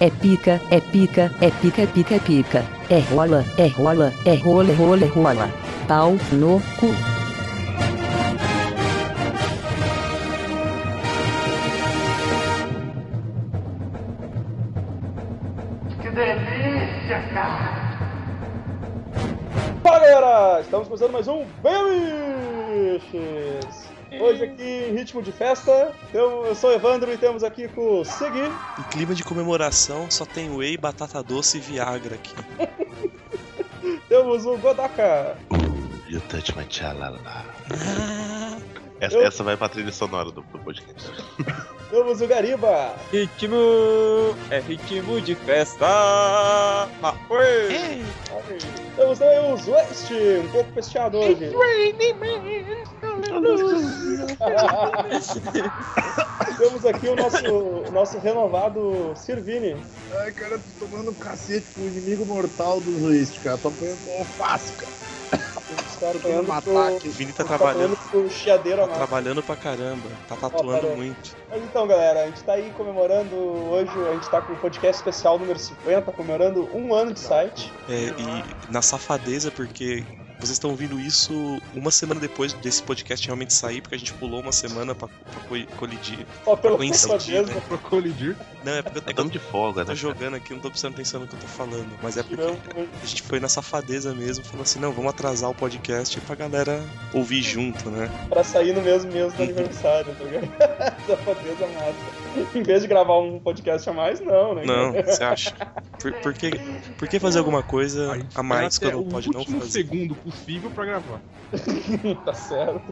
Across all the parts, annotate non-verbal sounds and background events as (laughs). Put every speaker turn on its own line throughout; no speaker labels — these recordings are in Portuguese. é pica, é pica, é pica, é pica, é pica. É rola, é rola, é rola, é rola, é rola. Pau no cu.
Que delícia, cara!
Fala galera, estamos começando mais um Bemiches! Hoje aqui em ritmo de festa, eu, eu sou o Evandro e temos aqui com o Segui,
Em clima de comemoração, só tem whey, batata doce e Viagra aqui.
temos o Godaka,
You touch my chalala.
Ah,
Essa,
Eu-
essa vai pra trilha sonora do, do podcast.
temos o Gariba,
(laughs) Ritmo é ritmo de festa. Ah, oi.
É.
temos também o Zwest, um pouco pesteado hoje. (laughs) temos aqui o nosso, o nosso renovado Sirvini.
Ai, cara, eu tô tomando um cacete com o inimigo mortal do Luiz, cara. Tô apanhando com alface, cara.
Tá
Tô tomando um
pro,
ataque.
o Vini tá
tá
trabalhando,
apanhando pro chiadeiro a
tá
mais.
trabalhando pra caramba, tá
Ó,
tatuando
pera.
muito.
Mas então, galera, a gente tá aí comemorando hoje, a gente tá com o podcast especial número 50, comemorando um ano de site.
É, e na safadeza, porque vocês estão ouvindo isso uma semana depois desse podcast realmente sair, porque a gente pulou uma semana pra, pra co- colidir.
Só pela
coincidir,
culpa mesmo.
né?
Colidir.
Não, é porque eu, é que eu
Estamos de folga, né? (laughs)
tô
cara?
jogando aqui, não tô prestando atenção no que eu tô falando, mas é porque
Não,
a gente foi na safadeza mesmo, falou assim, não, vamos atrasar o podcast pra galera ouvir junto, né?
pra sair no mesmo mês do aniversário, tá ligado? (laughs) Safadeza massa. Em vez de gravar um podcast a mais, não, né?
Não, você acha? Por, por que, por que fazer alguma coisa a mais
até
quando
o
pode não
último
fazer?
segundo possível pra gravar.
(laughs) tá certo.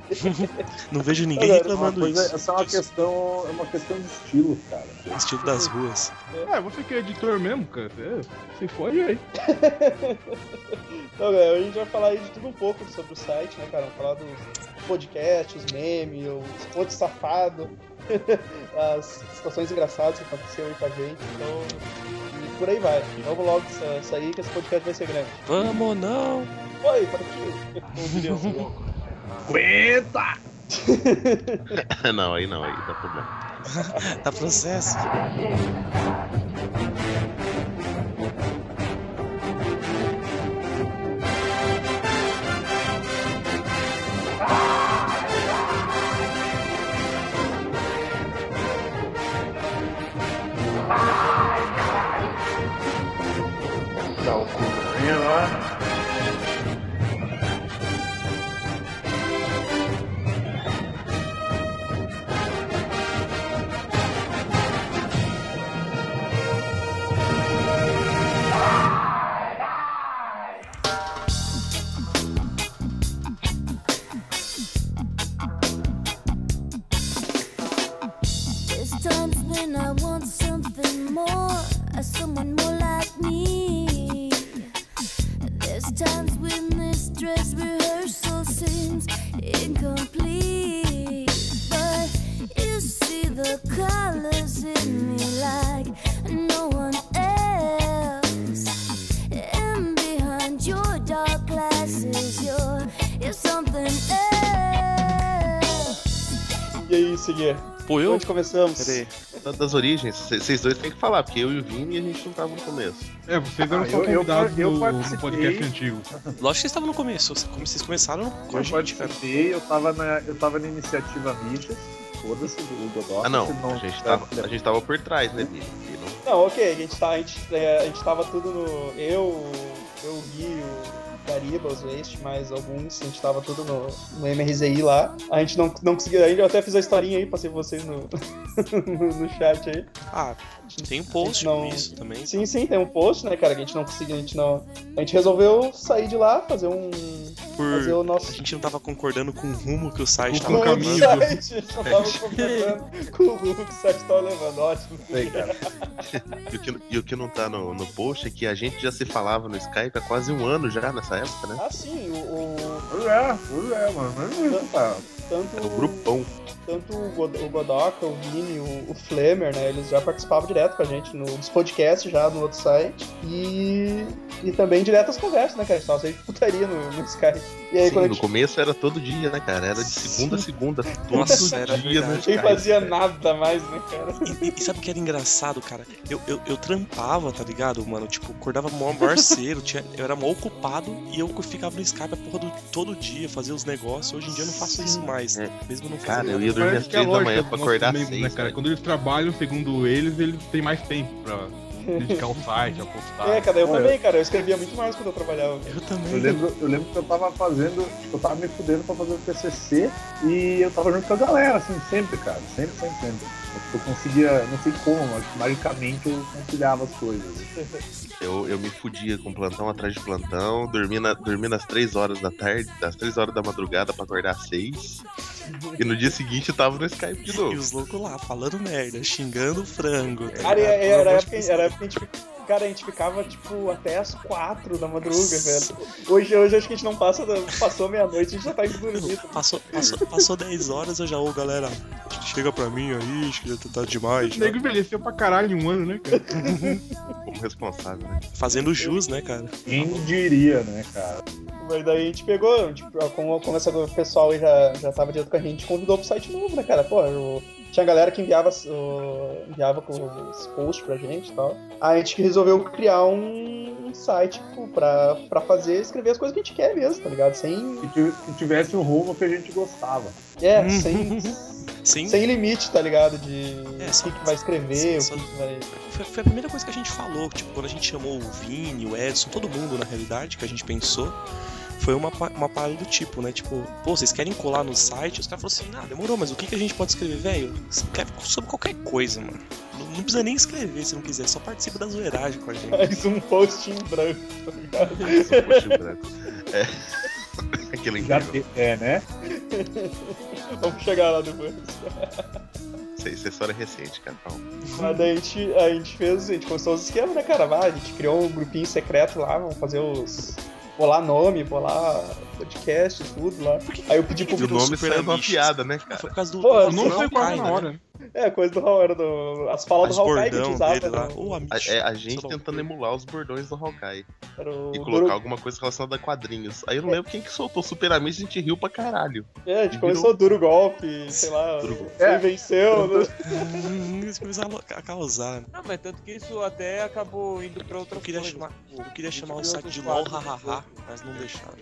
Não vejo ninguém
Galera,
Uma
reclamando
coisa,
isso.
essa é uma questão, é uma questão de estilo, cara.
Estilo tipo das ruas.
É, você que é editor mesmo, cara. É, se fode aí.
Então, galera, a gente vai falar aí de tudo um pouco sobre o site, né, cara? Vamos falar dos podcasts, os memes, os pontos safados, (laughs) as situações engraçadas que aconteceram aí com a gente, então. E por aí vai. Vamos logo sa- sair que esse podcast vai ser grande.
Vamos não!
Oi, partiu! Como diria o Diogo.
Aguenta!
não, aí não, aí dá problema.
Tá processo.
There's times when I want something more, uh, someone more like me. There's times when this dress rehearsal seems incomplete. But you see the colors in me like no one else. And behind your dark glasses, you're, you're something else.
(laughs) E aí, seguir?
Pô, eu?
Onde começamos?
Peraí.
Da- Então, Das origens, c- vocês dois têm que falar, porque eu e o Vini a gente não tava no começo.
É, vocês eram
Ah,
só
eu- eu
convidados
par- eu
do- do
participei.
podcast antigo.
Lógico que vocês estavam no começo. Como vocês começaram com a
Eu
gente, cara.
participei, eu tava na, eu tava na iniciativa Mídias. Foda-se do Dodó.
Ah, não,
se
a gente tava, a gente tava por trás, né, Vini? E não-
Não, ok, a gente, tá, a, gente, é, a gente tava tudo no. Eu, eu o Gui, o Gariba, os Waste, mais alguns, a gente tava tudo no, no MRZI lá. A gente não, não conseguiu. aí Eu até fiz a historinha aí, passei pra vocês no, (laughs) no, no chat aí.
Ah, tem um post
Não.
com isso também.
Sim, sim, tem um post, né, cara, que a gente não conseguiu, a gente não. A gente resolveu sair de lá, fazer um. fazer
então, Por...
o nosso.
A gente não tava concordando com o rumo que o site
Com
tava
(laughs)
o
Não,
caminho.
caminhando.
do site, a gente não tava concordando com o rumo que o site tava levando, ótimo.
Sei, cara.
E o que, e o que não tá no, no post é que a gente já se falava no Skype há quase um ano já nessa época, né?
Ah, sim, o- o
Pois é, pois é, mano. Mas não tá.
Tanto
É o grupão.
tanto o God- o Godoka, o Vini, o, o Flamer, né? Eles já participavam direto com a gente nos podcasts já no outro site. E, e também direto às conversas, né, cara? A gente tava sempre putaria no, no Skype. E aí é
Sim,
quando a
no
gente
começo era todo dia, né, cara? Era de segunda a segunda. Todo
Nossa,
dia
era
no
verdade.
nem
Skype,
fazia
cara.
nada mais, né, cara?
E, e sabe o que era engraçado, cara? Eu, eu, eu trampava, tá ligado, mano? Tipo, acordava
(laughs)
mó maior cedo, tinha- eu era mó ocupado e eu ficava no Skype a porra do, todo dia, fazia os negócios. Hoje em dia eu não faço isso mais,
É.
mesmo não
Cara,
fazendo.
eu
nada.
ia dormir às
Parece que é a
três da
lógica
manhã
dos
pra
nossos
acordar às
membros,
seis.
né, cara?
velho.
Quando eles trabalham, segundo eles, eles têm mais tempo
(laughs)
pra dedicar o site, a postar.
É, cara, eu
Olha.
também, cara. Eu escrevia muito mais quando eu trabalhava.
Eu também.
Eu lembro, eu lembro que eu tava fazendo, tipo, eu tava me fudendo pra fazer o TCC e eu tava junto com a galera, assim, sempre, cara, sempre, sempre, sempre. Eu, tipo, eu conseguia, não sei como, mas magicamente eu conciliava as coisas.
Eu, eu me fudia com plantão atrás de plantão, dormindo, dormindo às 3 horas da tarde, das 3 horas da madrugada pra acordar às 6. E no dia seguinte eu tava no Skype de
E
novo.
os loucos lá, falando merda, xingando o frango. tá
Cara, e- e
ligado?
era, a
Pelo amor de
época, era a época que a gente ficava. Cara, a gente ficava, tipo, até às quatro da madruga, velho. Hoje, hoje acho que a gente não passa, da- passou meia-noite, a gente já tá indo dormir.
Deus. Passou, passou, passou 10 horas, eu já, ô galera, chega pra mim aí, acho que já tá- tá demais.
O
né?
nego envelheceu pra caralho em um ano, né, cara?
Como responsável, né?
Fazendo jus, né, cara?
Quem diria, né, cara?
Mas daí a gente pegou, tipo, como, como essa, o pessoal aí já, já tava direto com a gente, convidou pro site novo, né, cara? Pô, eu- tinha galera que enviava, as- o- enviava com os posts pra gente e tal. Aí a gente resolveu criar um, um site tipo, pra, pra fazer, escrever as coisas que a gente quer mesmo, tá ligado? Sem.
Que, ti- que tivesse um rumo que a gente gostava.
É,
Uhum.
sem.
Sim.
Sem limite, tá ligado? De
É,
o
só-
que, que vai escrever,
só-
o que, que vai. (laughs)
Foi, foi a primeira coisa que a gente falou, tipo, quando a gente chamou o Vini, o Edson, todo mundo na realidade que a gente pensou, foi uma, pa- uma parada do tipo, né? Tipo, pô, vocês querem colar no site? Os caras falaram assim, ah, demorou, mas o que, que a gente pode escrever, velho? Escreve sobre qualquer coisa, mano. Não, não precisa nem escrever se não quiser, só participa da zoeiragem com a gente.
(laughs)
Mais um post em branco, tá ligado?
Sou poxa branco. É. (laughs) Aquele
Já
incrível.
te, é, né?
Vamos chegar lá depois.
Isso aí- isso é história recente, cara. Então, Calma.
Mas daí a gente, a gente fez, a gente postou os esquemas, né, cara? Vai, a gente criou um grupinho secreto lá, vamos fazer os. bolar nome, bolar podcast, tudo lá. Aí eu pedi pro.
E o
Virou
nome
super
saiu de uma
amiches.
piada, né, cara?
Foi por causa do.
Pô,
do-
O nome
do
saiu quase
Al-Qaeda,
na hora.
É, coisa do Raul, era do. As falas
Os
do Hawkeye que a gente
bordão
usava.
dele lá.
né?
Ô, amigo.
A, é a gente
Só
tentando emular os bordões do Hawkeye
Era o
e
Duro-
colocar alguma coisa relacionada a quadrinhos. Aí eu não lembro quem que soltou Super Amigos e a gente riu pra caralho.
É, a gente começou duro golpe, sei lá.
Duro
Quem
É.
venceu. né? (laughs)
Hum, Eles começaram a causar.
Ah, mas tanto que isso até acabou indo pra outra
Eu queria
coisa.
chamar- Eu queria chamar o
Criou
site de
outros
LOL
quadros.
hahaha, mas não
(laughs)
deixaram.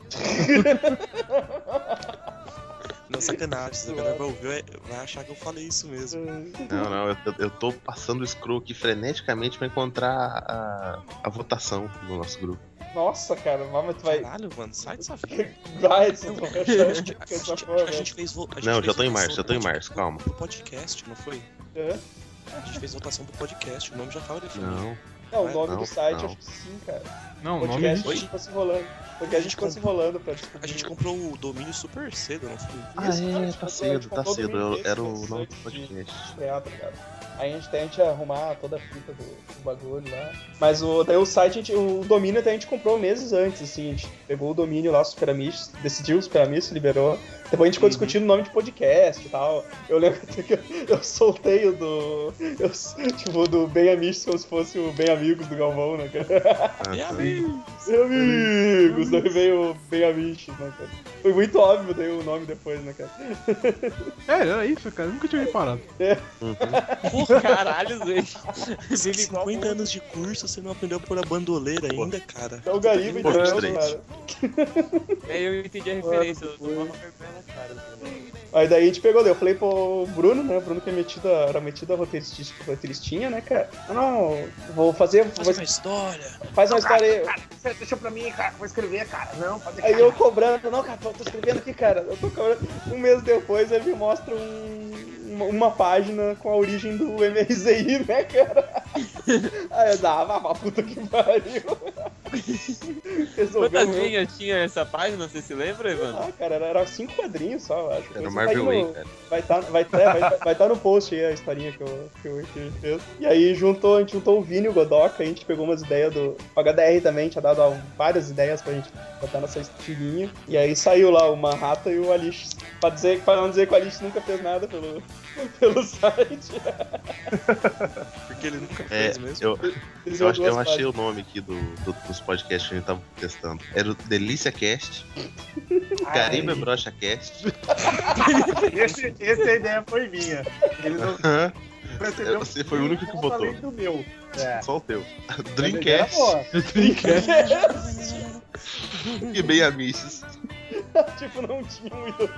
Não, sacanagem, se a galera vai ouvir, vai- vai achar que eu falei isso mesmo.
Não, não, eu, eu- eu tô passando o scroll aqui freneticamente pra encontrar a, a votação no nosso grupo.
Nossa, cara, mas tu vai.
Caralho, mano, sai
(laughs)
dessa vida.
Vai, tu vai
(laughs)
A
achar
gente,
que
a
essa
gente-
porra,
a gente fez vo- a gente
Não,
fez
já tô em
votação
março, já tô em
pro
março, calma.
pod- Pro podcast, não foi?
né? É.
A gente fez votação pro podcast, o nome já tava definido.
Não.
Não, o nome
Não,
do site,
não.
acho que sim, cara.
Não, o nome é
Podcast, a gente ficou se enrolando. Porque a gente ficou se enrolando pra
A gente
descobrir.
comprou o domínio super cedo, não foi?
Ah,
Isso, cara,
é,
tipo,
tá
eu
cedo,
te
tá
contou
cedo.
mil
eu-
vezes
Era
antes
o nome
de-
do podcast.
estrear, tá ligado? Aí a gente tenta arrumar toda a fita do, do bagulho lá. Mas o, daí o site, a gente- o domínio até a gente comprou meses antes, assim. A gente pegou o domínio lá, Superamish, decidiu o Superamish, liberou. Depois a gente
Uhum.
ficou discutindo o nome de podcast e tal. Eu lembro até que eu, eu soltei o do. Eu, s- tipo, o do Bem Amish, como se fosse o Bem Amigos do Galvão, né, cara?
Ah,
E
tá.
aí?
Bem
Uhum.
Amigos, daí veio o Bem Amish, né, cara? Foi muito óbvio daí o nome depois, né, cara?
É, era isso, cara. Eu nunca tinha reparado.
Uhum.
(laughs)
Pô, caralho, velho. Vive igual
50
o-
anos de curso, você não aprendeu por a bandoleira ainda, cara.
É o Gariba,
Pô,
então,
três.
cara.
É, eu entendi a referência. Eu tomava vergonha na cara.
assim, né?
velho.
Aí daí a gente pegou, daí eu falei pro Bruno, né? O Bruno que é metido a, era metido a roteirista- roteiristinha, né, cara? Não, não, vou fazer. vou-
Faz uma história.
faz uma história.
Cara, deixa pra mim, cara, vou escrever, cara. Não, pode
Aí eu cobrando, não, cara, tô tô escrevendo aqui, cara. Eu tô cobrando. Um mês depois ele me mostra um- uma, uma página com a origem do (laughs) MRZI, né, cara? Aí eu dava, ah, vá pra puta que pariu. (laughs) Resolveu.
Quantas linhas tinha essa página, você se lembra, Ivan?
Ah, cara, era- era cinco quadrinhos só, eu acho.
Era o
Mas
Marvel
aí
Way,
no-
cara.
Vai estar vai tá, vai tá- vai tá no post aí a historinha que, eu, que, eu, que a gente fez. E aí juntou, a gente juntou o Vini e o Godoka, a gente pegou umas ideias do. O HDR também tinha dado ah, várias ideias pra gente botar nessa estilinha. E aí saiu lá o Manhattan e o Alix. Pra, dizer, pra não dizer que o Alix nunca fez nada pelo, (laughs) pelo site.
Porque ele nunca
É,
fez mesmo.
eu,
Eles
eu,
iam
acho- eu
duas
achei o nome aqui do, do- dos podcasts que a gente tava testando. Era o Delícia
(laughs)
Cast,
Ah, é.
Caribe Brocha Cast.
(laughs) Esse, essa ideia foi minha. Ele
(laughs)
não
Hã?
percebeu.
Você foi o único que
Eu
botou.
falei do meu. É.
Só o teu.
Era
Dreamcast
boa.
e bem amiches.
páginas. (laughs) tipo, não tinha muito.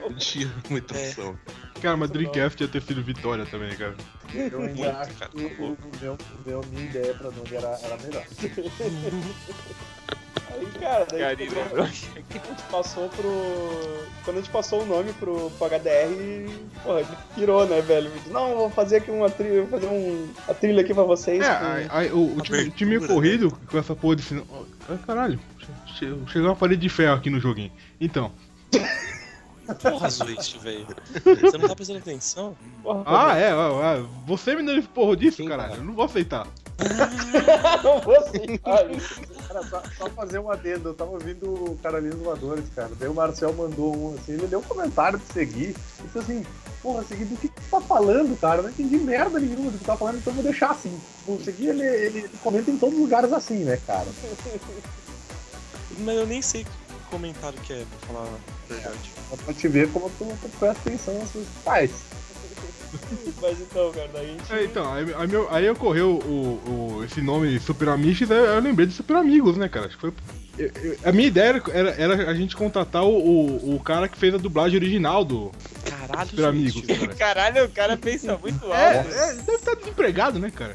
Não tinha muita
É.
opção.
Cara, mas Dreamcast ia ter sido Vitória também, cara.
é
(laughs)
Eu ainda
Muito,
acho
cara,
que
tá
o,
louco.
o meu, o meu- minha ideia pra Nug era, era melhor.
Aí, cara, daí
Cara,
é
(laughs) ficou- a gente passou pro. Quando a gente passou o nome pro, pro HDR, porra, ele pirou, né, velho? Não, vou fazer aqui uma trilha, vou fazer um, uma trilha aqui pra vocês.
É,
com-
aí- aí o, o time,
Abertura,
time
né?
corrido com essa porra de sinal. Ah, caralho, che- che- chegou uma parede de ferro aqui no joguinho. Então.
Porra, Zuist, velho. Você não tá prestando atenção?
Porra,
Ah, é, ah, ah, você me deu porra disso, caralho. Eu não vou aceitar.
(laughs) não vou aceitar isso.
Cara, só, só fazer um adendo, eu tava ouvindo o Carolina Voadores, cara. Daí o Marcel mandou um assim, ele deu um comentário de seguir. E disse assim, porra, seguir do que tu tá falando, cara? Eu não entendi merda nenhuma do que tu tá falando, então eu vou deixar assim. O seguir ele, ele, ele comenta em todos os lugares assim, né, cara?
Mas eu nem sei que comentário que é, pra falar a verdade.
Só pra te ver como tu, tu presta atenção nas coisas que tu faz.
Mas então, cara, daí a gente.
É, então, aí, aí meu- aí ocorreu o, o- esse nome Super Amiches, aí eu lembrei de Super Amigos, né, cara? Acho que foi. eu- eu- a minha ideia era, era- era a gente contratar o, o, o cara que fez a dublagem original do
Ah,
Caralho,
Super Amigos, cara.
Caralho, o cara pensa muito alto.
É, é, deve estar desempregado, né, cara?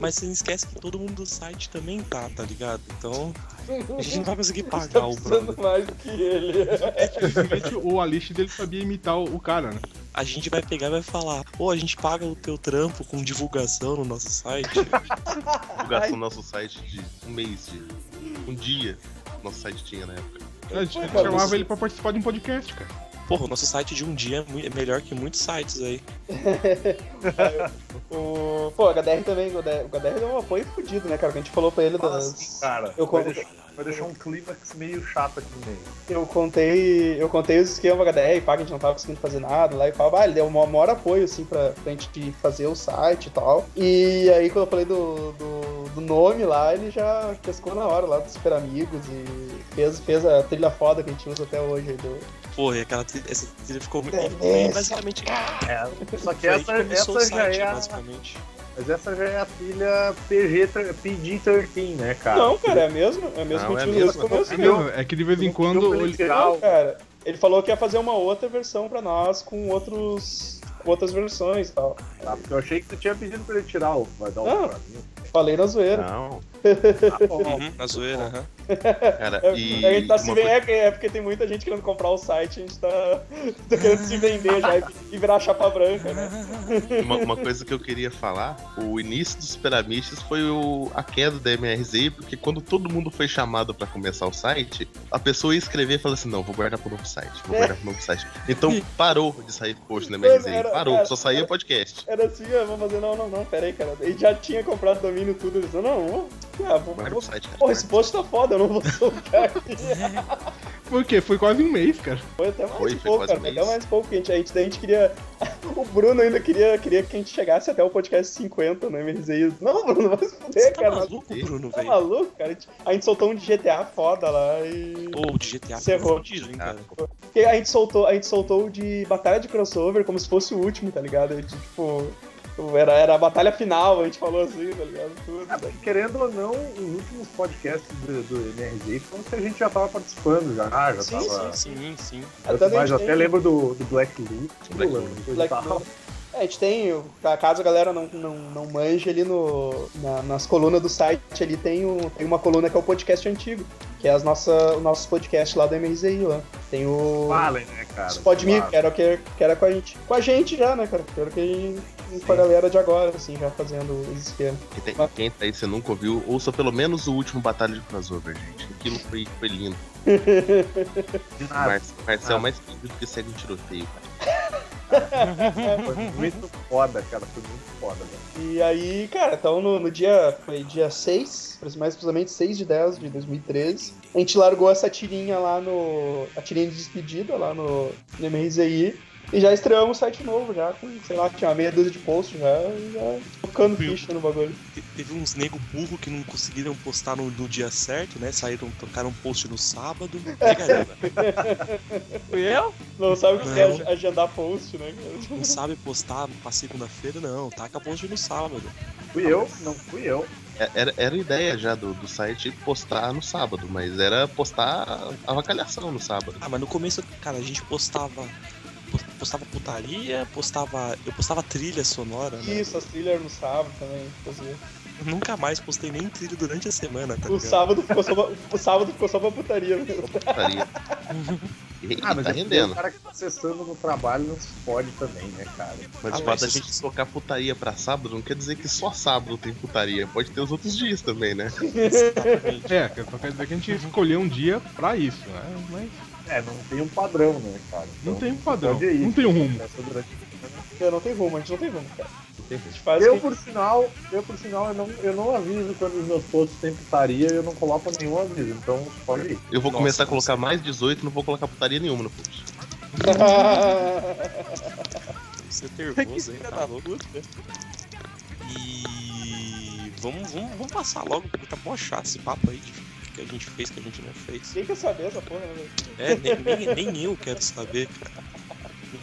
Mas você não esquece que todo mundo do site também tá, tá ligado? Então, a gente não vai conseguir pagar o brother.
tá Precisando mais do que ele.
Simplesmente o Alice dele sabia imitar o, o cara, né?
A gente vai pegar e vai falar, pô, a gente paga o teu trampo com divulgação no nosso site.
Divulgação no nosso site de um mês, de um dia. Nosso site tinha na época.
A gente
Foi, cara,
chamava
você-
ele pra participar de um podcast, cara.
Porra, o nosso site de um dia é mui- é melhor que muitos sites aí.
O... Pô, o HDR também, o HDR, o HDR deu um apoio fudido, né, cara? Que a gente falou pra ele das.
Cara,
Eu
vai,
conto-
deixar, vai deixar um clímax meio chato aqui no meio.
Eu contei, eu contei os esquemas do HDR, pá, que a gente não tava conseguindo fazer nada lá e pá, bah, ele deu o maior- maior apoio, assim, pra, pra gente fazer o site e tal. E aí, quando eu falei do, do, do nome lá, ele já pescou na hora lá dos Super Amigos e fez, fez a trilha foda que a gente usa até hoje aí do...
Porra, e aquela tri- essa trilha ficou muito.
É,
Foi basicamente.
É, só que
foi aí
essa,
que começou
essa
o
já
site,
é a,
basicamente.
mas essa já é a filha PG, tra- PG-13, né, cara?
Não, cara, é mesmo, é mesmo
Não,
que
é
a gente usa desde
mesmo.
o começo.
É, mesmo, é que de vez em quando.
Não, é
ele-
Não,
literal.
cara, ele falou que ia fazer uma outra versão pra nós com outros... com Outras versões e tal.
Tá, porque eu achei que tu tinha pedido pra ele tirar o. Vai dar
Não.
um pra mim.
Falei na zoeira.
Não.
Tá bom.
Uhum, na zoeira, aham.
Cara,
É,
e.
a gente tá se
uma
vendo,
coisa-
é, é porque tem muita gente querendo comprar o site, a gente tá, (laughs) tá querendo se vender já e, e virar chapa branca, né?
Uma, uma coisa que eu queria falar, o início dos Superamistas foi o- a queda da MRZ, porque quando todo mundo foi chamado pra começar o site, a pessoa ia escrever e falava assim, não, vou guardar pro novo site, vou guardar pro novo site.
(laughs)
Então parou de sair post na MRZ,
Era-
parou,
era-
só saía
era-
podcast.
Era assim, ah, vamos fazer, não, não, não, pera aí, cara. Ele já tinha comprado domínio e tudo, eles falaram, não, vou, ah, vou,
Guarda pro
vou-
site, né? cara.
Porra, esse post tá foda, eu não vou soltar aqui.
Foi o quê? Foi quase um mês, cara.
Foi até mais
Foi, foi
pouco,
quase
cara.
um
Foi até
mês.
mais pouco que a gente, a gente, daí a gente queria. (laughs) O Bruno ainda queria, queria que a gente chegasse até o podcast 50 no MRZ. E eu, Não, Bruno, vai se
Você
fuder,
tá
cara.
maluco, Bruno,
tá
velho?
maluco, cara? A gente, a gente soltou um de GTA foda lá e.
Ou de GTA
Você errou.
tá fudido, hein,
Ah,
cara.
Porque a gente soltou, a gente soltou o de batalha de crossover como se fosse o último, tá ligado? A gente, tipo, era, era a batalha final, a gente falou assim, tá ligado? Tudo, né?
Querendo ou não, os últimos podcasts do, do MRZ foram os que a gente já tava participando já. Ah, já
Sim,
tava.
Sim, sim.
Até
mas eu
Então, tem-
até lembro do, do Black Loop.
Black
Lula,
Loop.
coisa e
Black
tal.
Loop. É, a gente tem, o- pra caso a galera não, não, não manje ali no, na- nas colunas do site, ali tem, o, tem uma coluna que é o podcast antigo, que é as nossa, o nosso podcast lá do MRZI lá. Tem o.
Fallen, né, cara?
Os Podmico,
Fallen.
que era o que, que era com a gente. Com a gente já, né, cara? Que era o que a gente- com a galera de agora, assim, já fazendo os esquemas.
Quem, tem- quem tá aí, você nunca ouviu, ouça pelo menos o último Batalha de Crossover, gente. Aquilo foi, foi lindo. é
De
O
nada.
Mar Marcel mais lindo do que segue um tiroteio, cara.
Foi muito foda, cara. Foi muito foda, velho.
E aí, cara, então no, no dia. Foi dia 6, mais precisamente 6 de 10 de 2013. A gente largou essa tirinha lá no. A tirinha de despedida lá no, no MRZI. E já estreamos o site novo, já com, sei lá, tinha uma meia dúzia de posts já, e já tocando
Viu?
ficha no bagulho.
Te- Teve uns nego burro que não conseguiram postar no, no dia certo, né? Saíram, tocaram post no sábado. Pegarela.
Fui eu?
Não sabe o que é
Não.
ag- agendar post, né, cara?
Não sabe postar pra segunda-feira, não. Taca post no sábado.
Fui eu? Não, fui eu.
É- Era, era a ideia já do, do site postar no sábado, mas era postar a avacalhação no sábado.
Ah, mas no começo, cara, a gente postava. Postava putaria, postava. Eu postava trilha sonora, né?
Isso, as thriller no sábado também. Fazia.
Nunca mais postei nem trilha durante a semana, tá
O
ligado?
sábado ficou só pra, o sábado ficou só pra putaria
(laughs)
mesmo.
Putaria. E, e tá
é porque
rendendo.
O cara que tá acessando no trabalho não se fode também, né, cara?
Mas
Ah,
o fato da
mas-
gente trocar putaria pra sábado não quer dizer que só sábado tem putaria. Pode ter os outros dias também, né?
Exatamente.
É, cara, só quer dizer que a gente
Uhum.
escolheu um dia pra isso, né? Mas
É, não tem um padrão, né, cara?
não
Então,
tem um padrão,
pode ir.
não tem um rumo.
essa durante-
Não, não tem rumo, a gente não tem rumo, cara. A gente faz o
Eu,
que-
por sinal, eu, por sinal, eu não, eu não aviso quando os meus posts têm putaria e eu não coloco nenhum aviso, então pode ir.
Eu vou
Nossa,
começar a
nossa.
colocar mais 18, não vou colocar putaria nenhuma no post.
(laughs) Você é nervoso, hein? Tá louco? E vamos, vamos, vamos passar logo, porque tá mó chato esse papo aí de que a gente fez, que a gente não fez.
(laughs) Quem quer saber essa porra, né? velho?
É, nem, nem, nem eu quero saber, cara.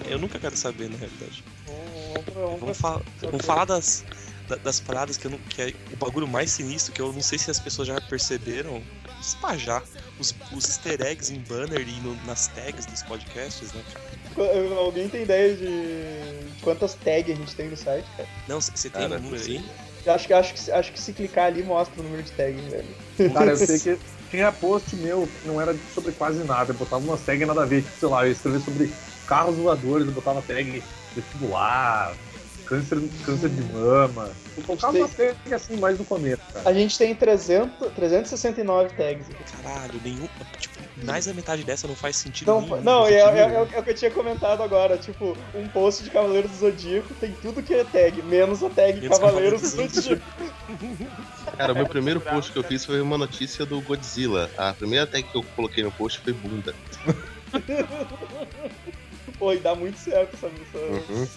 Eu nunca quero saber, na realidade.
Vamos- Vamos
Vamos,
vamos-
fa- vamos falar das, da- das paradas que, eu não, que é o bagulho mais sinistro, que eu não sei se as pessoas já perceberam. Espajar os, os easter eggs em banner e no- nas tags dos podcasts, né, cara?
Qu- Alguém tem ideia de de quantas tags a gente tem no site? cara?
Não, você tem
Cara,
um número aí?
Eu Acho, que- acho, que, se- acho que se clicar ali mostra o número de tags, velho.
Cara,
(laughs)
eu sei que tinha post meu que não era sobre quase nada, eu botava uma tag nada a ver, tipo, sei lá, eu escrevia sobre carros voadores, eu botava tag vestibular, câncer, câncer de mama. Eu colocava uma tag assim mais no começo, cara.
A gente tem 300, 369 tags.
Caralho, nenhum. Tipo,
Hum.
mais da metade dessa não faz sentido.
Não,
nenhum.
não é,
Faz sentido
é- é
nenhum.
o é o que eu tinha comentado agora. Tipo, um post de Cavaleiros do Zodíaco tem tudo que é tag, menos a tag
Menos
Cavaleiros do
Cavaleiros do
Zodíaco.
Cara, o meu
vou
primeiro
procurar,
post que eu
cara.
fiz foi uma notícia do Godzilla. A primeira tag que eu coloquei no post foi bunda.
Pô, e dá muito certo essa missão.
Uhum.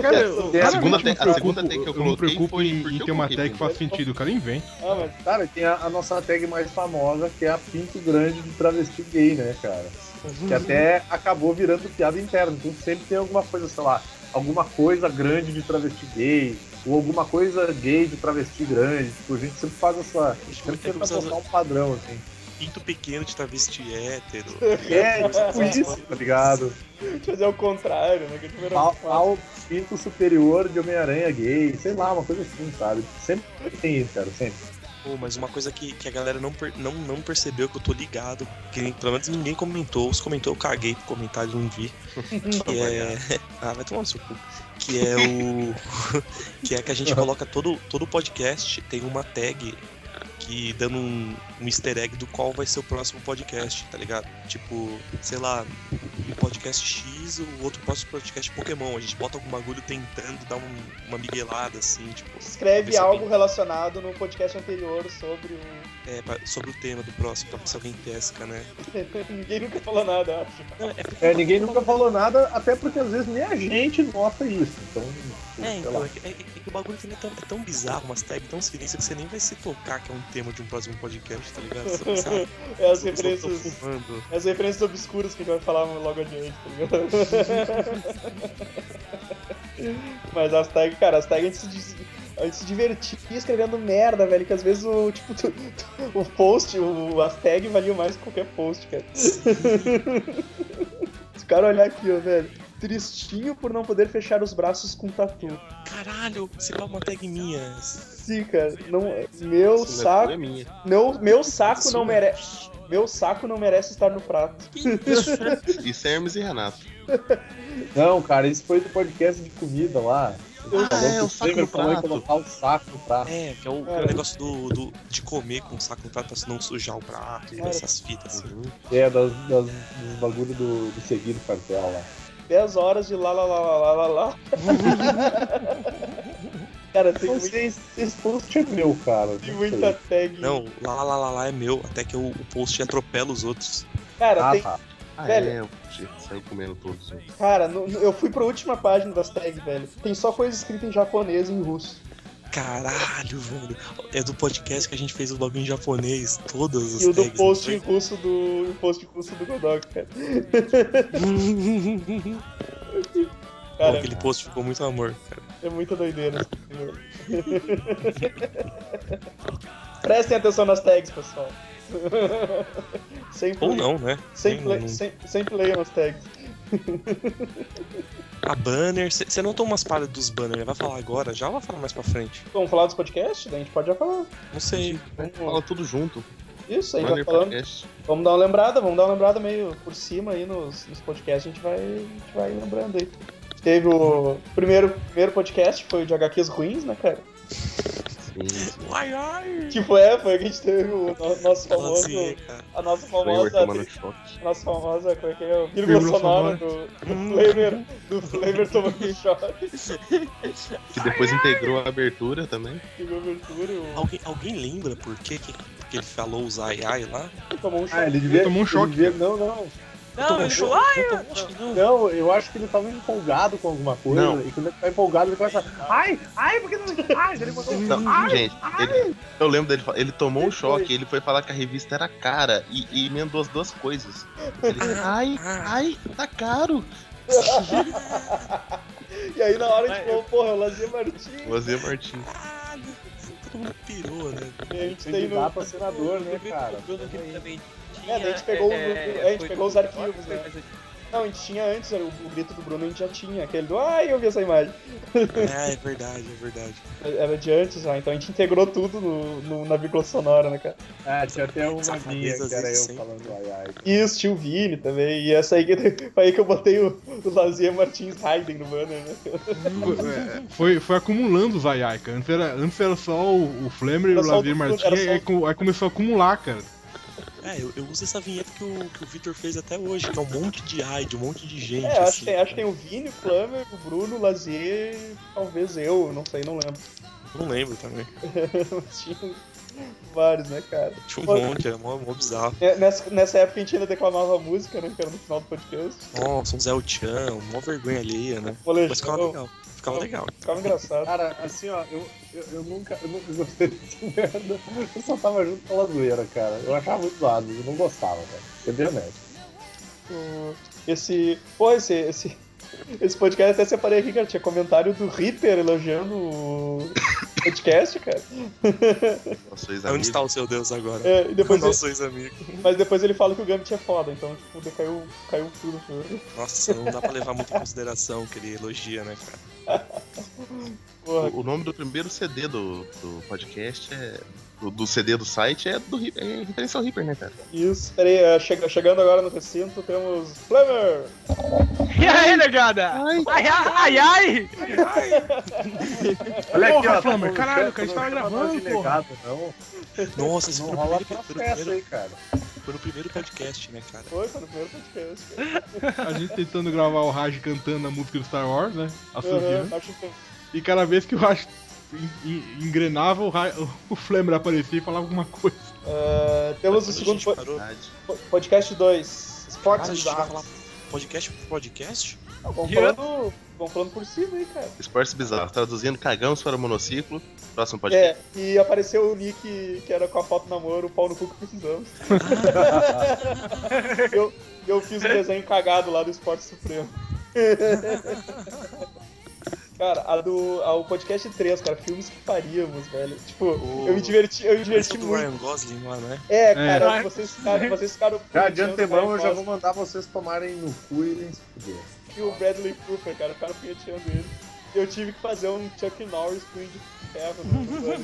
Cara, eu,
A
segunda
claramente
tag-
não
a segunda tag
preocupo-
que eu
não me
coloquei
preocupo
foi
em,
porque
em
eu
ter uma
coloquei
tag que
bunda.
faz sentido, o cara inventa.
Ah, mas
Cara, tem a, a nossa tag mais famosa, que é a Pinto Grande de Travesti Gay, né, cara? Que até acabou virando piada interna. Então sempre tem alguma coisa, sei lá, alguma coisa grande de travesti gay, ou alguma coisa gay de travesti grande. Tipo, a gente sempre faz essa. Sempre
É
tenta (laughs)
como se
botar um padrão, assim.
Pinto pequeno de travesti hétero.
É, tipo isso, tá ligado?
fazer o contrário, né? Que é primeiro-
Pau, pau pinto superior de Homem-Aranha gay, sei lá, uma coisa assim, sabe? Sempre tem isso, cara, sempre.
Pô, mas uma coisa que, que a galera não, per- não, não percebeu é que eu tô ligado, que nem- pelo menos ninguém comentou, os comentou, eu caguei pro comentário, não
(laughs)
vi. Que é. (laughs) Ah, vai tomar no seu cu. Que é o. (laughs) que é que a gente coloca todo, todo podcast, tem uma tag que dando um, um easter egg do qual vai ser o próximo podcast, tá ligado? Tipo, sei lá, um podcast X, o outro próximo podcast Pokémon. A gente bota algum bagulho tentando dar um- uma miguelada, assim, tipo,
Escreve
Esse
algo
aqui.
relacionado no podcast anterior sobre um- o.
é, pra- sobre o tema do próximo, pra ver se alguém pesca, né?
(laughs) Ninguém nunca falou nada, eu acho.
É, ninguém nunca falou nada, até porque às vezes nem a gente nota isso. Então,
É,
sei
então,
lá.
é, que- é que- é que o bagulho também é tão, é tão bizarro, umas tags tão sinistras que você nem vai se tocar que é um tema de um próximo podcast, tá ligado? Você
(laughs)
sabe?
É as
Eu tô
referências. é
fumando.
As referências obscuras que a gente vai falar logo adiante, tá ligado? Mas as tags, cara, as tags a gente se, dis- a gente se divertia escrevendo merda, velho, que às vezes o, tipo, tu- tu- o post, o, as tags valiam mais que qualquer post, cara. Se o cara olhar aqui, ó, velho, tristinho por não poder fechar os braços com tatu.
Caralho, se pá uma tag minha.
Sim, cara, não, meu
Essa
saco,
é minha.
meu, meu saco
Isso
não merece, meu saco não merece estar no prato. (laughs)
Isso é Hermes e Renato.
Não, cara, isso foi do podcast de comida lá.
Ah,
Falou
é,
que
o saco
Kramer
no
falou em
prato.
colocar o saco no prato.
É, que é o,
Cara.
o negócio do, do- de comer com o saco no prato pra se não sujar o prato,
Cara.
essas fitas. assim.
É, das, das, dos bagulho do, do seguir do cartel lá.
10 horas de lá, lá, lá, lá, lá, lá,
(laughs)
lá. Cara, tem,
Não
muito-
sei, Então, esse post é meu, cara. Não
tem
sei.
muita tag.
Não, lá, lá, lá, lá é meu, até que o, o post atropela os outros.
Cara,
Ah,
tem,
tá.
Ah,
Velho.
é, eu podia sair comendo todos. né?
cara no- no- eu fui pra última página das tags, velho. Tem só coisa escrita em japonês e em russo.
Caralho, velho. É do podcast que a gente fez o bagulho em japonês, todas as
E o do
tags. né?
post em russo do. e o post em russo do Godok, cara.
Pô,
Cara,
aquele post ficou muito amor, cara.
é muita doideira. esse
(laughs)
filme. Prestem atenção nas tags, pessoal. (laughs) Sempre,
Ou não, né?
Sempre,
Nem-
le-
não-
sempre, sempre leiam as tags.
A banner, você não toma umas paradas dos banners, né? vai falar agora já ou vai falar mais pra frente?
Vamos falar dos podcasts? Daí A gente pode já falar.
Não sei.
Fala tudo junto.
Isso, a gente vai
Banner
falando.
podcast.
Vamos dar uma lembrada, vamos dar uma lembrada meio por cima aí nos, nos podcasts, a gente vai, a gente vai lembrando aí. Teve o primeiro, primeiro podcast, foi o de HQs ruins, né, cara?
Sim, sim.
Ai, ai!
Tipo, é, foi que a gente teve o no- nosso
Fala
famoso.
assim, cara.
A nossa
Kramer
famosa.
tomando choque.
A nossa famosa, como é que é? O vírgula
Vírgula
sonora do,
Hum.
do Flamer. Do Flamer tomando shot.
Que depois integrou a abertura também.
Que deu abertura e o-
Alguém, alguém lembra por que, que que ele falou os ai ai lá?
tomou um shot.
Ah, ele devia.
tomou um
ele
choque,
devia- não, não.
Não, eu choro. Ai, eu
Acho que não.
um Não, eu acho que ele tava empolgado com alguma coisa.
Não.
E quando ele tá empolgado, ele começa. Ai, ai, porque não. Ai, ele mandou.
Não, gente, ele- eu lembro dele. fa- Ele tomou um
Ele foi.
choque, ele foi falar que a revista era cara e, e emendou as duas coisas. Ele, ai,
Ah,
ai, tá caro.
E aí na hora a gente
Ai,
falou, porra, o Lazier Martins,
Você, Martins.
Caralho, todo mundo pirou, né?
a gente tem no.
Candidato pra senador, né, cara?
Bruno que também
É,
tinha. é,
daí a gente pegou o- a gente
foi
pegou os
tudo-
arquivos, né?
Mas
Não, a gente tinha antes, era o, o grito do Bruno a gente já tinha, aquele do ai, eu vi essa imagem.
Ah, é verdade, é verdade.
Era de antes já, então a gente integrou tudo no, no- na vírgula sonora, né, cara?
Ah, tinha até uma
Safadeza
minha que era eu
existe sempre.
falando ai ai.
Isso, tinha o Vini também, e essa aí que, foi aí que eu (laughs) botei o, o Lazier Martins Hayden no banner, né?
Foi, é, foi, foi acumulando os ai ai, cara. Antes era, antes era só o, o Flamer e
Era
o
só o
Lazier
do-
Martins,
era só o-
aí, co- aí começou a acumular, cara.
É, eu, eu uso essa vinheta que o, que o Victor fez até hoje, que é um monte de ai, de um monte de gente.
É, acho
assim,
que, tem, acho que tem o Vini, o Flamer, o Bruno, o Lazier, talvez eu, não sei, não lembro. (laughs)
Não lembro também.
Mas tinha vários, né, cara?
Tinha um
Pô.
monte, era mó, mó bizarro.
É, Nessa, nessa época a gente ainda declamava música, né, que era no final do podcast.
Nossa, um Zé Chan, mó vergonha alheia, né? Mas ficava
Molejão,
legal, ficava legal.
ficava engraçado.
Cara, assim, ó, eu, eu, eu nunca, eu nunca gostei desse (laughs) merda. Eu só tava junto pela zoeira, cara. Eu achava muito zoado, eu não gostava, cara. É bem honesto.
O- Esse. Pô, esse. esse... Esse podcast até separei aqui, cara. Tinha comentário do Reaper elogiando o (laughs) podcast, cara.
Nossa, ex
É Onde está o seu Deus agora?
É, e
(laughs)
depois ele-
Nosso ex-amigo.
mas depois ele fala que o Gambit é foda, então, tipo, decaiu, caiu tudo. cara.
Nossa, não dá pra levar muito em consideração o que ele elogia, né,
(laughs)
cara?
Porra,
O nome do primeiro CD do, do podcast é. Do, do CD do site é do Reaper. É referência ao Reaper, né, cara?
isso. Pera aí, é, chega- chegando agora no recinto, temos Flamer!
(laughs)
E aí, negada? Ai, ai, ai, ai!
Olha tá
Porra, Flamer, caralho, cara, a gente tava gravando, porra.
Não,
Nossa, esse
não
foi,
rola
o primeiro, foi, o
processo
primeiro,
aí, cara.
foi o primeiro podcast, né, cara?
Foi, foi no primeiro podcast. cara.
A gente tentando gravar o Raj cantando a música do Star Wars, né? A
Aham,
Sofia.
Uhum, acho que
E cada vez que o Raj en- en- engrenava, o, Raj, o Flamer aparecia e falava alguma coisa.
Ah, temos o
Quando a
segundo
gente
po-
parou-
Verdade.
po- podcast 2. Esportes
Cara, a gente vai falar
bizarros.
podcast por
(laughs)
podcast?
Não, Vamos falando, vamos falando por cima aí, cara.
Esportes bizarros. Traduzindo, cagamos para monociclo. Próximo podcast.
É, e apareceu o Nick, que era com a foto na mão, era o pau no cu que (laughs) precisamos. eu, eu fiz o desenho cagado lá do Esporte (laughs) Supremo. cara, a do. A, o podcast 3, cara, filmes que faríamos, velho. Tipo,
O-
eu me diverti, eu me
Esse
diverti
é do
muito.
Ryan Gosling lá,
(laughs)
né?
É,
É.
cara, vocês ficaram. Vocês ficaram
Já de
putinhando
antemão
o
eu
Ryan
já vou mandar vocês tomarem no cu e nem se fuder.
Gosling E o Bradley Cooper, cara, ficaram penteando ele. Eu tive que fazer um Chuck Norris com o de ferro, né?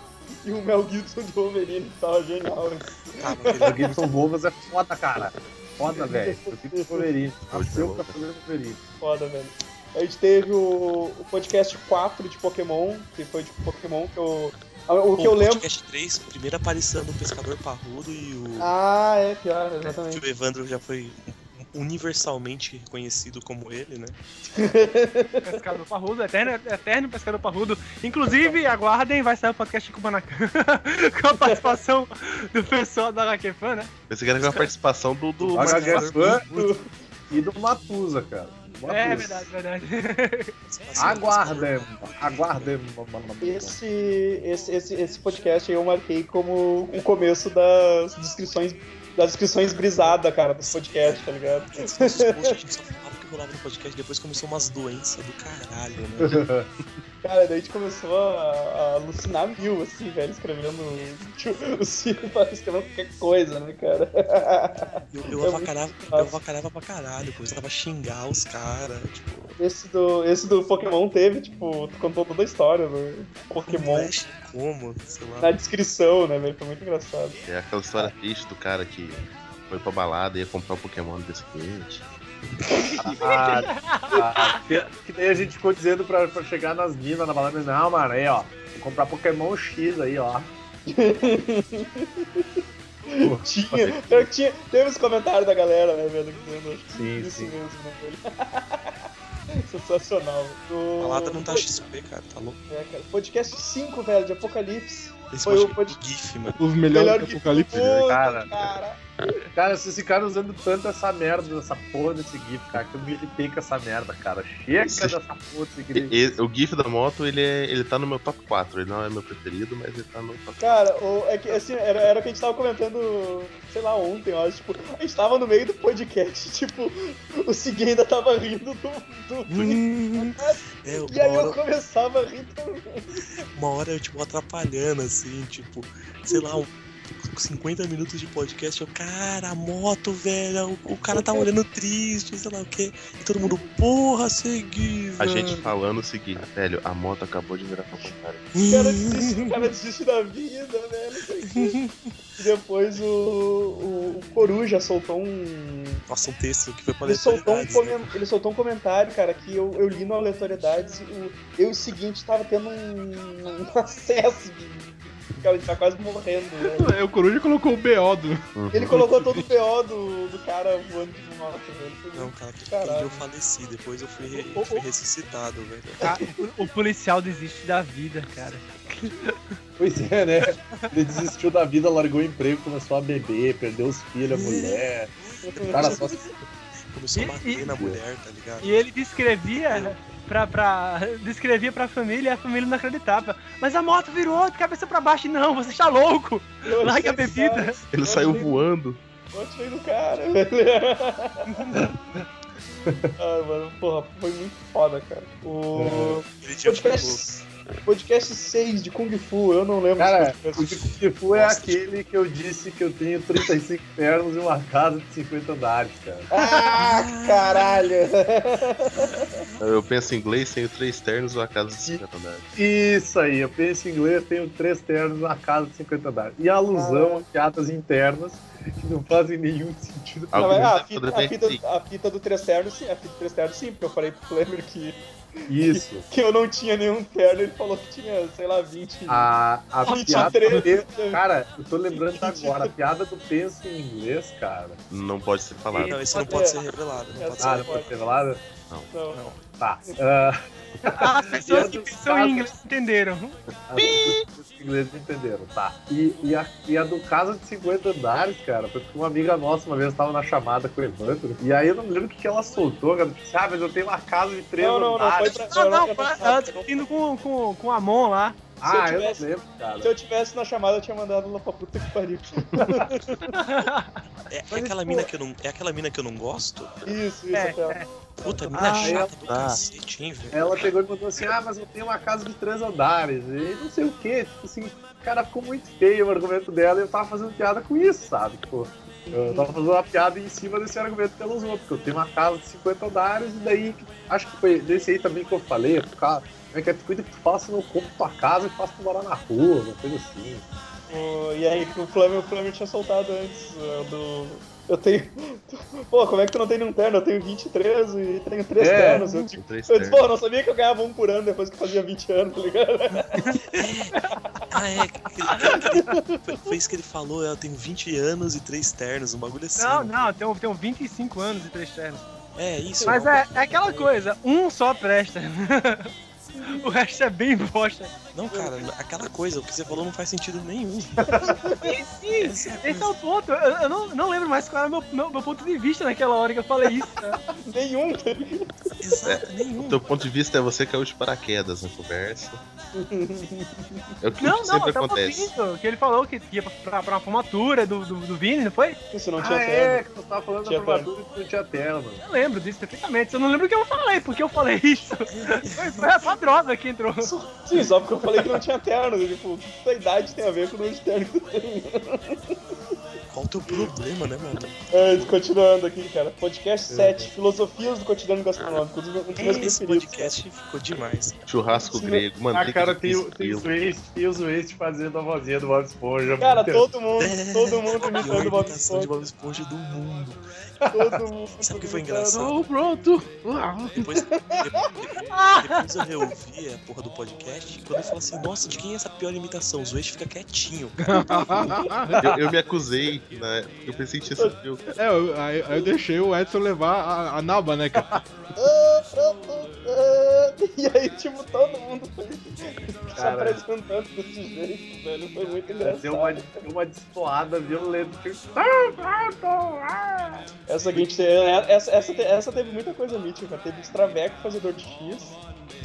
(laughs) E o Mel Gibson de Wolverine, que tava genial. hein?
Tá, mas
(laughs) O Gibson Bovas é foda, cara. Foda, velho. Eu fico com o Wolverine. Nasceu pra fazer o Wolverine.
Foda, velho. A gente teve o, o podcast 4 de Pokémon, que foi de Pokémon que eu. ah, O que eu lembro.
podcast 3, primeira aparição do Pescador Parrudo e o.
Ah, é, pior,
que
exatamente.
o Evandro já foi universalmente reconhecido como ele, né?
Pescador Parrudo, eterno, eterno pescador parrudo. Inclusive, aguardem, vai sair o podcast com o Manacan (laughs) com a participação do pessoal da HQ Fan, né?
Esse cara teve a participação do. do
O HG Fan e é do Matusa, cara. Matusa.
É verdade, verdade.
assim,
Aguardem, aguardem.
Esse, esse, esse, esse podcast aí eu marquei como o começo das descrições. Das descrições brisada, cara, dos podcasts, tá ligado?
Esses nossos posts, a gente só falava que rolava no podcast, depois começou umas doenças do caralho, né?
Cara, daí a gente começou a, a alucinar mil, assim, velho, escrevendo. (laughs) O Ciro escrevendo qualquer coisa, né, cara?
Eu, eu,
É
avacalhava,
muito
eu
fácil.
avacalhava pra caralho, começava a xingar os caras, tipo,
Esse do, esse do Pokémon teve, tipo, tu contou toda a história do Pokémon
flash, como, sei lá.
na descrição, né, velho? Foi muito engraçado.
É aquela história triste do cara que foi pra balada e ia comprar um Pokémon no cliente.
que daí Ah, a gente ficou dizendo pra, pra chegar nas minas na balada, não, mano, aí ó, vou comprar Pokémon X aí, (laughs) ó.
Tinha, eu tinha, teve os comentários da galera, né, velho? Dizendo
Sim,
isso
sim.
mesmo, né, velho? (laughs) Sensacional. O...
Balada não tá XP, cara, tá louco?
É, cara, Podcast 5, velho, de Apocalipse.
Esse
Foi o
podcast do GIF,
(laughs)
mano.
Os melhores
Melhor
do
que
Apocalipse. né?
tudo,
cara.
cara.
Cara, vocês ficaram usando tanto essa merda, essa porra desse GIF, cara, que eu me irritei com essa merda, cara. Chega
Sim.
dessa porra desse
E-
GIF.
e- o GIF da moto, ele, é, ele tá no meu top 4. Ele não é meu preferido, mas ele tá no top 4.
Cara, o, é que, assim, era, era o que a gente tava comentando, sei lá, ontem, eu acho. Tipo, a gente tava no meio do podcast, (laughs) tipo, o Sigui ainda tava rindo do. do-
Hum, é,
E aí
uma
eu
hora,
começava a rir então também.
uma hora eu, tipo, atrapalhando, assim, tipo, sei lá, um, 50 minutos de podcast, eu, cara, a moto, velho, o, o cara tá olhando triste, sei lá o quê, e todo mundo, porra, seguir,
A gente falando o seguinte, velho, a moto acabou de virar pra contrário.
O cara desiste, o cara desiste da vida, né, velho. E depois o, o, o Coruja soltou um.
Nossa, um texto que foi pra
Ele soltou, um
aleatoriedades, né?
comen- ele soltou um comentário, cara, que eu, eu li no Aleatoriedades. O, eu e o seguinte tava tendo um, (laughs) um acesso de. Cara, a gente tá quase morrendo, velho.
É, o Coruja colocou o BO do. (laughs)
Ele colocou todo o PO do, do cara voando de moto, velho. Foi
Não,
muito-
cara, que
Caralho. Oh,
eu faleci, depois eu fui, re- fui ressuscitado, velho.
Ca- Tá, O policial desiste da vida, cara.
(laughs) Pois é, né? Ele desistiu da vida, largou o emprego, começou a beber, perdeu os filhos, a mulher. O cara só
Começou a
E-
bater
e-
na mulher, tá ligado?
E ele descrevia né, pra, pra, (laughs) descrevia pra família e a família não acreditava. Mas a moto virou de cabeça pra baixo. Não, você está louco.
Eu
Larga a
achei do
bebida.
cara,
Ele saiu voando.
Eu achei do cara, velho. Ai, mano, porra, foi muito foda, cara. O
Ele tinha ficado
podcast, podcast 6 de Kung Fu, eu não lembro.
(laughs) Cara,
se
o de Kung Fu é aquele que eu disse que eu tenho 35 pernas e uma casa de 50 andares, cara.
Ah, caralho.
Eu penso em inglês, tenho três ternos ou a casa de 50 andares.
Isso aí, eu penso em inglês, tenho três ternos e uma casa de 50 andares. E alusão a piadas internas que não fazem nenhum sentido.
Não, mas, ah, a,
Alguns
fita,
poderia
a,
ter sim.
fita, a fita do três ternos, sim, a fita do três ternos, sim, porque eu falei pro Flamer que,
Isso.
que eu não tinha nenhum terno, ele falou que tinha, sei lá, 20.
A, a piada.
23.
Cara, eu tô lembrando agora, a piada do penso em inglês, cara.
Não pode ser falado.
Não, esse não
Pode
pode
ser.
ser revelado, não
É
pode
Ah,
ser.
não pode ser falado?
Não.
Tá. Ah,
As pessoas que pensam em inglês entenderam.
as pessoas em inglês entenderam, tá. E, e, a, e a do caso de 50 andares, cara, foi porque uma amiga nossa uma vez tava na chamada com o Evandro, e aí eu não me lembro o que, que ela soltou, cara. Tipo, assim, ah, mas eu tenho uma casa de três
Não, não, não, foi
andares.
pra.
Ah,
foi
não,
pra-
ela tá discutindo com, com, com a Mon lá.
Ah,
Se
eu,
eu tivesse-
não lembro, cara.
Se eu tivesse na chamada, eu tinha mandado lá pra puta que pariu.
É, é aquela mina que eu não, é aquela mina que eu não gosto?
Isso, isso,
É,
aquela.
Puta, mina
Ah,
chata do
tá.
cacete, hein, velho.
Ela pegou e mandou assim, ah, mas eu tenho uma casa de três andares, e não sei o que, tipo assim, cara, ficou muito feio o argumento dela e eu tava fazendo piada com isso, sabe? Tipo,
Uhum.
eu tava fazendo uma piada em cima desse argumento que ela usou, porque eu tenho uma casa de 50 andares, e daí, acho que foi desse aí também que eu falei, eu ficava, como é que é, tu cuida que tu faça, não compra tua casa e faça tu morar na rua, uma coisa assim.
O- E aí, que o Flamengo, o Flamengo tinha soltado antes uh, do. Eu tenho. (laughs) Pô, como é que tu não tem nenhum terno? Eu tenho 23 e tenho 3
É.
ternos. Eu, digo-
Três
eu disse, (laughs)
ternos.
pô, eu não sabia que eu ganhava um por ano depois que eu fazia 20 anos, tá ligado? (laughs)
Ah, é. que- Foi, foi isso que ele falou, eu tenho 20 anos e três ternos, um bagulho assim.
Não, não, tem, um- tem um 25 anos e três ternos.
É isso.
Mas é, é aquela coisa, um só presta. (laughs) o resto é bem bosta.
Não, cara, aquela coisa, o que você falou não faz sentido nenhum.
Esse é o ponto. Eu, eu não, não lembro mais qual era meu, meu, meu ponto de vista naquela hora que eu falei isso.
Nenhum.
Exato, nenhum.
Teu ponto de vista é você que é o de paraquedas na conversa. É o que
Não, tá não,
sempre
eu tava
acontece.
ouvindo que ele falou que ia pra, pra uma formatura do, do, do Vini, não foi?
Isso não tinha
Ah,
terno.
é, que tu tava falando
Tinha
da formatura que tu tinha terno.
Eu lembro disso perfeitamente. Eu não lembro o que eu falei, porque eu falei
(laughs)
isso. Foi, foi a droga que entrou.
Sim, só porque eu falei que não tinha terno. Tipo, tua idade tem a ver com o número de terno (laughs) que tu tem.
Qual o teu problema, né, mano?
É, continuando aqui, cara. Podcast 7, Filosofias do Cotidiano Gastronômico. Um dos meus preferidos.
Esse podcast ficou demais.
Churrasco grego, mano.
Ah, cara, tem, o-
tem
tem o Waste, tem os Waste fazendo a vozinha do Bob Esponja.
Cara,
Muito
todo mundo, todo mundo
A pior
imitando o Bob
imitação de
Esponja,
Bob Esponja do mundo.
todo mundo.
Sabe o que foi
imitando.
engraçado?
Não, pronto. Ah. (laughs)
Depois, de- de- depois eu reouvi a porra do podcast e quando eu falo assim, nossa, de quem é essa pior imitação? O Zuete fica quietinho.
Eu, eu me acusei, né? Eu pensei que tinha sido eu.
É, eu- aí aí eu deixei o Edson levar a, a naba, né, cara?
(laughs) E aí, tipo, todo mundo (laughs) se
Cara.
apresentando desse jeito, velho. Foi muito
Deu
engraçado.
uma, deu uma destoada violenta.
Essa, que a gente tem- é, essa, essa, te- essa teve muita coisa mítica, cara. Teve Straveco fazedor de X.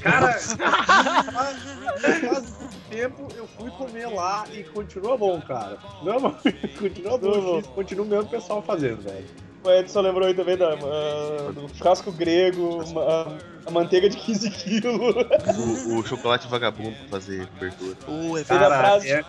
Cara, "Ah, faz muito tempo eu fui comer lá e continua bom, cara. Não, mano, (laughs) continua bom. X, Continua o mesmo pessoal fazendo, velho.
O Edson lembrou aí também da, ah, do churrasco grego, ma- a manteiga de 15 quilos. (laughs)
O, o chocolate vagabundo pra fazer cobertura.
Ô, é verdade.
Cara,
frase.
é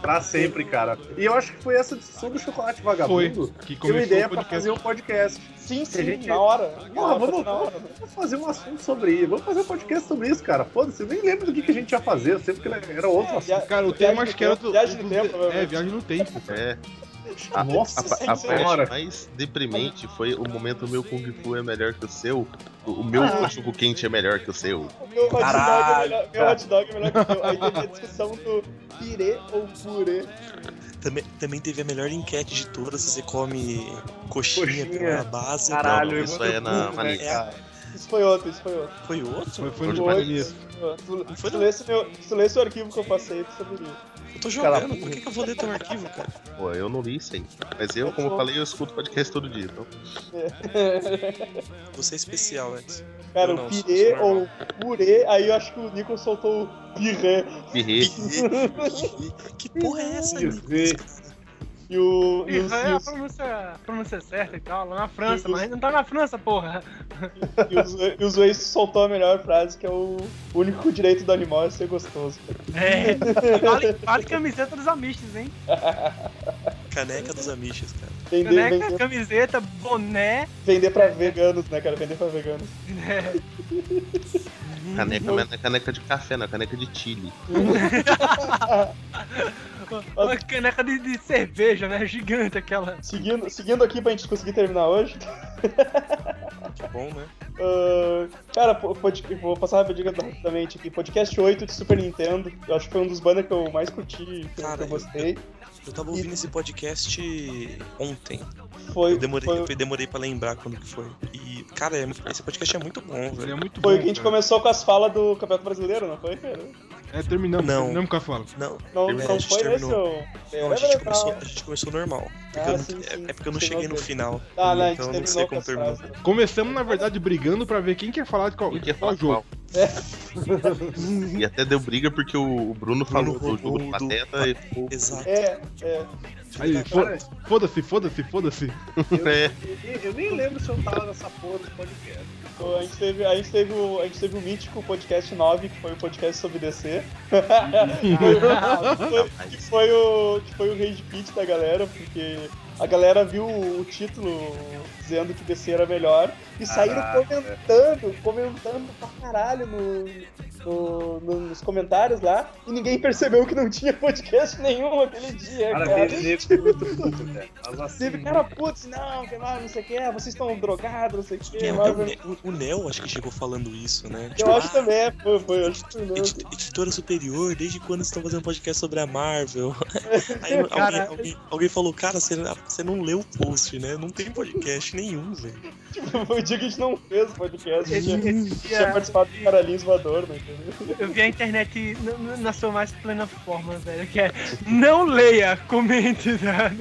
pra sempre, cara. E eu acho que foi essa discussão do chocolate
Foi.
vagabundo. Que
Que
deu
começou
ideia
o
pra
podcast.
fazer um podcast.
Sim, sim,
A gente-
na hora.
Porra,
Na
vamos,
hora.
vamos fazer um assunto sobre isso. Vamos fazer um podcast sobre isso, cara. Foda-se, eu nem lembro do que, que a gente ia fazer. Eu sei porque era outro
É,
assunto.
via-
Cara, o
Viagem
tema
no
acho que era
tempo,
do.
viagem no
do-
tempo, né?
É,
provavelmente.
viagem no tempo.
É. A,
Nossa
a, a, a
Senhora.
parte mais deprimente foi o momento meu Kung Fu é melhor que o seu. O o meu cachorro quente é melhor que o seu.
O meu hot, dog é
Caralho,
melhor, meu
cara.
hot dog é melhor que o meu. Aí teve a discussão do pirê ou purê.
Ah.
Também, também teve a melhor enquete de todas. Você come coxinha,
Coxinha.
pela base.
Caralho,
Não, isso
eu
aí é
vou
na
ter
Manic.
É.
Isso foi outro, isso foi outro.
Não, Foi outro?
Foi, foi no
Hoje
vai
pandemia.
Tu-
foi
Se tu
não.
lesse meu- se tu lesse o arquivo que eu passei, tu saberia.
Eu tô jogando, por que, que eu vou ler teu arquivo, cara?
Pô, eu não li isso aí. Mas eu, como eu falei, eu escuto podcast todo dia. Então,
Você é especial, Edson.
Cara,
Eu não, é
o
sou-
pirê
sou
ou purê, aí eu acho que o Nico soltou o pirê
pirrei.
(laughs) Que porra é essa,
Isso, e-
Nico?
e o. E o,
Isso é
e
a
o,
pronúncia, a pronúncia certa e tal, lá na França, mas não tá na França, porra.
e o, Zoe- e o Zoe soltou a melhor frase, que é o único direito do animal é ser gostoso.
(laughs)
É. Vale, vale camiseta dos amistes, hein?
Caneca dos amiches, Né, cara.
Vender,
Caneca,
vender,
camiseta, boné. né?
vender pra veganos, né, cara? Vender pra veganos.
Caneca, mas não é caneca de café, não é caneca de chile.
Uma caneca de, de cerveja, né? Gigante aquela.
Seguindo, seguindo aqui pra gente conseguir terminar hoje.
Que bom, né?
Ah, cara, po- pod- vou passar rapidinho rapidamente aqui. Podcast 8 de Super Nintendo. Eu acho que foi um dos banners que eu mais curti, que,
Cara,
que eu
eu-
gostei.
Eu tava ouvindo esse podcast ontem.
Foi,
Eu demorei,
foi,
eu demorei pra lembrar quando que foi. E, cara, é- esse podcast é muito bom,
Ele é
velho.
muito
foi
bom,
que a gente
cara.
começou com as falas do Campeonato Brasileiro, não foi? cara?
É, terminamos.
Não.
Terminamos com a fala.
Não,
Não,
É,
não
a gente
foi esse
terminou.
ou...
não, a, gente começou, a gente começou normal. Porque
É, Ah,
eu não-
sim,
é-
sim.
é porque eu não
Chegou
cheguei no
bem.
final.
Ah, não, a gente
então eu não sei
terminou com
como
as
terminou.
frases.
Começamos, na verdade, brigando pra ver quem quer falar de qual,
Quem quer
qual
falar
É.
jogo.
E até deu briga porque o o Bruno falou
Bruno
do jogo do
roubou do-
Pateta e ficou.
Exato.
É, é.
Aí, fo- foda-se, foda-se, foda-se.
É,
Eu, eu nem lembro se eu tava nessa porra do podcast.
Pô, Então, A gente, teve, a, gente teve o, a gente teve o mítico podcast 9, que foi o podcast sobre (laughs) DC. que, foi, que foi o, que foi o rage pit da galera, porque a galera viu o título dizendo que DC era melhor e saíram comentando, comentando pra caralho no, no- no- nos comentários lá e ninguém percebeu que não tinha podcast nenhum aquele dia, cara.
Cara, deve ser muito puto, velho. Mas
Teve
assim,
cara putz, não, que lá, não sei o que, vocês estão drogados, não sei o que,
É,
mas...
o, Ne- o- o Neo acho que chegou falando isso, né? "Ah,
Eu acho também, é, foi, foi, eu acho que foi
Edi- Editora Superior, desde quando vocês estão fazendo podcast sobre a
(laughs)
Marvel? Aí alguém-
Cara,
alguém, alguém falou, cara, você, você não leu o post, né? Não tem podcast nenhum, velho.
mesmo. (laughs) Foi o dia que a gente não fez o podcast, a
Esse-
gente
esse
tinha
dia
participado do Caralhinhos Voador, né?
eu vi a internet na- na- na sua mais plena forma, velho, que é não leia, comente, né?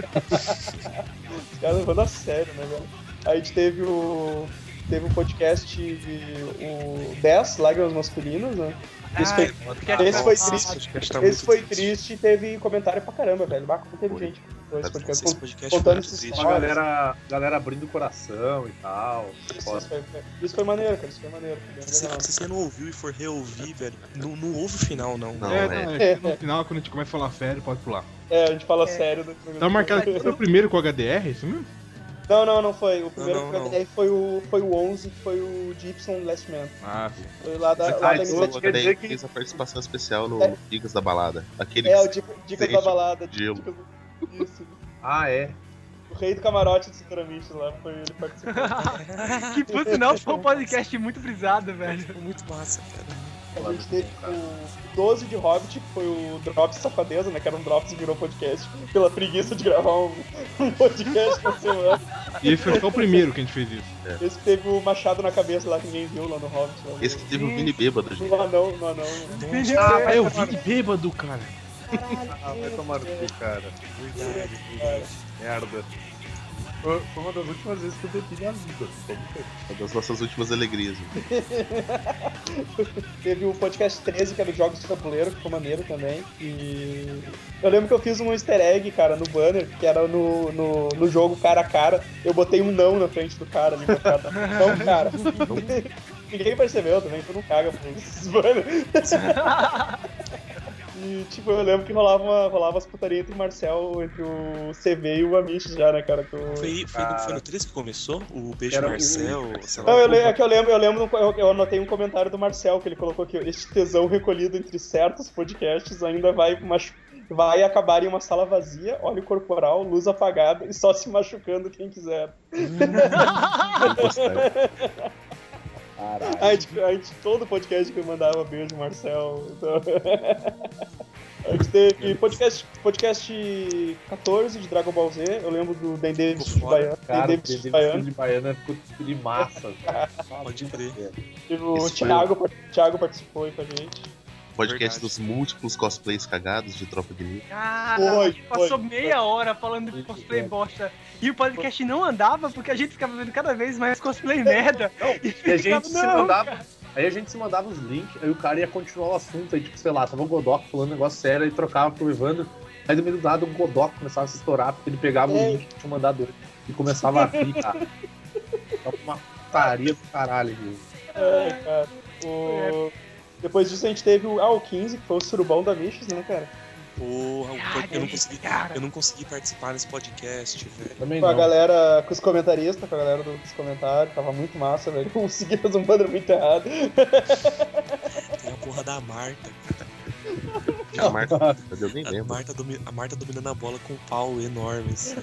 Os caras levando a sério, né, velho? Aí a gente teve o. Teve um podcast de o 10 Lágrimas Masculinas, né? Esse foi,
Ah,
esse foi
nossa,
triste.
podcast tá muito
Esse foi triste e teve comentário pra caramba, velho. Bah, como teve
Foi.
gente que comentou esse
Mas
podcast.
Esse podcast foi
Contando
muito
esses
triste.
Uma galera, galera abrindo o coração e tal.
Isso,
Foda.
isso foi, foi- isso foi maneiro, cara. Isso foi maneiro. Foi
Se, (laughs)
legal.
é, se você não ouviu e for reouvir, velho, não, não ouve o final, não.
Não,
É,
é.
não, é que no final, quando a gente começa a falar sério, pode pular.
É, a gente fala
É.
sério. Do...
Tá marcado que foi o primeiro com o HDR, isso mesmo?
Não, não, não foi. O primeiro
Não,
que eu
não,
dei foi o, foi o 11, que foi o de Y Last Man.
Ah, sim.
Foi lá da, lá
tá
Ah,
da
isso
M7.
quer dizer
Até
que-
fez a participação especial no
É.
Dicas da Balada. Aquele
É, o Dica- Dicas da
Gente,
Balada.
gelo.
Dicas do- Isso.
Ah, é.
O rei do camarote do Superamish lá, foi ele participou.
que por sinal foi um podcast muito brisado, velho.
Foi muito massa, cara.
A gente teve o 12 de Hobbit, que foi o Drops Safadeza, né? Que era um Drops e virou podcast, pela preguiça de gravar um, (laughs) um podcast na semana.
E esse foi só o primeiro que a gente fez isso.
Esse que teve o machado na cabeça lá que ninguém viu lá no Hobbit. Lá no-
Esse que teve o Vini Bêbado, gente.
No anão, no anão. né?
Ah,
É, eu vi bêbado, cara.
Ah, vai tomar no cu, cara. Merda. Foi foi uma das últimas vezes que eu bebi na vida. Tô muito feliz.
Uma das nossas últimas alegrias. um gente.
Teve o podcast 13, que era de Jogos de Tabuleiro, que foi maneiro também. E eu lembro que eu fiz um easter egg, cara, no banner, que era no, no, no jogo cara a cara. Eu botei um não na frente do cara ali, meu cara. Não, cara. (laughs) Ninguém percebeu também, tu não caga por esses banners. E, tipo, eu lembro que rolava, uma, rolava as putarias entre o Marcel, entre o CV e o Amish já, né, cara? que eu-
Foi, foi, no- foi no 3 que começou? O Beijo
Era o-
Marcel, sei lá.
Não, eu, le- é que eu lembro, eu lembro, um co- eu, eu anotei um comentário do Marcel que ele colocou aqui, ó, este tesão recolhido entre certos podcasts ainda vai, machu- vai acabar em uma sala vazia, óleo corporal, luz apagada e só se machucando quem quiser.
Caralho.
A gente, a gente- todo podcast que eu mandava beijo, Marcel. Então... (laughs) A gente teve podcast, podcast 14 de Dragon Ball Z, eu lembro do Dan Davis
Ficou
de
fora.
Baiano. Dan
Cara, o
Davis de
Pedro
Baiano.
de Baiana ficou de massa, velho.
Pode crer.
Teve o
Esse foi
Thiago, o Thiago participou aí com a gente.
Podcast
Verdade.
dos múltiplos cosplays cagados de Tropa de Elite.
Cara,
Foi,
a gente passou
foi.
meia hora falando de cosplay bosta. E o podcast não andava porque a gente ficava vendo cada vez mais cosplay merda. (laughs)
E a gente se
Não,
mandava. Aí a gente se mandava os links, aí o cara ia continuar o assunto, aí tipo, sei lá, tava o Godok falando um negócio sério, aí trocava pro Evandro. Aí do meio do nada o Godok começava a se estourar, porque ele pegava
É.
o link que tinha mandado ele e começava a rir, cara. Tava uma putaria do caralho, viu?
É, cara. O- Depois disso a gente teve o, ah, o 15, que foi o surubão da Michis, né, cara?
Porra, o pod- eu, não consegui,
Cara.
eu não consegui participar nesse podcast, velho.
Também
Com a
não.
galera, com os comentaristas, com a galera dos comentários, tava muito massa, velho. (laughs) Consegui fazer um banner muito errado.
Tem a porra da Marta.
Que a Marta. Eu nem
A
lembro.
Marta, domi- a Marta dominando a bola com um pau enorme. assim.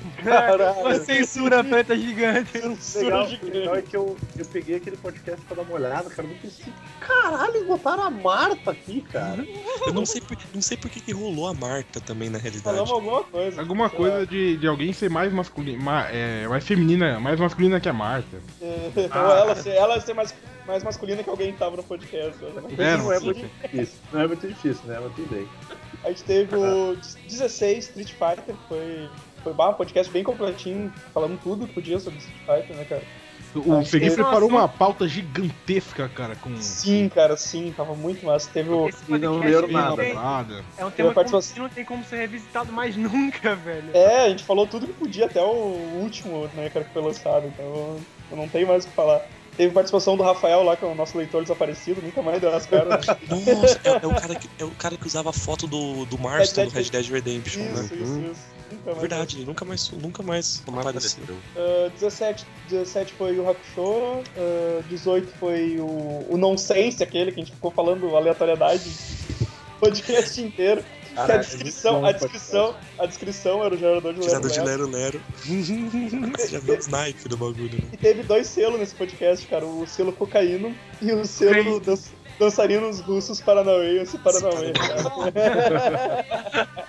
Uma censura preta gigante.
legal,
Censura
o legal é que eu, eu peguei aquele podcast pra dar uma olhada, cara. Eu pensei, caralho, eles botaram a Marta aqui, cara.
Eu não sei por, não sei por que, que rolou a Marta também, na
Falamos
realidade.
alguma coisa.
Alguma
sei
coisa de, de alguém ser mais masculina, ma- é, mais feminina, mais masculina que a Marta.
lá. É, Ou ela, ser- ela ser mais, mais masculina que alguém que tava no podcast. né?
É,
não é
sei.
muito difícil. Não é muito difícil, né? Mas tudo bem.
A gente teve o 16 Street Fighter, que foi, foi bah, um podcast bem completinho, falamos tudo que podia sobre Street Fighter, né, cara?
O
Acho
Fegui
que-
preparou uma pauta gigantesca, cara, com.
Sim, cara, sim, tava muito massa. Teve o.
Esse
E não
podcast
leram
Bem
nada. né?
tem-
elaborada.
é um tema que
participação-
não tem como ser revisitado mais nunca, velho.
É, a gente falou tudo que podia até o último, né, cara, que foi lançado, então eu não tenho mais o que falar. Teve participação do Rafael lá, que é o nosso leitor desaparecido, nunca mais deu as caras.
Nossa, é, é o cara que, é o cara que usava a foto do, do Marston
Dead
do Red Dead Redemption, né?
(laughs) Isso, isso, isso. Nunca mais
Verdade, ele nunca mais, nunca mais apareceu.
Ah, 17, 17 foi o Hakusho, ah, 18 foi o, o Nonsense, aquele que a gente ficou falando aleatoriedade o podcast inteiro. Que a
Caraca, muito
descrição,
bom
a
o podcast.
descrição, a descrição era o gerador de
Tirado de
Lero Lero.
Lero
(laughs)
Lero. Já viu o snipe do bagulho, né?
E teve dois selos nesse podcast, cara, o selo cocaíno e o selo dan dançarinos russos Paranauê, esse Paranauê, cara. (laughs)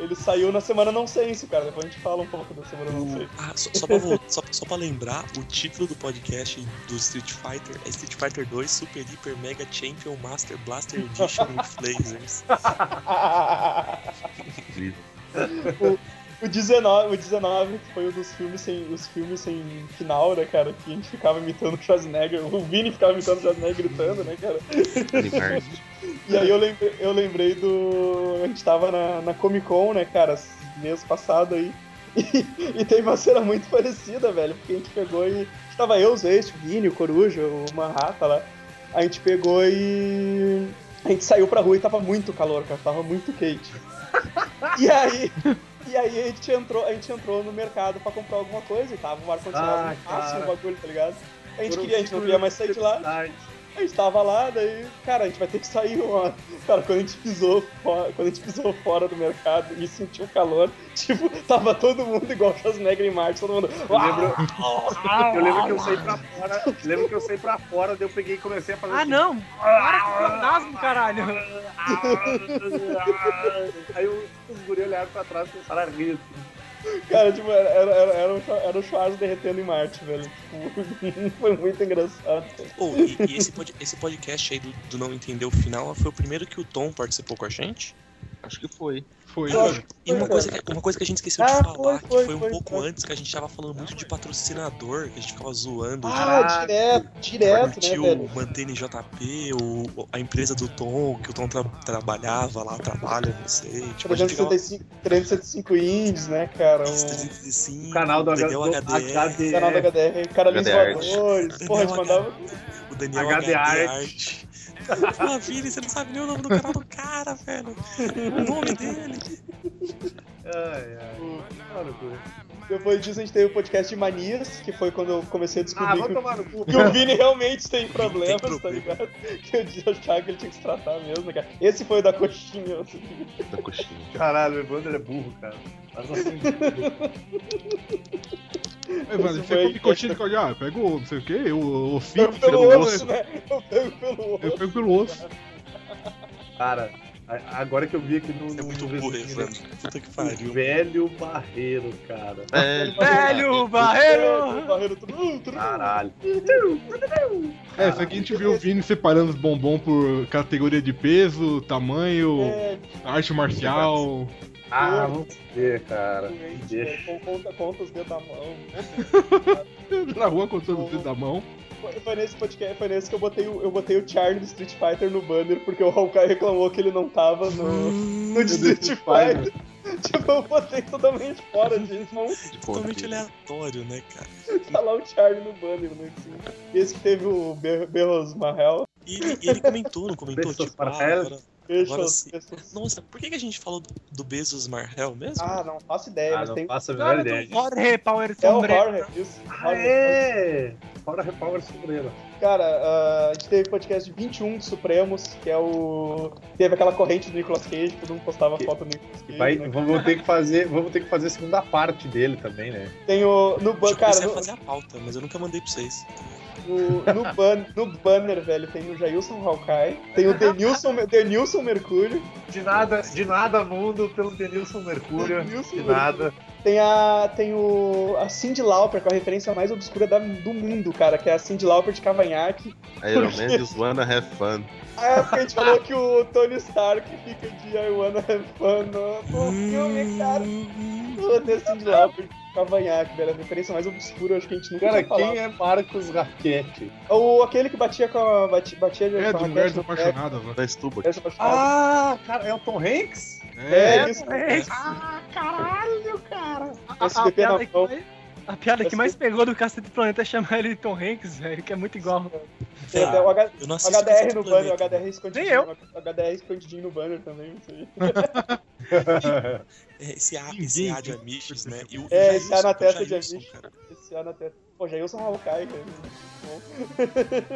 Ele saiu na semana não sense, cara. Depois a gente fala um pouco da semana não sense.
Ah, só, só, pra, vo- só, só pra lembrar, o título do podcast do Street Fighter é Street Fighter 2 Super Hyper Mega Champion Master Blaster Edition with Lasers.
(laughs) O 19, o 19 que foi um dos filmes sem, os filmes sem final, né, cara? Que a gente ficava imitando o Schwarzenegger, o Vini ficava imitando o Schwarzenegger gritando, né, cara?
Neymar.
E aí eu lembrei, eu lembrei do. A gente tava na, na Comic Con, né, cara, mês passado aí. E, e tem uma cena muito parecida, velho, porque a gente pegou e. Tava eu, o Zeist, o Vini, o Coruja, o Marrata lá. A gente pegou e. A gente saiu pra rua e tava muito calor, cara, tava muito quente. E aí. E aí a gente entrou, a gente entrou no mercado pra comprar alguma coisa e tava um ar-condicionado
Ah,
muito fácil, o
cara.
bagulho, tá ligado? A gente queria, a gente não queria mais sair de lá. A gente tava lá, daí, cara, a gente vai ter que sair uma. Cara, quando a gente pisou fora, quando a gente pisou fora do mercado e sentiu calor, (laughs) tipo, tava todo mundo igual Schwarzenegger em Marte, todo mundo.
Eu lembro, eu lembro que eu saí pra fora, eu lembro que eu saí pra fora, daí eu peguei e comecei a fazer
Ah, não! Para com o fantasma, caralho!
assim. Aí os- os guri olharam pra trás e começaram a rir. assim.
Cara, tipo, era, era, era, era, o, Schwar- era o Schwarz derretendo em Marte, velho. (laughs) Tipo, foi muito engraçado.
Pô, Oh, e, e esse, pod- esse podcast aí do, do Não Entender o Final foi o primeiro que o Tom participou com a gente.
Acho que foi.
Foi.
Eu acho
E uma
Foi,
coisa, que, uma coisa que a gente esqueceu
é. Ah,
de
foi,
falar,
foi,
que foi um
foi,
pouco
foi.
antes, que a gente tava falando muito de patrocinador, que a gente ficava zoando.
Ah, direto, direto, né,
Curtiu
velho?
o Mantene JP, o, a empresa do Tom, que o Tom tra- trabalhava lá, trabalha, não sei. Tipo, a gente ficava
365, 365 indies, né, cara? Um...
365,
O canal do, H- é.
Daniel
do
HDR,
HDR.
Canal da HDR, cara,
HDR.
voadores, porra, a gente
Daniel
mandava.
o Daniel
HD
HD
Art.
Art. (laughs) Maravilha, você não sabe nem o nome do canal do cara, velho. O nome dele.
Ai, ai. Tomar no cu.
Depois disso a gente teve o podcast de manias, que foi quando eu comecei a descobrir
Ah,
que
vou
o
tomar no
(laughs)
cu.
Que o Vini realmente tem problemas,
Tem
tá
problema.
ligado? Que eu achava que ele tinha que se tratar mesmo, né, cara. Esse foi o da coxinha. assim.
Da
(laughs)
coxinha.
Caralho, o Evandro é burro, cara. Mas assim,
Aí, mano,
foi-
É, você come coxinha de ah, eu pego o não sei o que, o
Eu
ossinho,
pego
tira
pelo
o
osso,
osso.
né? Eu pego pelo
Eu
osso.
pego é, pelo osso.
cara, a- agora que eu vi aqui no.
É
no
muito
no-
burro,
no-
Evandro. Puta que
O
pariu.
velho Barreiro, cara.
É,
Velho Barreiro!
É, Barreiro, tudo, Uh, tudo, tudo.
Caralho.
Ah,
É, isso aqui a gente viu o Vini separando os bombom por categoria de peso, tamanho,
É,
arte marcial.
Ah, vamos ver, cara.
realmente,
Deixa.
velho, com- conta, conta os dedos da mão.
Na rua contando os dedos da mão.
Foi, foi nesse podcast, foi nesse que eu botei, o- eu botei o Charlie do Street Fighter no banner, porque o Hawkeye reclamou que ele não
(laughs)
tava no, no Street Fighter. (laughs) tipo, eu botei totalmente fora disso, não
Totalmente aleatório, né, cara?
tá lá o Charlie no banner, né? assim. Esse que teve o Ber- Berros Marrel.
E ele, e ele comentou, não comentou?
Pessoas
Tipo, ah,
paralelas.
agora-
Deixa
Agora
eu-
sim.
deixa eu-
Nossa, por que, que a gente falou do- do Bezos Marhel mesmo?
Ah, não faço ideia,
Ah,
mas
não
tem.
faço a menor
Cara,
ideia.
do Jorge Power
É o
Sombrero.
Horror, isso.
Ah, é! Fora Repower Sombreira.
Cara, ah, a gente teve podcast 21 de Supremos, que é o. Teve aquela corrente do Nicolas Cage, todo mundo postava
Que-
foto do Nicolas Cage.
Vai,
né?
vamos ter que fazer, vamos ter que fazer a segunda parte dele também, né?
Tem o. No, ban-
Eu
cara,
Tipo, comecei a
no,
fazer a pauta, mas eu nunca mandei pra vocês.
no, no ban- no banner, velho, tem o Jailson Hawkeye, tem o Denilson, Denilson Mercúrio,
De nada, de nada mundo pelo Denilson Mercúrio.
Denilson
De nada.
Tem a. Tem o. A Cindy Lauper, com a referência mais obscura da- do mundo, cara, que é a Cindy Lauper de cavanhaque.
Iron Man just wanna have fun.
Ah, porque a gente falou que o Tony Stark fica de I wanna have fun né? no, no
Hum.
filme, cara. Toda a Cindy Lauper de cavanhaque, velho. A referência mais obscura, acho que a gente nunca
Cara,
tinha falado.
quem é Marcos Raquete?
O, aquele que batia com a. Batia, batia
É,
com a né?
do
raquete
mulher
no pé,
desapaixonada, velho.
Da estuba.
mulher desapaixonada.
Ah, cara, é o Tom Hanks?
é,
É,
isso.
É,
SBT na
piada que
mão.
foi- A piada que
Eu
mais pegou do Cacete do Planeta é chamar ele de Tom Hanks, velho, que é muito igual.
Tem até o H-
Eu não assisto
HDR
Cacete
no
do
banner, o
Planeta. né?
HDR escondidinho.
Nem eu.
o HDR escondidinho no banner também. não sei.
É, Esse A, esse A de Amiches, né? E o
É,
e o
esse A na
Jailson,
testa
o
de
Jailson,
Amish.
cara.
Esse ano até. Pô, Jailson né? Hawkai, velho.
(laughs)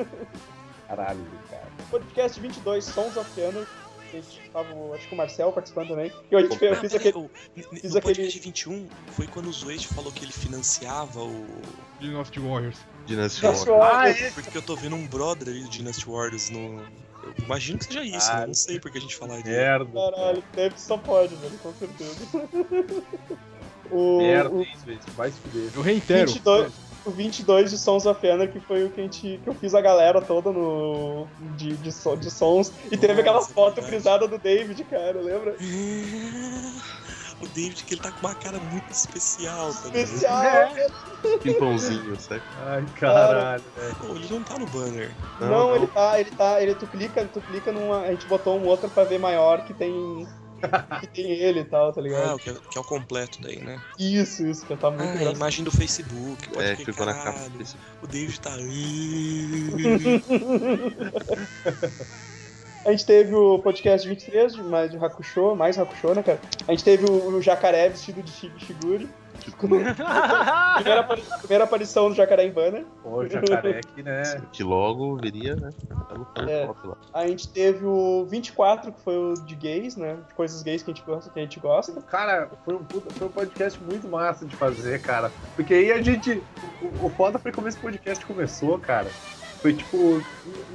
Caralho, cara.
Podcast 22, Sons of Piano. A gente tava, acho que o Marcel participando também. E a gente fez, eu
Ah,
fiz
peraí,
(laughs) aquele.
o- n-
fiz
no podcast
aquele-
21 foi quando o Zuete falou que ele financiava o.
Dynasty Warriors.
Dynasty
Nossa,
Warriors.
Ah,
olha,
é.
Porque eu tô vendo um brother aí do Dynasty Warriors no. Eu imagino que seja isso,
Ah, é.
né? Eu não sei porque a gente falar disso.
Merda.
Caralho, deve só pode, velho, com certeza. (laughs) o,
Merda,
o,
hein, Svelte? Vai se fuder.
Eu reitero.
22, o 22 de Sons of Anarchy, que foi o que, a gente, que eu fiz a galera toda no, de, de, so- de sons. E teve
Nossa,
aquela foto
verdade.
frisada do David, cara, lembra?
O David, que ele tá com uma cara muito especial,
É,
tá ligado?
Especial!
Pimpãozinho, saca?
Ai, caralho, velho.
Pô, ele não tá no banner.
Não, ele tá, ele tá, ele, tu clica, tu clica numa. A gente botou um outro pra ver maior que (laughs) tem. que tem ele e tal, tá
Ah,
ligado?
o que é, que é o completo daí, né?
Isso, isso, que tá muito
Ah, a
engraçado.
imagem do Facebook. Pode
É,
crer,
ficou na capa.
caralho.
desse-
O David tá.
A gente teve o podcast 23, de mais de Hakusho, mais Hakusho, né, cara? A gente teve o, o jacaré vestido de Shi- Shiguri. Primeira, apari- primeira aparição do jacaré em banner.
Pô, jacaré aqui, né?
Que logo viria, né? Tá no ponto,
É.
ó, sei lá.
A gente teve o 24, que foi o de gays, né? De coisas gays que a gente gosta, que a gente gosta.
Cara, foi um, puta- foi um podcast muito massa de fazer, cara. Porque aí a gente. O, o foda foi como esse podcast começou, cara. Foi tipo.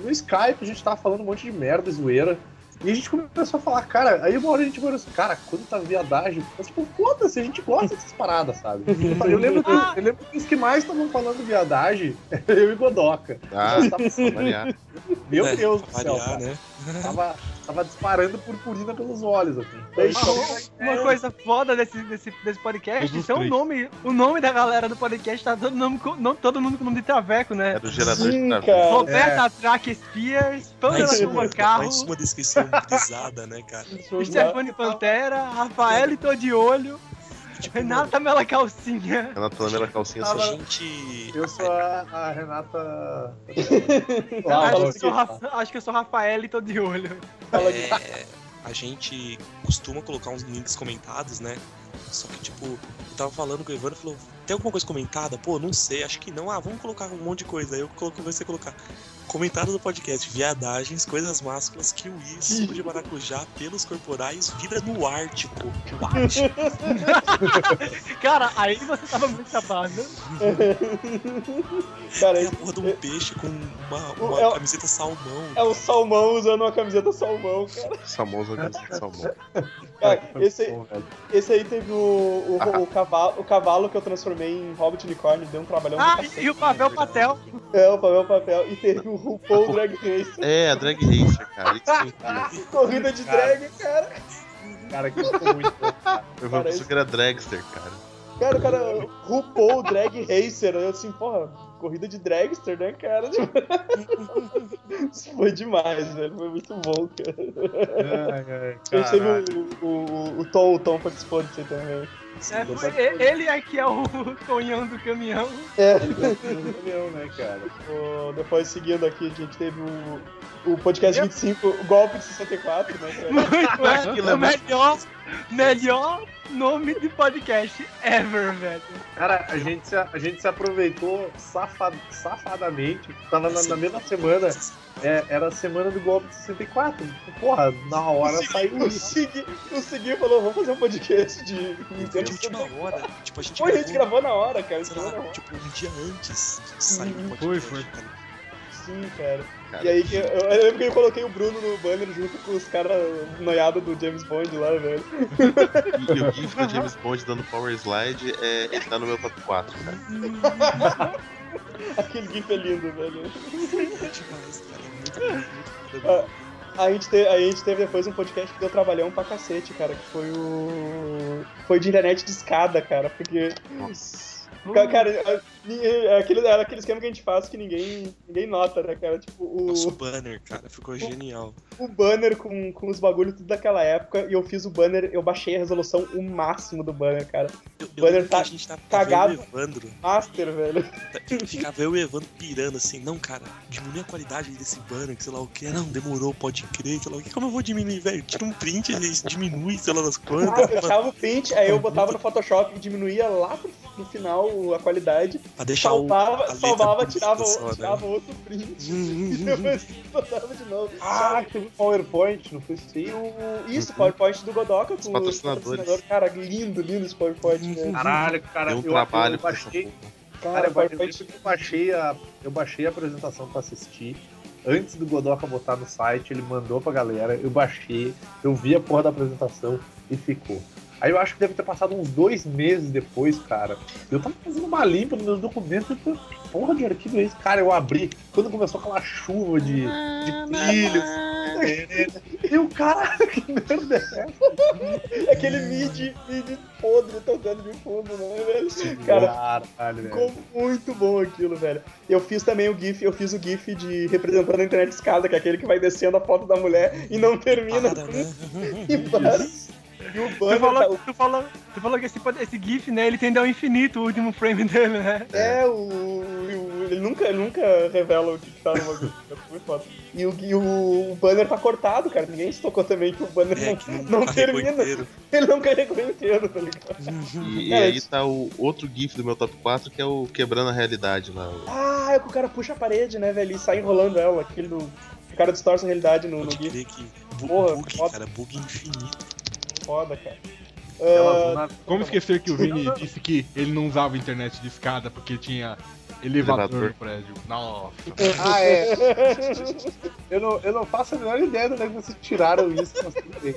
No Skype a gente tava falando um monte de merda, e zoeira. E a gente começou a falar, cara, aí uma hora a gente falou assim, cara, quanta viadagem. Mas tipo, foda-se, a gente gosta dessas paradas, sabe? Eu lembro, que, eu lembro que os que mais estavam falando viadagem, (laughs) eu e Godoca.
Ah,
Nós tava-
pra variar.
(laughs)
Meu (laughs)
É,
Deus do céu, cara.
Variar, né?
Tava, tava disparando purpurina pelos olhos, assim. Daí,
Ah,
é.
um- (laughs) Uma coisa foda desse, desse, desse podcast,
Todos os
isso é o
três.
nome. O nome da galera do podcast tá todo, nome, com- não, todo mundo com nome de Traveco, né?
Era o gerador
Sim,
de travessa.
É,
cara.
Roberta Atraque Spears,
Lá em
Pamela
cima, lá
Carro,
em cima da descrição brisada, né,
(laughs)
cara?
é
Stefani Pantera, Rafael Tô de Olho, Tipo, Renata Mela Calcinha.
Ela tá na minha calcinha
A
só.
gente.
Eu sou a, a (laughs) Renata. Tá,
Ah,
acho, que
falou
eu sou Rafa- acho que eu sou Rafael Tô de Olho.
é, a gente costuma colocar uns links comentados, né? Só que, tipo, eu tava falando com o Evandro, falou, tem alguma coisa comentada? Pô, não sei, acho que não. Ah, vamos colocar um monte de coisa. Aí eu colo- comecei a colocar comentário do podcast, viadagens, coisas másculas, kiwi, suco de maracujá, pelos corporais, vida no tipo, Ártico. O (laughs) Ártico.
Cara, aí você tava muito chapado.
Cara,
É a porra de um peixe com uma,
É o-
uma camiseta salmão.
é o Salmão usando uma camiseta Salmão, cara.
Salmão, salmão, salmão.
cara esse, esse aí teve o, o, o cavalo, o cavalo que eu transformei em Hobbit Unicorn, deu um trabalhão.
Ah,
do
e e o Pavel Patel.
cacete. É, o papel, papel. E teve o RuPaul Drag Race.
É, a drag racer, cara. Isso que eu queria.
Corrida de drag, cara.
Cara, que ficou muito bom.
Eu vou pensar que era dragster, cara.
Cara, o cara, RuPaul Drag Racer. Eu assim, porra, corrida de dragster, né, cara? (laughs) Isso foi demais, velho. Foi muito bom, cara.
Ai, ai,
A gente teve
caralho.
o, o, o Tom, o Tom participou disso aí também.
É, foi- e- ele aqui é o (laughs) Tonhão do caminhão.
Um milhão, né, cara?
O- depois seguindo aqui, a gente teve o, o podcast 25, o golpe de 64, né, (laughs) cara?
Muito é o melhor, melhor nome de podcast ever, velho.
Cara, a gente se, a gente se aproveitou safa- safadamente. Tava na, na mesma semana. é, era a semana do golpe de 64. Porra, na hora saiu
O
isso.
Segui, o Segui falou, vamos fazer um podcast de
Foi de
Nintendo.
última hora. Tipo, a gente
Pô, a gente gravou na hora, cara.
sei
gravou né? Uhum. na
lá,
hora.
tipo, um dia antes de sair o podcast.
Foi, foi.
tá ligado?
Sim, cara.
Cara,
E aí, que eu, eu lembro que eu coloquei o Bruno no banner junto com os caras noiados do James Bond lá, velho. (laughs)
E, e o GIF do James Bond dando power slide é ele tá no meu top 4, cara.
Aquele gif é lindo, velho.
É demais, cara. É muito,
(laughs)
muito, muito
Ah, A gente, te, a gente teve depois um podcast que deu trabalhão pra cacete, cara, que foi o. Foi de internet de escada, cara, porque.
Nossa.
Ca- Cara, a- Ni- É aquele, era aquele esquema que a gente faz que ninguém, ninguém nota, né, cara? Tipo,
Nossa, o
o,
banner, cara, ficou genial.
o banner com, com os bagulhos tudo daquela época, e eu fiz o banner, eu baixei a resolução o máximo do banner, cara.
Eu, eu
Banner
lembro que
tá
a gente tava
cagado.
eu e o Evandro.
Master, velho.
tá- Ficava eu e o Evandro pirando assim, não, cara, diminui a qualidade desse banner, que sei lá o que. Não, demorou, pode crer, sei lá o que. Como eu vou diminuir, velho? Tira um print, ele diminui, sei lá das quantas.
Ah, eu
mano,
tirava o print, aí eu botava no Photoshop e diminuía lá pro, no final a qualidade,
pra deixar o. a
tá
letra
salvava, salvava,
bonita
tirava,
só, né?
tirava outro print. (laughs)
Hum,
E
hum, hum.
depois botava de novo.
Uhum. Ah, teve um PowerPoint, não foi assim? Uhum.
E
feio?
o, isso, PowerPoint do Godoka com
patrocinadores.
patrocinador. Cara, lindo, lindo esse PowerPoint, velho.
Caralho, cara,
Deu um
eu,
trabalho
eu
pra essa
baixei,
porra.
Uhum. cara,
Cara,
eu baixei, eu
PowerPoint
lembro que eu baixei a, eu baixei a apresentação pra assistir. Antes do Godoka botar no site, ele mandou pra galera, eu baixei, eu vi a porra da apresentação e ficou. Aí eu acho que deve ter passado uns dois meses depois, cara. Eu tava fazendo uma limpa nos meus documentos e falei, "Que porra de arquivo é esse? Cara, eu abri. Quando começou aquela chuva de, de trilhos. (laughs) Eu, caralho, que merda é essa?
Aquele mid, mid podre tocando de fundo, né, velho? Cara,
Cara, caralho, velho.
ficou muito bom aquilo, velho. Eu fiz também o GIF, eu fiz o GIF de representando a internet escada, que é aquele que vai descendo a foto da mulher e não termina.
Para, né?
(laughs) E, mas- e o
Tu
banner. tá-
falou,
o-
tu falou, tu falou que esse, esse GIF, né? Ele tende ao infinito, o último frame dele, né?
é, o, o- Ele nunca, ele nunca revela o que que tá no bagulho. É muito foda. E, o, e o banner tá cortado, cara. Ninguém se tocou também que o banner
É, que
não,
não
não
carregou
termina.
inteiro.
Ele não carregou inteiro, tá ligado?
E, e
É,
aí
isso.
tá o outro GIF do meu top 4, que é o Quebrando a Realidade lá.
Ah, é que o cara puxa a parede, né, velho? E sai enrolando ela. Aquele do. O cara distorce a realidade no, no
Pode
GIF.
crer que. bu-
Porra,
bug,
foda.
cara, bug infinito.
Foda, cara. Ah,
Aquela zona-
Como esquecer que o Vini disse que ele não usava internet de escada porque tinha elevador,
Elevador.
no prédio? Nossa.
Ah, é. (laughs) Eu não, eu não faço a menor ideia do que vocês tiraram isso. Mas tudo bem.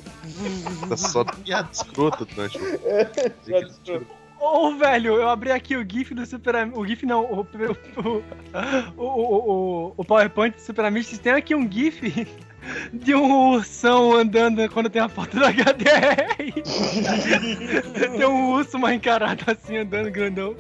Tá só (laughs) piada escrota né, durante o.
piada escrota.
Ô, velho, eu abri aqui o GIF do Super Am- O GIF não, o, (laughs) o, o, o, o, o PowerPoint do Super Amigos tem aqui um GIF (laughs) de um ursão andando quando tem a foto da HDR. (laughs) tem um urso mais encarado assim andando grandão.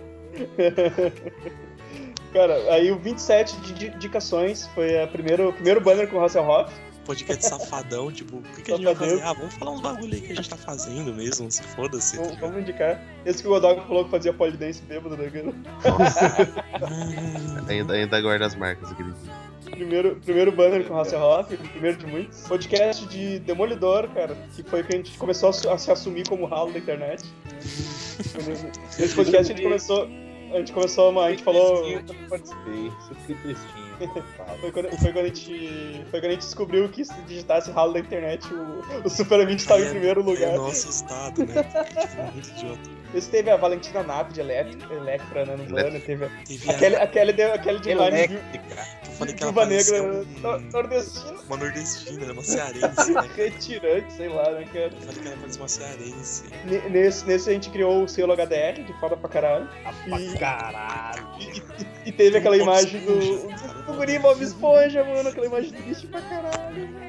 Cara, aí o 27 de di- indicações foi a primeiro, o primeiro banner com o Hasselhoff.
Podcast safadão, tipo, o que, que a gente vai
Safadão.
fazer? Ah, vamos falar uns bagulho aí que a gente tá fazendo mesmo, se foda-se. tá
Vamos,
ligado?
vamos indicar. Esse que o Godog falou que fazia polidense bêbado, né? cara?
Hum,
Ainda, ainda guarda as marcas, aquele dia.
Primeiro, primeiro banner com o Hasselhoff, o primeiro de muitos. Podcast de Demolidor, cara, que foi que a gente começou a, su- a se assumir como ralo da internet. Foi nesse- Nesse podcast a gente começou. A gente começou uma. A gente falou.
Eu também participei, isso é eu fiquei tristinho. Fala. (laughs)
Foi quando, foi quando a gente, foi quando a gente descobriu que se digitasse ralo da internet, o, o Super Amigo estava
Aí
tá em
é-
primeiro
aí É
lugar.
nosso assustado, né? Tipo, muito idiota.
Esse teve a Valentina Nave de Electra, Electra né, no banner, teve a,
Teve a-
aquele, aquele, de, aquele de Lime
Eu falei que ela
Viva Negra
parecia
né? nor-
um-
nordestina,
uma nordestina, né? uma cearense, né?
retirante, sei lá, né, cara.
Eu falei que ela parecia uma cearense.
Ne- Nesse, nesse a gente criou o selo HDR, de foda pra caralho,
Pra Caralho.
e teve aquela
Bob
imagem do,
Esponja, Tipo, um cara.
do guri Bob Esponja, mano, aquela imagem triste pra caralho.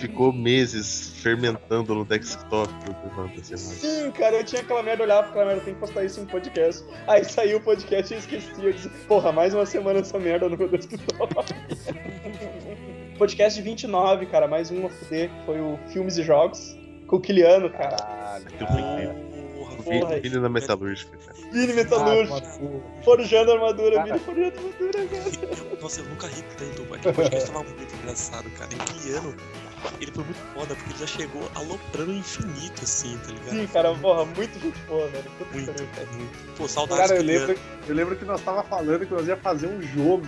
Ficou meses fermentando no desktop o que aconteceu. né?
Sim, cara, eu tinha aquela merda, eu olhava pra aquela merda, tem que postar isso em um podcast. Aí saiu o podcast e eu esqueci. Eu disse, porra, mais uma semana essa merda no meu desktop. (laughs) podcast de 29, cara, mais um a fuder, foi o Filmes e Jogos. Com o Kiliano, cara.
Caralho.
O
Porra,
Vini- o Vini da metalúrgica,
né?
cara.
Vini
Ah,
Metalúrgico.
mas, pô,
Forjando armadura,
Cara.
Vini forjando armadura, cara.
Nossa, eu nunca ri tanto. Aquele podcast tava muito engraçado, cara. E o Guiano, ele foi muito foda, porque ele já chegou aloprando o infinito, assim, tá ligado?
Sim, cara, porra, muito gente boa, velho. Puta que
Muito,
pariu, cara.
muito. Pô, saudades
Cara, eu
do Guiano.
lembro, eu lembro que nós tava falando que nós ia fazer um jogo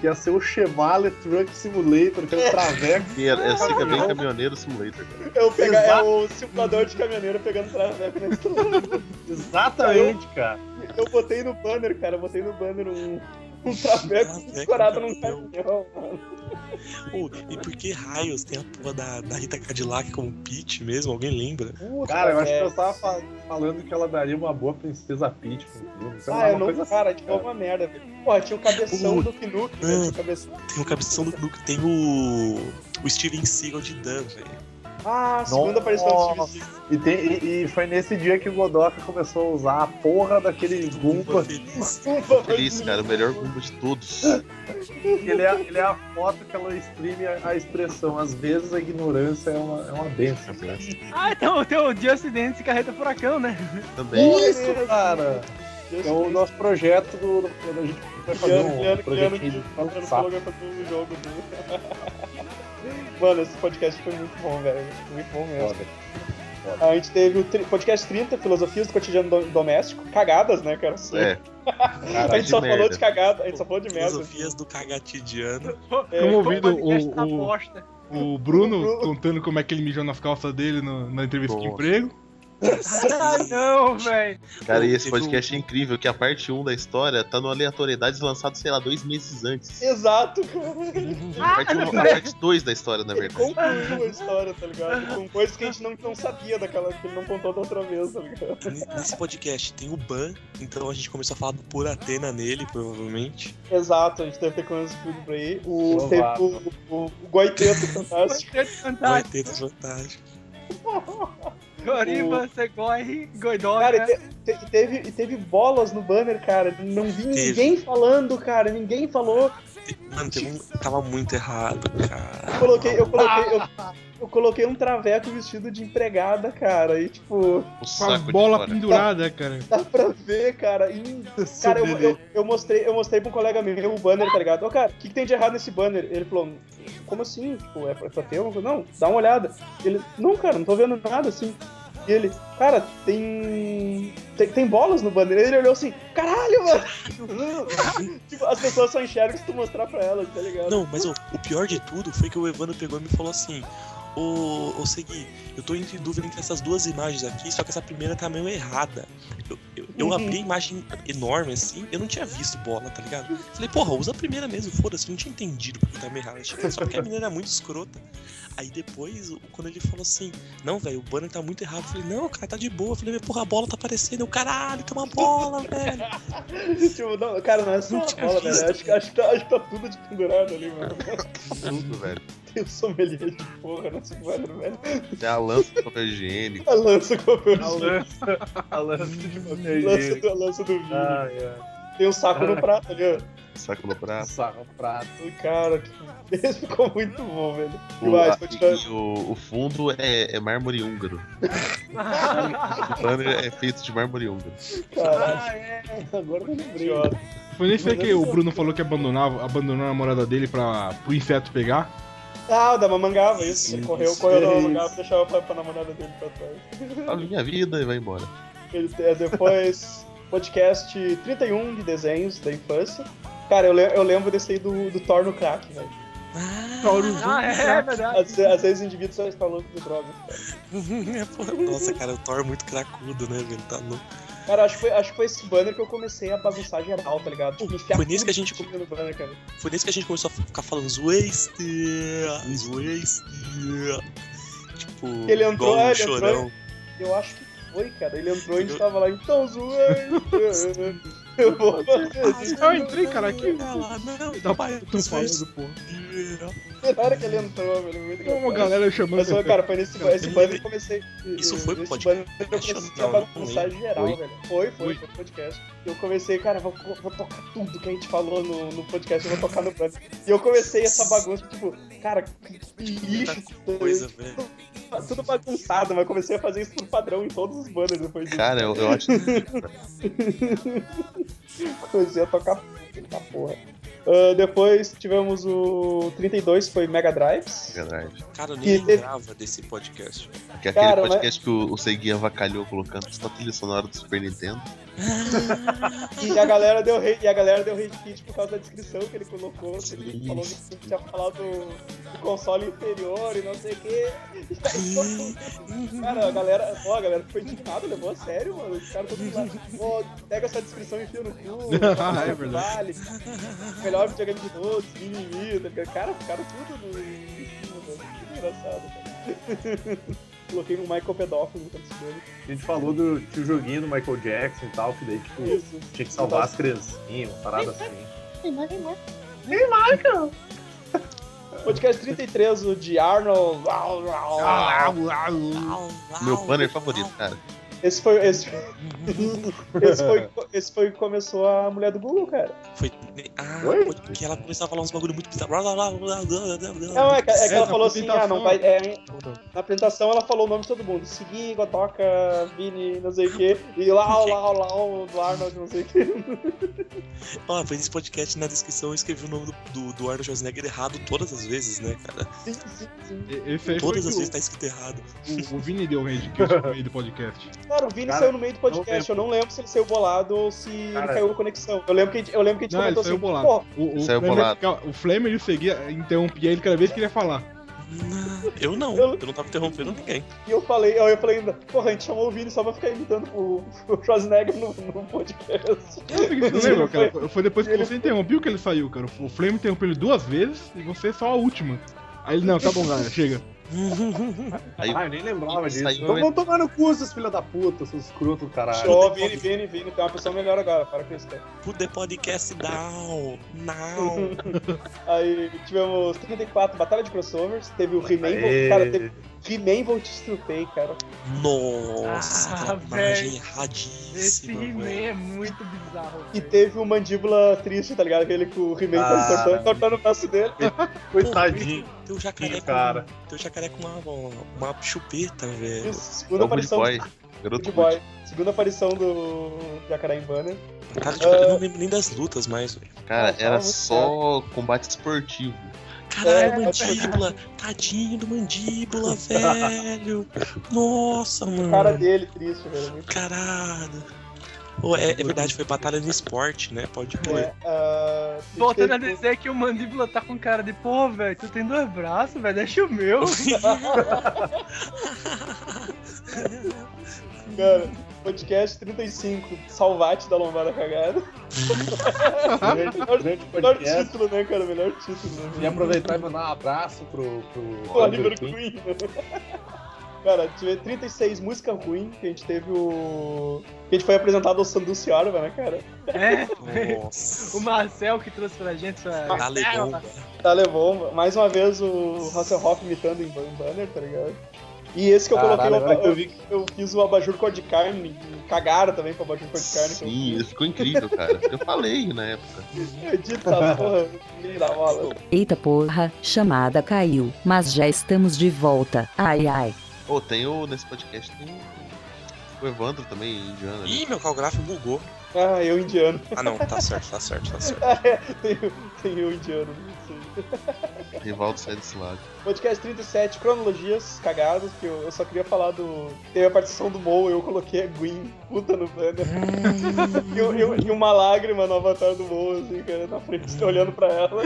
que ia ser o Chevrolet Truck Simulator, que era o Traveco.
E era- Eu sei que é
né?
bem caminhoneiro simulator, cara.
Eu pegar, é
Exato.
o simulador de caminhoneiro pegando traveco na estrada.
(laughs) Exatamente, cara.
Eu botei no banner, cara, eu botei no banner um, um traveco
Traveco,
escorado num
meu
caminhão, mano.
Pô, e por que raios tem a porra da, da Rita Cadillac como Pete mesmo? Alguém lembra?
Puta,
Cara, eu acho que
velho.
eu tava fa- falando que ela daria uma boa Princesa Peach pro filme. sei lá,
Ah, eu
uma
não.
coisa assim,
Cara, tipo, é uma merda, velho. Porra, tinha o cabeção
Uh.
do Finuc, velho. Tinha o cabeção.
Tem o Cabeção do Nuke, tem o. O Steven Seagal de Dan, velho.
Ah, segunda aparição do
Nossa.
Steve Zissou.
assim. E, tem- e- e foi nesse dia que o Godoka começou a usar a porra daquele Goomba.
feliz.
Desculpa,
Feliz, cara, o melhor grupo de todos.
Ele é, ele é a foto que ela exprime a, a expressão. Às vezes a ignorância é uma, é uma benção. cara.
Ah, então tem o Just Dance e Carreta Furacão, né?
Também.
Isso, cara! É o nosso projeto do. do- quando a gente vai fazer
Criando, criando,
um
criando,
projetinho
Entrando
de
no
sapo.
programa do jogo do. (laughs) Mano, esse podcast foi muito bom, velho. Muito bom mesmo.
Foda.
A gente teve o tri- podcast 30, Filosofias do Cotidiano Dom- Doméstico. Cagadas, né, cara?
É,
a gente só
de
falou
merda.
de cagada, a gente só falou de merda.
Filosofias do cagatidiano.
Promovido
Como podcast
o-
da
o-
bosta.
O Bruno,
Bruno.
contando como é que ele mijou nas calças dele no- na entrevista de
Nossa.
emprego.
Ah, não, velho.
Cara, e esse
Teve um-
podcast é incrível, que a parte 1 da história tá no Aleatoriedades lançado, sei lá, dois meses antes.
Exato, cara.
A parte 1, a parte 2 da história, na É verdade.
Concluiu a história, tá ligado? Com coisas que a gente não, não sabia daquela que ele não contou da outra vez, tá ligado?
N- Nesse podcast tem o Ban, então a gente começou a falar do Por Atena nele, provavelmente.
Exato, a gente deve ter conhecido tudo por aí. O, teve
Provável.
o, o, o Goiteto
(laughs)
Fantástico.
Vai
Fantástico.
ter é fantástico.
Goriba, Segoi,
Cara,
Goidoga.
e, te- te- e teve, e teve bolas no banner, cara. Não vi
Teve.
ninguém falando, cara. Ninguém falou.
Te- Mano, teve um... tava muito errado, cara.
Eu coloquei, eu coloquei, eu, eu coloquei um traveco vestido de empregada, cara. E tipo,
Um
Com as
saco de
bolas
fora.
penduradas, né, cara.
dá pra ver, cara. E, cara, eu, eu, eu mostrei, eu mostrei pra um colega meu o banner, tá ligado? Ô, cara, o que, que tem de errado nesse banner? Ele falou, como assim? Tipo, é pra, é pra ter alguma coisa? Não, dá uma olhada. Ele, não, cara, não tô vendo nada assim. E ele, cara, tem. Tem, tem bolas no banner. Ele olhou assim, caralho, mano! (laughs) tipo, as pessoas só enxergam se tu mostrar pra elas, tá ligado?
Não, mas o, o pior de tudo foi que o Evandro pegou e me falou assim: Ô, ô Segui, eu tô entre dúvida entre essas duas imagens aqui, só que essa primeira tá meio errada. Eu, eu, eu
Uhum.
abri a imagem enorme assim, eu não tinha visto bola, tá ligado? Falei, porra, usa a primeira mesmo, foda-se, eu não tinha entendido porque tá meio errada. Achei que- Só porque a menina era muito escrota. Aí depois, o- quando ele falou assim, não, velho, o banner tá muito errado. Eu falei, não, cara, tá de boa. Eu falei, mas porra, a bola tá aparecendo. Eu, caralho, tem uma bola, velho.
(laughs) Tipo, não, cara, não é só
Não
uma
tinha
bola, velho.
visto.
Acho, que- acho, que tá, acho que tá tudo de pendurado ali, mano. (laughs)
Tudo, velho.
Tem um sommelier de porra nesse banner, velho.
É a lança do papel higiênico.
A lança com o meu
A lança, a lança de papel
lança
higiênico.
do, a lança do vinho.
Ah,
Ai, ai.
Tem um saco no prato ali, ó.
Saco no braço.
Sarro prato.
E, Cara, que- (laughs) esse ficou muito bom, velho.
O,
Mas,
a-
continua.
e o, o fundo é, é mármore húngaro. o banner é feito de mármore húngaro.
Cara,
Ah, é.
Agora que eu lembrei.
idiota.
Foi nesse aí que o Bruno falou que abandonava, abandonou a namorada dele pra, pro inseto pegar.
Ah, o da mamangava, isso.
Sim,
Ele correu,
isso.
correu da mamangava e deixava pra, pra namorada dele pra trás.
Fala minha vida e vai embora.
Ele, é, depois, (laughs) podcast 31 de desenhos da infância. Cara, eu, le- eu lembro desse aí do, do Thor no crack, velho.
Ah, é verdade.
Às, ve- às vezes o indivíduo só está louco de droga.
Nossa, cara, o Thor é muito cracudo, né, velho? Tá louco.
Cara, acho que, foi, acho que foi esse banner que eu comecei a bagunçar geral, tá ligado? Tipo, enfiar
Foi nisso
tudo
que a gente-
tinha no banner, cara.
Foi nesse que a gente começou a ficar falando Zwaster, Zwaster. Tipo,
Ele entrou,
igual um
ele entrou.
chorão.
Eu acho que foi, cara. Ele entrou e a gente tava lá, então
(laughs)
zoando. Eu vou fazer
Eu Ah, entrei, cara, aqui.
Ela, não,
Tá
pai,
Tô falando, porra.
Zwaster.
Na hora que ele entrou, velho. Muito
Tem uma
engraçado.
galera chamando.
Mas, cara, foi nesse,
Cara,
esse
ele-
banner que eu comecei.
Isso foi
nesse
podcast?
banner que eu comecei a
Não, não
bagunçar geral,
Foi?
velho. Foi, foi, foi podcast. Eu comecei, cara, vou, vou- vou tocar tudo que a gente falou no, no podcast, eu vou tocar no banner. E eu comecei essa bagunça, tipo, cara, que lixo.
Coisa, velho.
Tudo bagunçado, mas comecei a fazer isso no padrão em todos os banners depois disso.
Cara, eu, eu acho que
Comecei a tocar puta porra. Ah, depois tivemos o 32, foi Mega Drives.
verdade.
Cara, eu nem
Que-
lembrava desse podcast.
Que é aquele
Cara, mas-
podcast que o, o Segui avacalhou colocando só trilha sonora do Super Nintendo.
E a galera deu hate, e a galera deu hate kit por causa da descrição que ele colocou. que Ele falou que tinha falado do console inferior e não sei o quê. Cara, a galera, ó, a galera ficou indignada, levou a sério, mano. Os caras todos lá, pô, pega essa descrição e enfia no cu.
Ah, é verdade.
Vale, melhor videogame de todos, mimimi, tá ligado? cara, ficaram tudo no... Que engraçado, cara. Coloquei um Michael Pedófilo pra descobrir.
A gente falou do, tinha o joguinho do Michael Jackson e tal, que daí, tipo,
Isso.
tinha que salvar as criancinhas, uma parada assim.
Podcast 33, o de Arnold.
Ah,
Ah,
Meu banner favorito, cara.
Esse foi, (laughs) esse, esse foi, esse foi que começou a mulher do Google, cara.
Foi. Ah,
Oi?
pode- que ela começava a falar uns bagulho muito bizarro. Blá, blá, blá, blá, blá, blá, blá.
Não, é, que- é que ela
na
falou assim, ah, não vai. é,
apresentação.
na apresentação ela falou o nome de todo mundo. Segui, Gotoca, Vini, não sei o quê. E lá, lá, lá, do Arnold, não sei o quê.
Ó, Ah, fez esse podcast na descrição eu escrevi o nome do, do, do Arnold Schwarzenegger errado todas as vezes, né, cara?
Sim, sim, sim.
Esse aí foi
Todas as vezes
o
tá escrito errado.
que o, o Vini deu um
(laughs)
o handicap no meio do podcast.
Cara, o Vini
Cara,
saiu no meio do podcast.
lembro.
Eu não lembro se ele saiu bolado ou se
Cara.
ele caiu a conexão. Eu lembro que, a gente- eu lembro que a gente
Não, ele
comentou
saiu
assim,
bolado.
pô,
O, o
Saiu
Flamer
bolado.
ficava- o Flamer ele seguia, interrompia ele cada vez que ele ia falar.
Não, eu não.
Eu-
Eu não tava interrompendo ninguém.
e eu falei, eu, eu falei ainda, porra, a gente chamou o Vini só pra ficar imitando o, (laughs) o Schwarzenegger no, no podcast.
Sabe por que você não lembra, cara? Foi- Foi depois que
Ele
você interrompeu que ele saiu, cara. O Flame interrompeu ele duas vezes e você é só a última. Aí ele, não, tá bom, galera, chega.
Aí-
Ah, eu nem lembrava disso.
Saiu-
Então vão tomar no cu, seus filha da puta, seus escrotos do caralho.
Show, Vini, Vini, Vini, tem uma pessoa melhor agora, para com isso, cara.
Put the podcast down. Não.
Aí tivemos 34 Batalha de Crossovers, teve o He-Man,
Aê.
Vol- cara, teve He-Man Vou Te Estrupei, cara.
Nossa,
Ah,
sacanagem
velho. Esse
erradíssima,
He-Man
velho.
é muito bizarro.
E
velho.
teve o Mandíbula Triste, tá ligado? Aquele com o He-Man
Ah.
cortando, cortando o braço dele.
Coitadinho.
Teu jacaré com,
cara.
Teu jacaré com uma, uma chupeta, velho.
Isso,
É
segunda
o Good
aparição
Boy.
do
Garoto
Good
Good
Boy. Segunda aparição do Jacaré em Banner.
Cara, tipo, eu não lembro nem das lutas mais, velho.
Cara,
Nossa,
era
muito
só combate esportivo.
Caralho,
É,
mandíbula! Tadinho do mandíbula, velho! Nossa,
O
mano!
cara dele, triste, velho. é Muito
Caralho! Ô, é, é verdade, foi batalha no esporte, né? Pode crer.
é, ah,
Voltando a
teve-
é dizer que o mandíbula tá com cara de, pô, velho, tu tem dois braços, velho, deixa o meu.
(laughs) Cara, podcast 35, Salvate da Lombada Cagada.
Grande, grande
Melhor
podcast.
título, né, cara? Melhor título. Né?
E aproveitar e mandar um abraço pro. pro
Pô, Oliver Queen. (laughs) Cara, tive 36 música ruim, que a gente teve o. Que a gente foi apresentado ao Sandu Ciarva, né, cara?
é,
(laughs) Nossa!
o
(laughs)
Marcel que trouxe pra gente essa...
Tá legal,
(laughs)
Tá levou. Mais uma vez o Hasselhoff imitando em ban- banner, tá ligado? E esse que eu
Caralho,
coloquei,
agora
eu,
que eu
eu, fiz o abajur cor de carne, cagaram também pro abajur cor de carne. que eu-
Sim, isso ficou incrível, cara. Eu falei na época.
Eu edito essa porra, (laughs) ninguém dá bola.
Eita porra, chamada caiu, mas já estamos de volta. Ai ai.
Pô, tem o. Nesse podcast tem o- o Evandro também, indiano. né?
Ih, meu carro gráfico bugou.
Ah, eu indiano. (laughs)
Ah, não, tá certo, tá certo, tá certo.
tem, tem eu um indiano, não sei.
Rivaldo sai desse lado.
Podcast 37, cronologias cagadas, que eu, eu só queria falar do. Teve a participação do Mo, eu coloquei a Gwen puta no banner. e, eu- eu- e uma lágrima no avatar do Mo, assim, cara, na frente, olhando pra ela.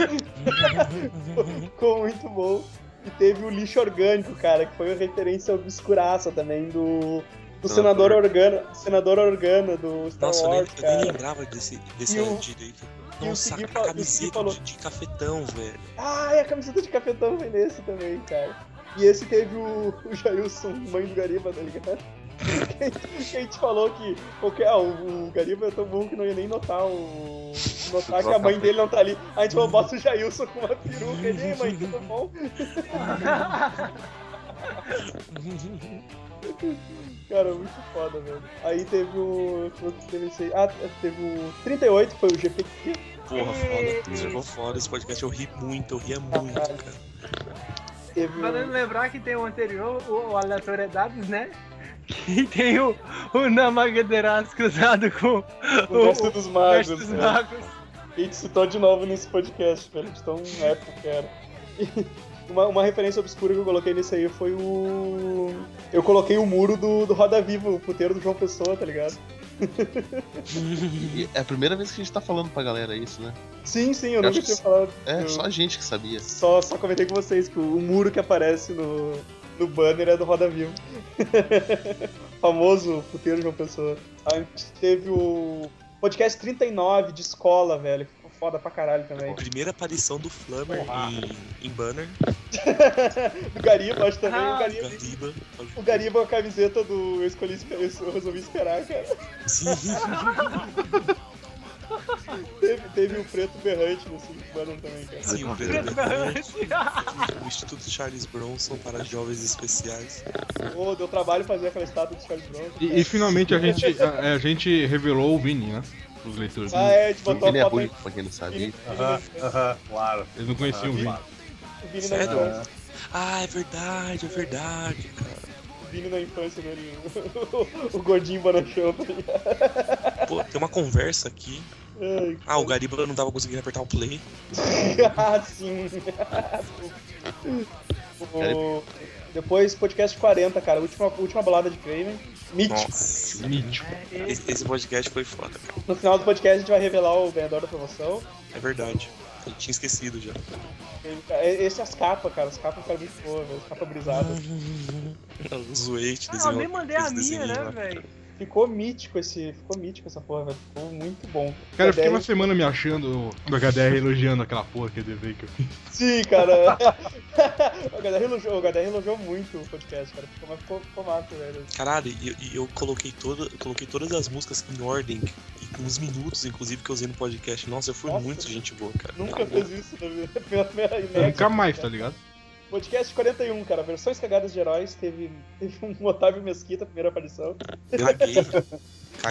Ficou muito bom. E teve o lixo orgânico, cara, que foi uma referência obscuraça também do. Do senador
Senador.
Organa, senador Organa do Star
Nossa, eu nem,
Wars,
eu nem
cara.
lembrava desse, desse
E o-
direito.
e o
Nossa,
Segui
a
fa- e o Segui
camiseta
falou-
de, de cafetão, velho.
Ah, e a camiseta de cafetão foi nesse também, cara. E esse teve o, o Jailson, mãe do Gariba, tá ligado? Que a gente- que a gente falou que qualquer, ah, o, o Gariba é tão bom que não ia nem notar o. Notar que a mãe dele não tá ali. A gente falou, bota o Jailson com uma peruca ali, "Ei, mãe, tudo bom? Cara, muito foda, velho. Aí teve o. Teve esse, ah, teve o 38, foi o GPQ.
Porra, foda. Jogou foda esse podcast. Eu ri muito, eu
Ah,
ria muito, cara.
Teve
Falando
o.
lembrar que tem o anterior, o, o Aleatoriedades, né? (laughs) Que tem o, o Namagadeiras cruzado com
O Mestre dos Magos.
Mestre dos
né?
Magos.
A gente citou de novo nesse podcast, velho, de tão épico que era. E uma, uma referência obscura que eu coloquei nisso aí foi o. Eu coloquei o muro do, do Roda Viva, o puteiro do João Pessoa, tá ligado?
E é a primeira vez que a gente tá falando pra galera isso, né?
Sim, sim, eu
Eu
nunca
acho
tinha
que-
falado.
É,
Eu-
só a gente que sabia.
Só, só comentei com vocês que o, o muro que aparece no, no banner é do Roda Viva. (laughs) Famoso puteiro João Pessoa. A gente teve o podcast 39 de escola, velho. que Ficou foda pra caralho também.
Primeira aparição do Flammer em, em Banner.
O Gariba, acho também. o Gariba.
Gariba. pode-
O Gariba com a camiseta (laughs) do Eu Escolhi Esper- Eu Resolvi Esperar, cara.
Sim.
Teve, teve o preto berrante no Silk Banner também, cara.
Sim, o Pedro Bernardes, (laughs) o Instituto Charles Bronson para Jovens Especiais.
Ô, deu trabalho fazer aquela estátua do Charles Bronson. cara.
E, e finalmente a gente, a, a gente revelou o Vini, né? Pros leitores.
Ah, é, a gente botou
Ele é
a foto
ruim,
aí.
pra quem não sabe.
Vini,
Aham, aham, claro.
Eles não conheciam o Vini.
Ah, Vini na
Sério?
infância.
Ah, é verdade, é verdade, cara.
Vini na infância dele. (laughs) o- O gordinho banachão. tá ligado?
Pô, tem uma conversa aqui.
Ai,
Ah, o Gariba não tava conseguindo apertar o play.
(laughs) ah, sim.
(laughs)
o... Depois, podcast 40, cara. Última, última balada de Kramer. Mítico.
Nossa.
Mítico.
Esse esse podcast foi foda, cara.
No final do podcast, a gente vai revelar o ganhador da promoção.
É verdade. Eu tinha esquecido já.
Esse é as capas, cara. As capas ficaram muito boas, velho. As capas brisadas.
Uhum. Eu zoei, te
Ah, eu nem
desenhou.
mandei a
os
minha,
desenhos
né,
lá.
velho?
Ficou mítico esse. Ficou mítico essa porra, velho. Ficou muito bom.
Cara, eu fiquei
HDR
uma semana me achando do HDR elogiando aquela porra que desenho que eu fiz.
Sim, cara. (laughs) o HDR elogiou, o HDR elogiou muito o podcast, cara. Ficou, mas ficou, ficou massa, velho.
Caralho, e eu, e eu coloquei, toda, eu coloquei todas as músicas em ordem, e com os minutos, inclusive, que eu usei no podcast. Nossa, eu fui
Nossa.
muito gente boa, cara.
Nunca fez isso na vida. (laughs) Pela primeira
Nunca mais, tá ligado?
Podcast 41, cara. Versões cagadas de heróis. Teve, teve um (laughs) Otávio Mesquita, primeira aparição.
Caguei. Caguei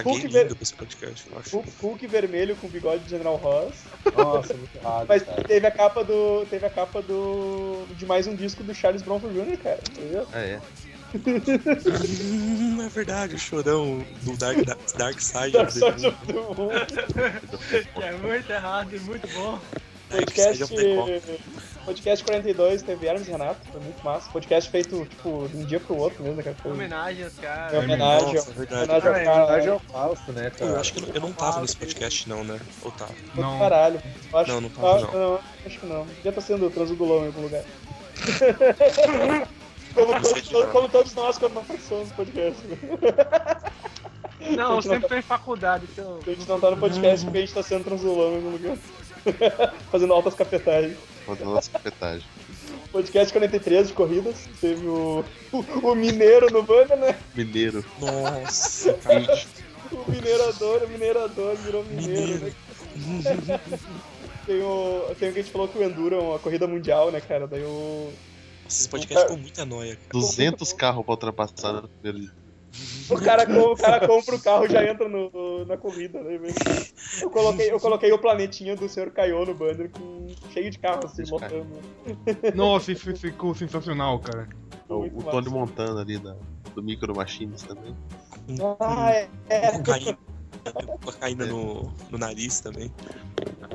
Hulk
lindo
ver-
pra esse podcast, eu acho.
Hulk, Hulk vermelho com bigode de General Ross.
Nossa, muito errado.
Mas
cara.
teve a capa do. Teve a capa do. De mais um disco do Charles Bronson Jr., cara. Entendeu?
Ah, é.
Hum, é verdade, o chorão do Dark, Dark Side.
Dark
of the
Side
Moon.
of the Moon. (laughs)
Que é muito errado e muito bom.
Dark Side of the Moon.
Podcast. Podcast 42 teve Hermes e Renato, foi muito massa. Podcast feito, tipo, de um dia pro outro mesmo, né, cara? Foi
Homenagem aos
É
caras.
homenagem,
Nossa, é verdade.
homenagem ao cara.
Homenagem ao Fausto, né,
Pô,
cara?
Eu acho que eu não- eu não tava nesse podcast, não, né? Ou tava?
Pô,
Não.
Caralho. Eu Acho,
Não, não
que-
tava,
acho que não. Acho que não. Devia estar sendo transudulão em
(laughs)
algum lugar. como,
Não sei
todos,
de nada.
como todos nós quando não participamos do podcast. né? É.
Não, eu sempre tô em faculdade, então.
A gente não tá no podcast porque a gente tá sendo transulão em algum lugar. (laughs) Fazendo altas cafetagens.
Rodando a secretagem.
Podcast 43 de corridas. Teve o, o, o Mineiro no banner, né?
Mineiro.
(laughs)
Nossa, cara.
O Minerador, o Minerador virou Mineiro, né? Tem o, tem o que a gente falou que o Enduro é uma corrida mundial, né, cara? Daí o.
Esses podcasts ficam muita noia, cara.
200 carros pra ultrapassar no primeiro dia.
O cara, co- o cara compra o carro e já entra no, na corrida, né? velho? Eu coloquei, eu coloquei o planetinha do Sr. Caio no banner com cheio de carro, assim,
Cheio de carro.
lotando.
Nossa, isso ficou sensacional, cara.
O,
Muito
o
massa.
Tony Montana ali da, do Micro Machines também.
Ah, é, é.
Cocaína, cocaína no, no nariz também.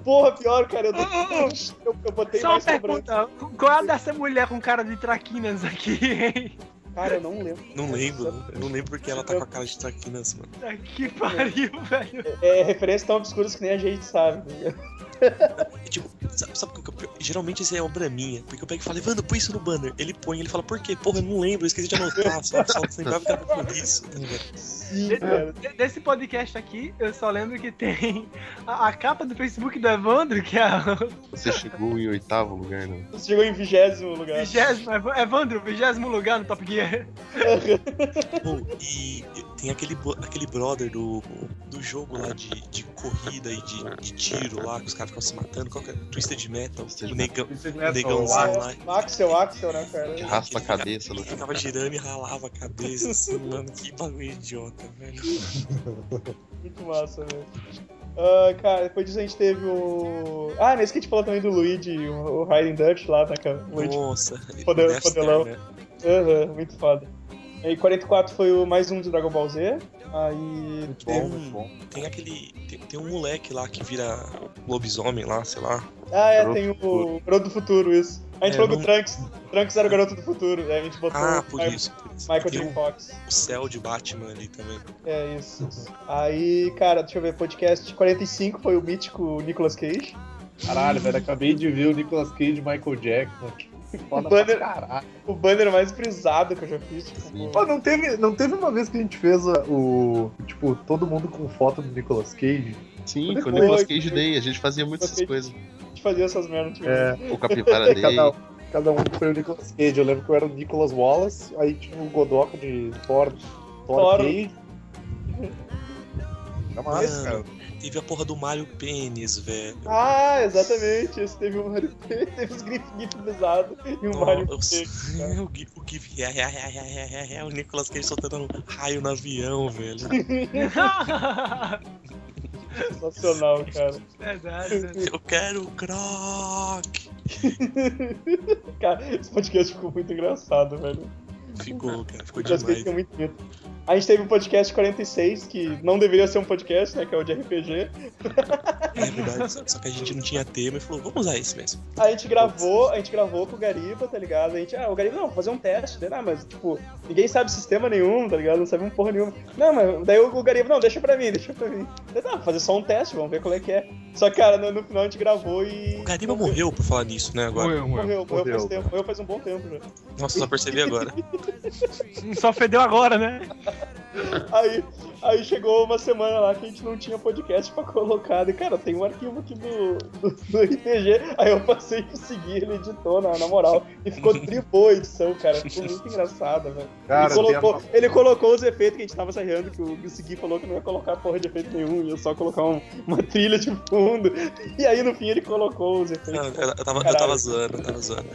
Porra, pior, cara. Eu, (laughs) eu, eu botei
Só uma
mais sobrando.
pergunta, qual é a dessa mulher com cara de traquinas aqui, hein?
Cara, eu não lembro.
Não lembro, eu não lembro porque ela tá com a cara de traquinas, mano.
Puta que pariu, velho.
É, referências tão obscuras que nem a gente sabe. né?
É tipo, sabe, sabe o que eu, pior? geralmente isso é obra minha, porque eu pego e falo, Evandro, põe isso no banner. Ele põe, ele fala, por quê? Porra, eu não lembro, eu esqueci de anotar, só, só lembrava que era por isso. tá ligado?
Sim,
De-
cara.
de- Desse podcast aqui, eu só lembro que tem a, a capa do Facebook do Evandro, que é a
Você chegou em oitavo lugar, né? não?
Você chegou em vigésimo
É.
lugar.
vigésimo, Ev- Evandro, vigésimo lugar no Top
(laughs)
Gear.
Bom, e tem aquele, bo- aquele brother do, do jogo lá de, de corrida e de, de tiro lá, que os caras ficam se matando, qual que é? Twisted Metal,
Twisted
o negão,
Vocês
o
não
negãozão lá.
É, Axel, Axel, né, cara?
Que raspa a cabeça né? no
Ele ficava girando e ralava a cabeça, assim, mano, que bagulho idiota, velho.
Muito massa, velho. Ah, cara, depois disso a gente teve o. Ah, nesse que a gente falou também do Luigi, o o Hiding Dutch lá, né, cara?
Uhum.
O Luigi.
Nossa,
Poder-
Death Star,
poderão.
né?
Aham, muito foda. Aí 44 foi o mais um de Dragon Ball Z. Aí.
Muito
Tem,
bom, muito bom.
tem aquele. Tem, tem um moleque lá que vira lobisomem lá, sei lá.
Ah, é,
Garoto
tem
do
o
Futuro.
Garoto do Futuro, isso. A gente
É,
falou do
não-
Trunks. Trunks era o Garoto do Futuro. Aí a gente botou
Ah,
o
por
Mi-
isso. Por isso.
Michael
tem
J.
o,
Fox.
o céu de Batman ali também.
É isso. isso. Aí, cara, deixa eu ver, podcast 45 foi o mítico Nicolas Cage.
Caralho, velho, acabei de ver o Nicolas Cage e Michael Jackson. aqui. Foda
Banner-
pra caralho.
O banner mais brisado que eu já fiz. Tipo,
Sim.
Pô, não teve, não teve uma vez que a gente fez a- o. Tipo, todo mundo com foto do Nicolas Cage?
Sim,
Foi
com o Nicolas
depois,
Cage
né?
Day, a gente fazia muitas essas coisas.
a gente fazia essas merdas. Tipo,
É.
O
(laughs)
Capivara Day.
Cada, cada um foi o Nicolas Cage. Eu lembro que eu era o Nicolas Wallace, aí tinha o Godoka de Thor. Thor
Thor.
Cage. Era massa,
Mano,
cara.
Teve a porra do Mario Pênis, velho.
Ah, exatamente. Esse teve um Mario P, (laughs) teve os grifes gif pesados e um
Oh,
(laughs) Mario P.
Nossa, (laughs) o Gui- o Gui- é, é, é, é, é, é, o Nicolas Cage soltando um raio no avião,
(laughs)
velho.
Sensacional, cara. (laughs)
Verdade, né?
Eu quero o Croc!
Cara, esse podcast ficou muito engraçado, velho.
Ficou, cara, ficou
O podcast
demais.
ficou muito bonito. A gente teve o podcast 46, que não deveria ser um podcast, né? Que é o de RPG.
É verdade,
(laughs)
só só que a gente não tinha tema e falou, vamos usar esse mesmo.
A gente gravou, a gente gravou com o Gariba, tá ligado? A gente, ah, o Gariba, não, vou fazer um teste, né? Ah, mas, tipo, ninguém sabe sistema nenhum, tá ligado? Não sabe um porra nenhuma. Não, mas daí o o Gariba, não, deixa pra mim, deixa pra mim. Eu, tá, vou fazer só um teste, vamos ver qual é que é. Só que, cara, no, no final a gente gravou e...
O Gariba morreu por falar nisso, né, agora.
Morreu, morreu.
Morreu, morreu faz
Morreu.
tempo, morreu faz um bom tempo já.
Nossa, só percebi agora.
(laughs)
Só fedeu agora, né?
Aí, aí chegou uma semana lá que a gente não tinha podcast pra colocar. E, cara, tem um arquivo aqui do, do, do RPG. Aí eu passei por seguir, ele editou, na, na moral. E ficou
(laughs)
tripô a edição, cara. Ficou muito engraçado, velho.
Cara,
ele,
tem
colocou,
a fa-
ele colocou os efeitos que a gente tava ensaiando, que o Segui falou que não ia colocar porra de efeito nenhum, ia só colocar um- uma trilha de fundo. E aí no fim ele colocou os
Não,
Ah,
efeitos.
Eu, eu tava, eu
Caralho.
tava zoando, eu tava zoando.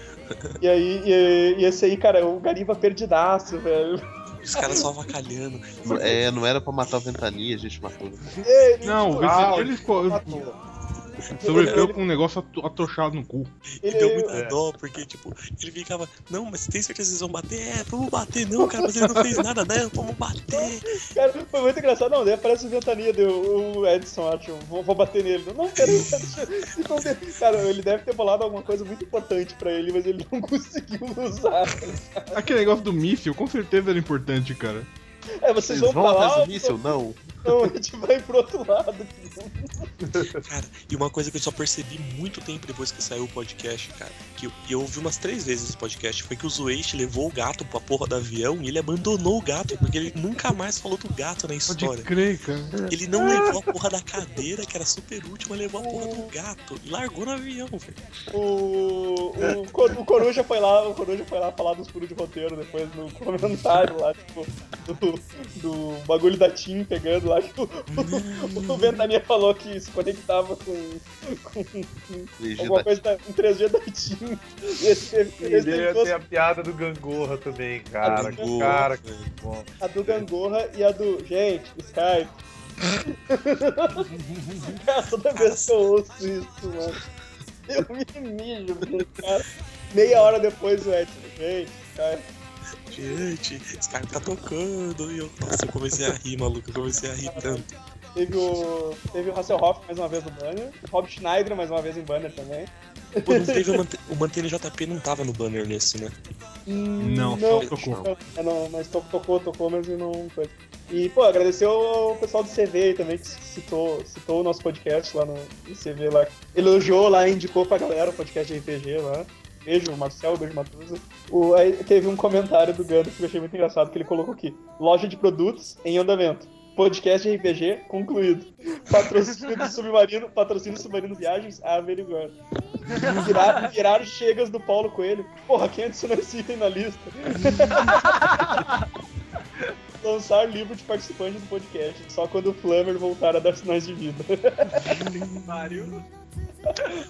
E aí, e, e esse aí, cara, o Gariba perdidaço, velho.
Os caras só avacalhando.
É, não era pra matar o Ventania, a gente matou.
Ele-
Não, o
Ah,
Vicente, ele ficou, sobreviveu com um negócio ato- atochado no cu.
E
Ele-
deu muita dó, porque, tipo, ele ficava, não, mas tem certeza que vocês vão bater? É, vamos bater, não, cara, mas ele não fez nada, né? Vamos bater.
Cara, foi muito engraçado. Não, daí aparece o Ventania, deu o Edson, acho. Vou, vou bater nele. Não, não, peraí, cara, deixa eu- não tem- Cara, ele deve ter bolado alguma coisa muito importante pra ele, mas ele não (laughs) conseguiu usar.
Aquele negócio do míssil, com certeza era importante, cara.
É,
Vocês
vocês, vão,
vão
pra
atrás
lá,
do míssil? Não.
não, a gente vai pro outro lado.
Cara, e uma coisa que eu só percebi muito tempo depois que saiu o podcast, cara, que eu, e eu ouvi umas três vezes esse podcast, foi que o Zueste levou o gato pra porra do avião e ele abandonou o gato, porque ele nunca mais falou do gato na
Pode
história.
crer, cara.
Ele não levou a porra da cadeira, que era super útil, mas levou a porra do gato. E largou no avião, velho.
O, o, Cor- o Coruja foi lá, o Coruja foi lá falar dos furos de roteiro depois no comentário lá, tipo, do, do bagulho da Tim pegando lá, que o, o, o Ventania falou que se conectava com- com Alguma coisa tá, um 3G da Tim. Esse, esse,
E
esse
deve
tem
ter a piada do Gangorra também, cara.
Gangorra,
cara, que
velho.
bom.
a do Gangorra e a do. Gente, Skype. (laughs) cara, toda vez que eu ouço isso, mano. Eu me mijo, velho, cara. Meia hora depois o Edson. Gente, Skype.
Gente, esse cara tá tocando. E eu, nossa, eu comecei a rir, maluco, eu comecei a rir tanto.
Teve o. Teve o Hasselhoff mais uma vez no banner. Rob Schneider mais uma vez em banner também.
Pô, não teve o, Mante... o Manteiga JP não tava no banner nesse, né?
Não,
não,
só tocou.
Não, é, não, mas to- tocou, tocou, mas não foi. E, pô, agradecer ao pessoal do CV aí também, que citou, citou o nosso podcast lá no, no CV lá. Elogiou lá, indicou pra galera o podcast de RPG lá. Beijo, Marcel, beijo, Matuza. O, aí teve um comentário do Gando que eu achei muito engraçado, que ele colocou aqui. Loja de produtos em andamento. Podcast de RPG concluído. Patrocínio do Submarino, patrocínio do Submarino Viagens a averiguar. Virar, viraram chegas do Paulo Coelho. Porra, quem adicionou esse item na lista? Lançar livro de participante do podcast, só quando o Flammer voltar a dar sinais de vida. (laughs)
Mario.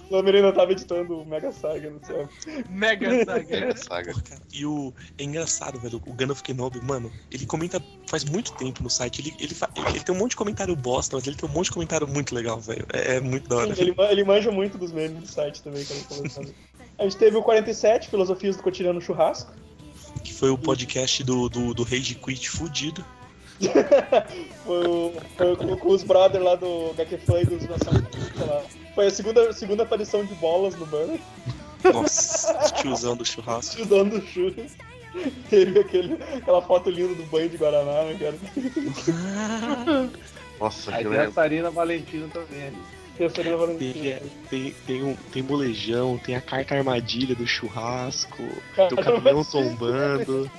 O Flammer ainda tava editando o Mega Saga, não sei.
Mega saga.
É,
assim.
saga.
Porra, cara. E o. É engraçado, velho. O Gandalf Kenobi, mano, ele comenta faz muito tempo no site. Ele, ele, fa- ele tem um monte de comentário bosta, mas ele tem um monte de comentário muito legal, velho. É, é muito da hora.
Ele, ma- ele manja muito dos memes do site também, que eu não falei, sabe? A gente teve o 47, Filosofias do Cotidiano Churrasco.
Que foi o podcast do, do, do Rage Quit fudido.
Foi, o- foi com, com os brothers lá do HQ Flan e dos Nação Crítica lá. Foi a segunda, segunda aparição de bolas no banner. (laughs)
Nossa, (laughs) tiozão do churrasco.
Tiozão do churras. Teve aquele, aquela foto linda do banho de Guaraná, né, cara?
Nossa,
Aí
aquilo
tem
é.
a Sarina Valentino também ali.
E essa galera falando assim,
Tem, (laughs) tem, tem, um, tem molejão, tem a carta armadilha do churrasco,
cara,
tem o caminhão
vocês-
tombando,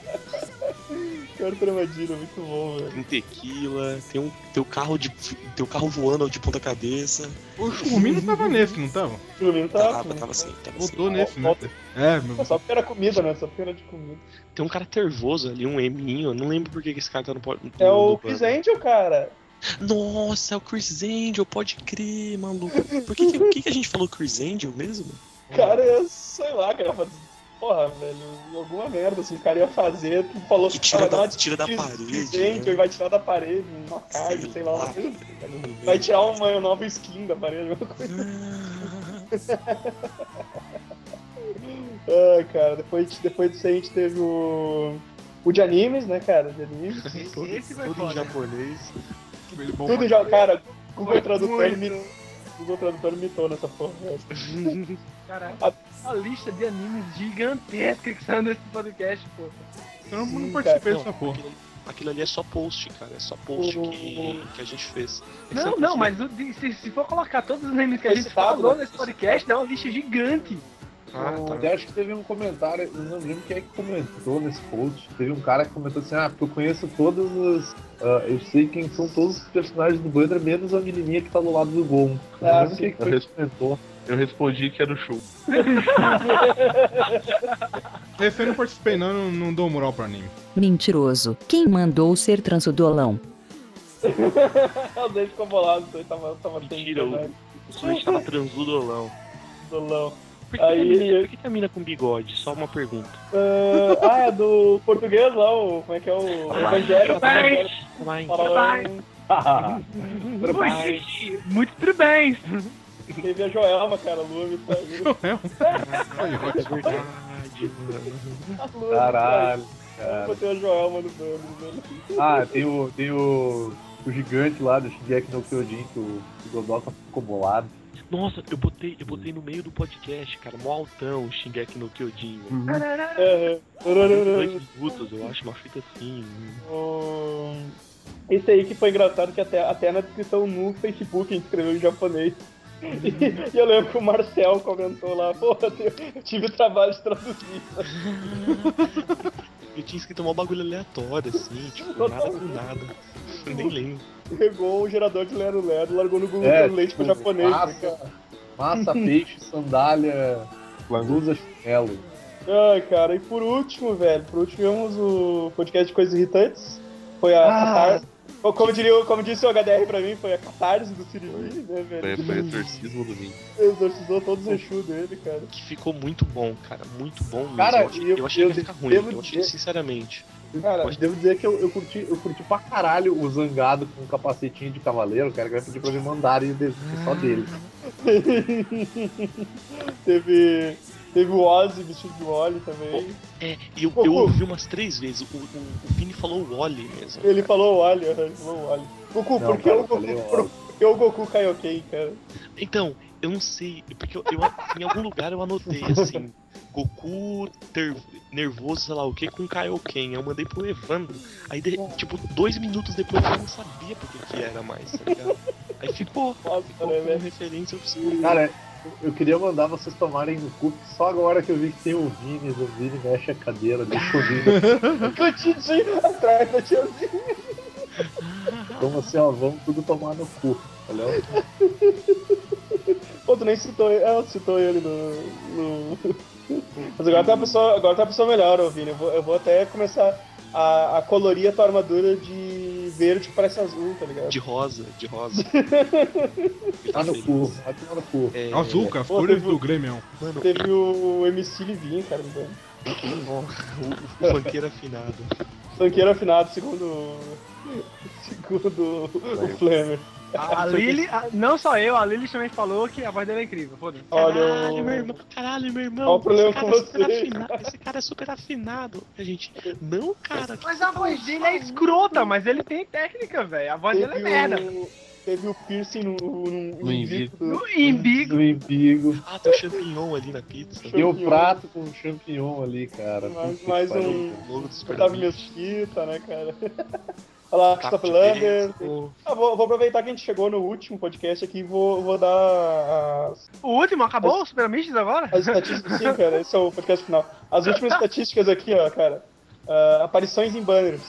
Cara, tremedilha, muito bom, velho.
tem tequila, tem, um, tem, o carro de, tem o carro voando de ponta cabeça.
O Chumino tava nesse, não tava?
O filme tá.
Tava, tava assim, tava assim.
Voltou nesse, né?
Volta.
É, meu.
Só porque era comida, né? Só porque era de comida.
Tem um cara nervoso ali, um eminho, eu não lembro por que que esse cara tá no pod.
É o Chris Angel, cara.
Nossa, é o Chris Angel, pode crer, maluco. Por
(laughs)
que, que, por que, que a gente falou Chris Angel mesmo?
Cara, eu sei lá, cara. Porra, velho, alguma merda assim, o cara ia fazer, tu falou
Que tira
"Ah,
da-
não,
tira da
diz-
parede,
diz Angel,
né?
e vai tirar da parede, uma carga, sei, lá. Vai tirar uma nova skin da parede, alguma coisa.
(laughs)
Ai, cara, depois, depois disso aí a gente teve o. O de animes, né, cara? De animes.
Esse vai
Tudo em
foda.
japonês.
Foi bom
Tudo
pra-
já, cara, Google
Foi
Tradutor,
muito.
imitou, Google Tradutor imitou nessa porra. velho.
Cara, a lista de animes gigantesca que saiu nesse podcast, pô.
Eu não
Sim,
participei
cara,
dessa porra.
Aquilo, aquilo ali é só post, cara. É só post que, que a gente fez. É que
Não,
sabe
não,
que-
mas o de- se, se for colocar todos os animes que a
Foi
gente
citado,
falou
né?
nesse podcast, dá uma lista gigante.
Ah,
Eu
tá.
até acho que teve um comentário, eu não lembro quem é que comentou nesse post. Teve um cara que comentou assim: Ah, porque eu conheço todas as. ah, eu sei quem são todos os personagens do Banner, menos a menininha que tá do lado do Gon. Eu não
Ah,
lembro quem
sim.
que foi que comentou.
Eu respondi que era o show.
Esse eu não participei, não, não, não dou moral pra anime.
Mentiroso. Quem mandou ser transudolão?
(laughs) O Dave ficou bolado, então ele tava, tava
Mentira,
tentando, né,
O Switch tava transudolão.
Dolão.
Por que,
Aí-
que a mina, por que que a mina com bigode? Só uma pergunta.
Ah, ah, é do português lá, o, como é que é o Evangelho?
Parabéns.
Vai.
Falaram-
Ui, gente, Muito parabéns.
Teve a Joelma, cara, a Lua tá me saiu.
Foi
É
ótimo.
verdade, mano.
A Lua me
Caralho,
saiu. Eu
cara.
botei a Joelma no né? bando, velho.
Ah, tem o. Tem o... O gigante lá do Shigeki no Kyojin, que o que o Godoka ficou bolado.
Nossa, eu botei, eu botei no meio do podcast, cara. Mó altão o Shingeki no Kyojin. mano.
Hum.
Dois
Aham.
minutos, eu acho, uma fita assim. hum.
O- Hum, Esse aí que foi engraçado, que até, até na descrição no Facebook a gente escreveu em japonês. E, e eu lembro que o Marcel comentou lá, porra, eu tive trabalho de traduzir.
Eu tinha escrito um bagulho
(laughs)
aleatório, assim, tipo, nada com nada. Eu nem lembro.
Pegou o gerador de Lero Lero, largou no Google
É,
Translate pro
tipo,
japonês. né, cara?
Massa, massa peixe,
(laughs)
sandália, blusa, chinelo.
Ai, cara, e por último, velho, por último tivemos o podcast de Coisas Irritantes. Foi a
Ah!
catarse. Ou Como, diria, o- como disse o HDR pra mim, foi a catarse do Siriri, né,
Foi,
velho?
foi exorcismo do mim.
Exorcizou todos os Exu dele, cara.
Que ficou muito bom, cara. Muito bom mesmo.
Cara,
eu, achei,
eu-
eu achei
eu
que ia ficar ruim.
devo
Eu achei,
dizer-
sinceramente.
Cara,
Pode-
devo dizer que eu, eu, curti, eu curti pra caralho o zangado com o capacetinho de cavaleiro, cara, que vai pedir pra me mandarem o desenho só
(laughs)
dele.
teve, teve o Ozzy vestido de Wally também.
É, e eu,
Ô,
eu
Gu.
ouvi umas três vezes. O, o, o Vini falou o Oli mesmo.
Ele falou Wally, aham, ele falou Wally. Goku,
Não,
por que
cara,
o
eu
Goku,
falei
por,
Wally.
por que o Goku Kaioken, cara?
Então, eu não sei, porque eu, eu- em algum lugar eu anotei
(laughs)
assim, Goku ter- nervoso, sei lá o que, com Kaioken. Eu mandei pro Evandro. Aí, de- tipo, dois minutos depois eu não sabia porque que era mais, tá ligado?
(laughs)
Aí ficou,
Nossa,
ficou
né,
como
velho?
referência obscura.
Cara, eu- eu queria mandar vocês tomarem no cu, porque só agora que eu vi que tem o Vini, o Vini mexe a cadeira, deixa o
(laughs)
Vini.
O Titi atrás da tiazinha.
Então assim, ó, vamos tudo tomar no cu. Olha, ó.
Pô, tu nem citou ele. Ah, citou ele no. no- Mas agora tá uma pessoa, agora tá uma pessoa melhor, ô Vini. Eu vou, eu vou até começar a, a colorir a tua armadura de verde que parece azul, tá ligado?
De rosa, de
(laughs)
rosa. Ele tá
tá no
feliz.
cu, vai tomar no cu.
É,
Azul, cara, as
Pô,
cores
teve-
do Grêmio.
Mano,
Teve o MC Livinho, cara. Então.
ó, o, o funkeiro afinado.
Tanqueiro afinado, segundo. (laughs) Segundo o Flamer. Ah,
A Lily, a- não só eu, a Lily também falou que a voz dela é incrível. Foda-se.
Olha
Caralho, meu
o.
irmão. Caralho, meu irmão.
Qual o problema com
é super
você?
afinado, esse cara é super afinado. A gente, não, cara. que
Mas a voz dele é escrota, mas ele tem técnica, velho. A voz dele é merda.
o, teve o piercing no, no, no,
No
umbigo do-
No imbigo.
Do embigo.
Ah,
um
tem o champignon ali na pizza.
E o prato com o champignon ali, cara.
Mais-
Puta que
mais
pariu,
um-
cara.
O logo dos
Davi Mesquita, né, cara? (laughs) Olha
Tá
lá, Costa Flamer. Ah, vou, vou aproveitar que a gente chegou no último podcast aqui e vou, vou dar as,
O último, acabou o Super Amigos agora?
as estatísticas. Sim, cara, esse é o podcast final. As últimas estatísticas aqui, ó, cara. Ah, aparições em banners.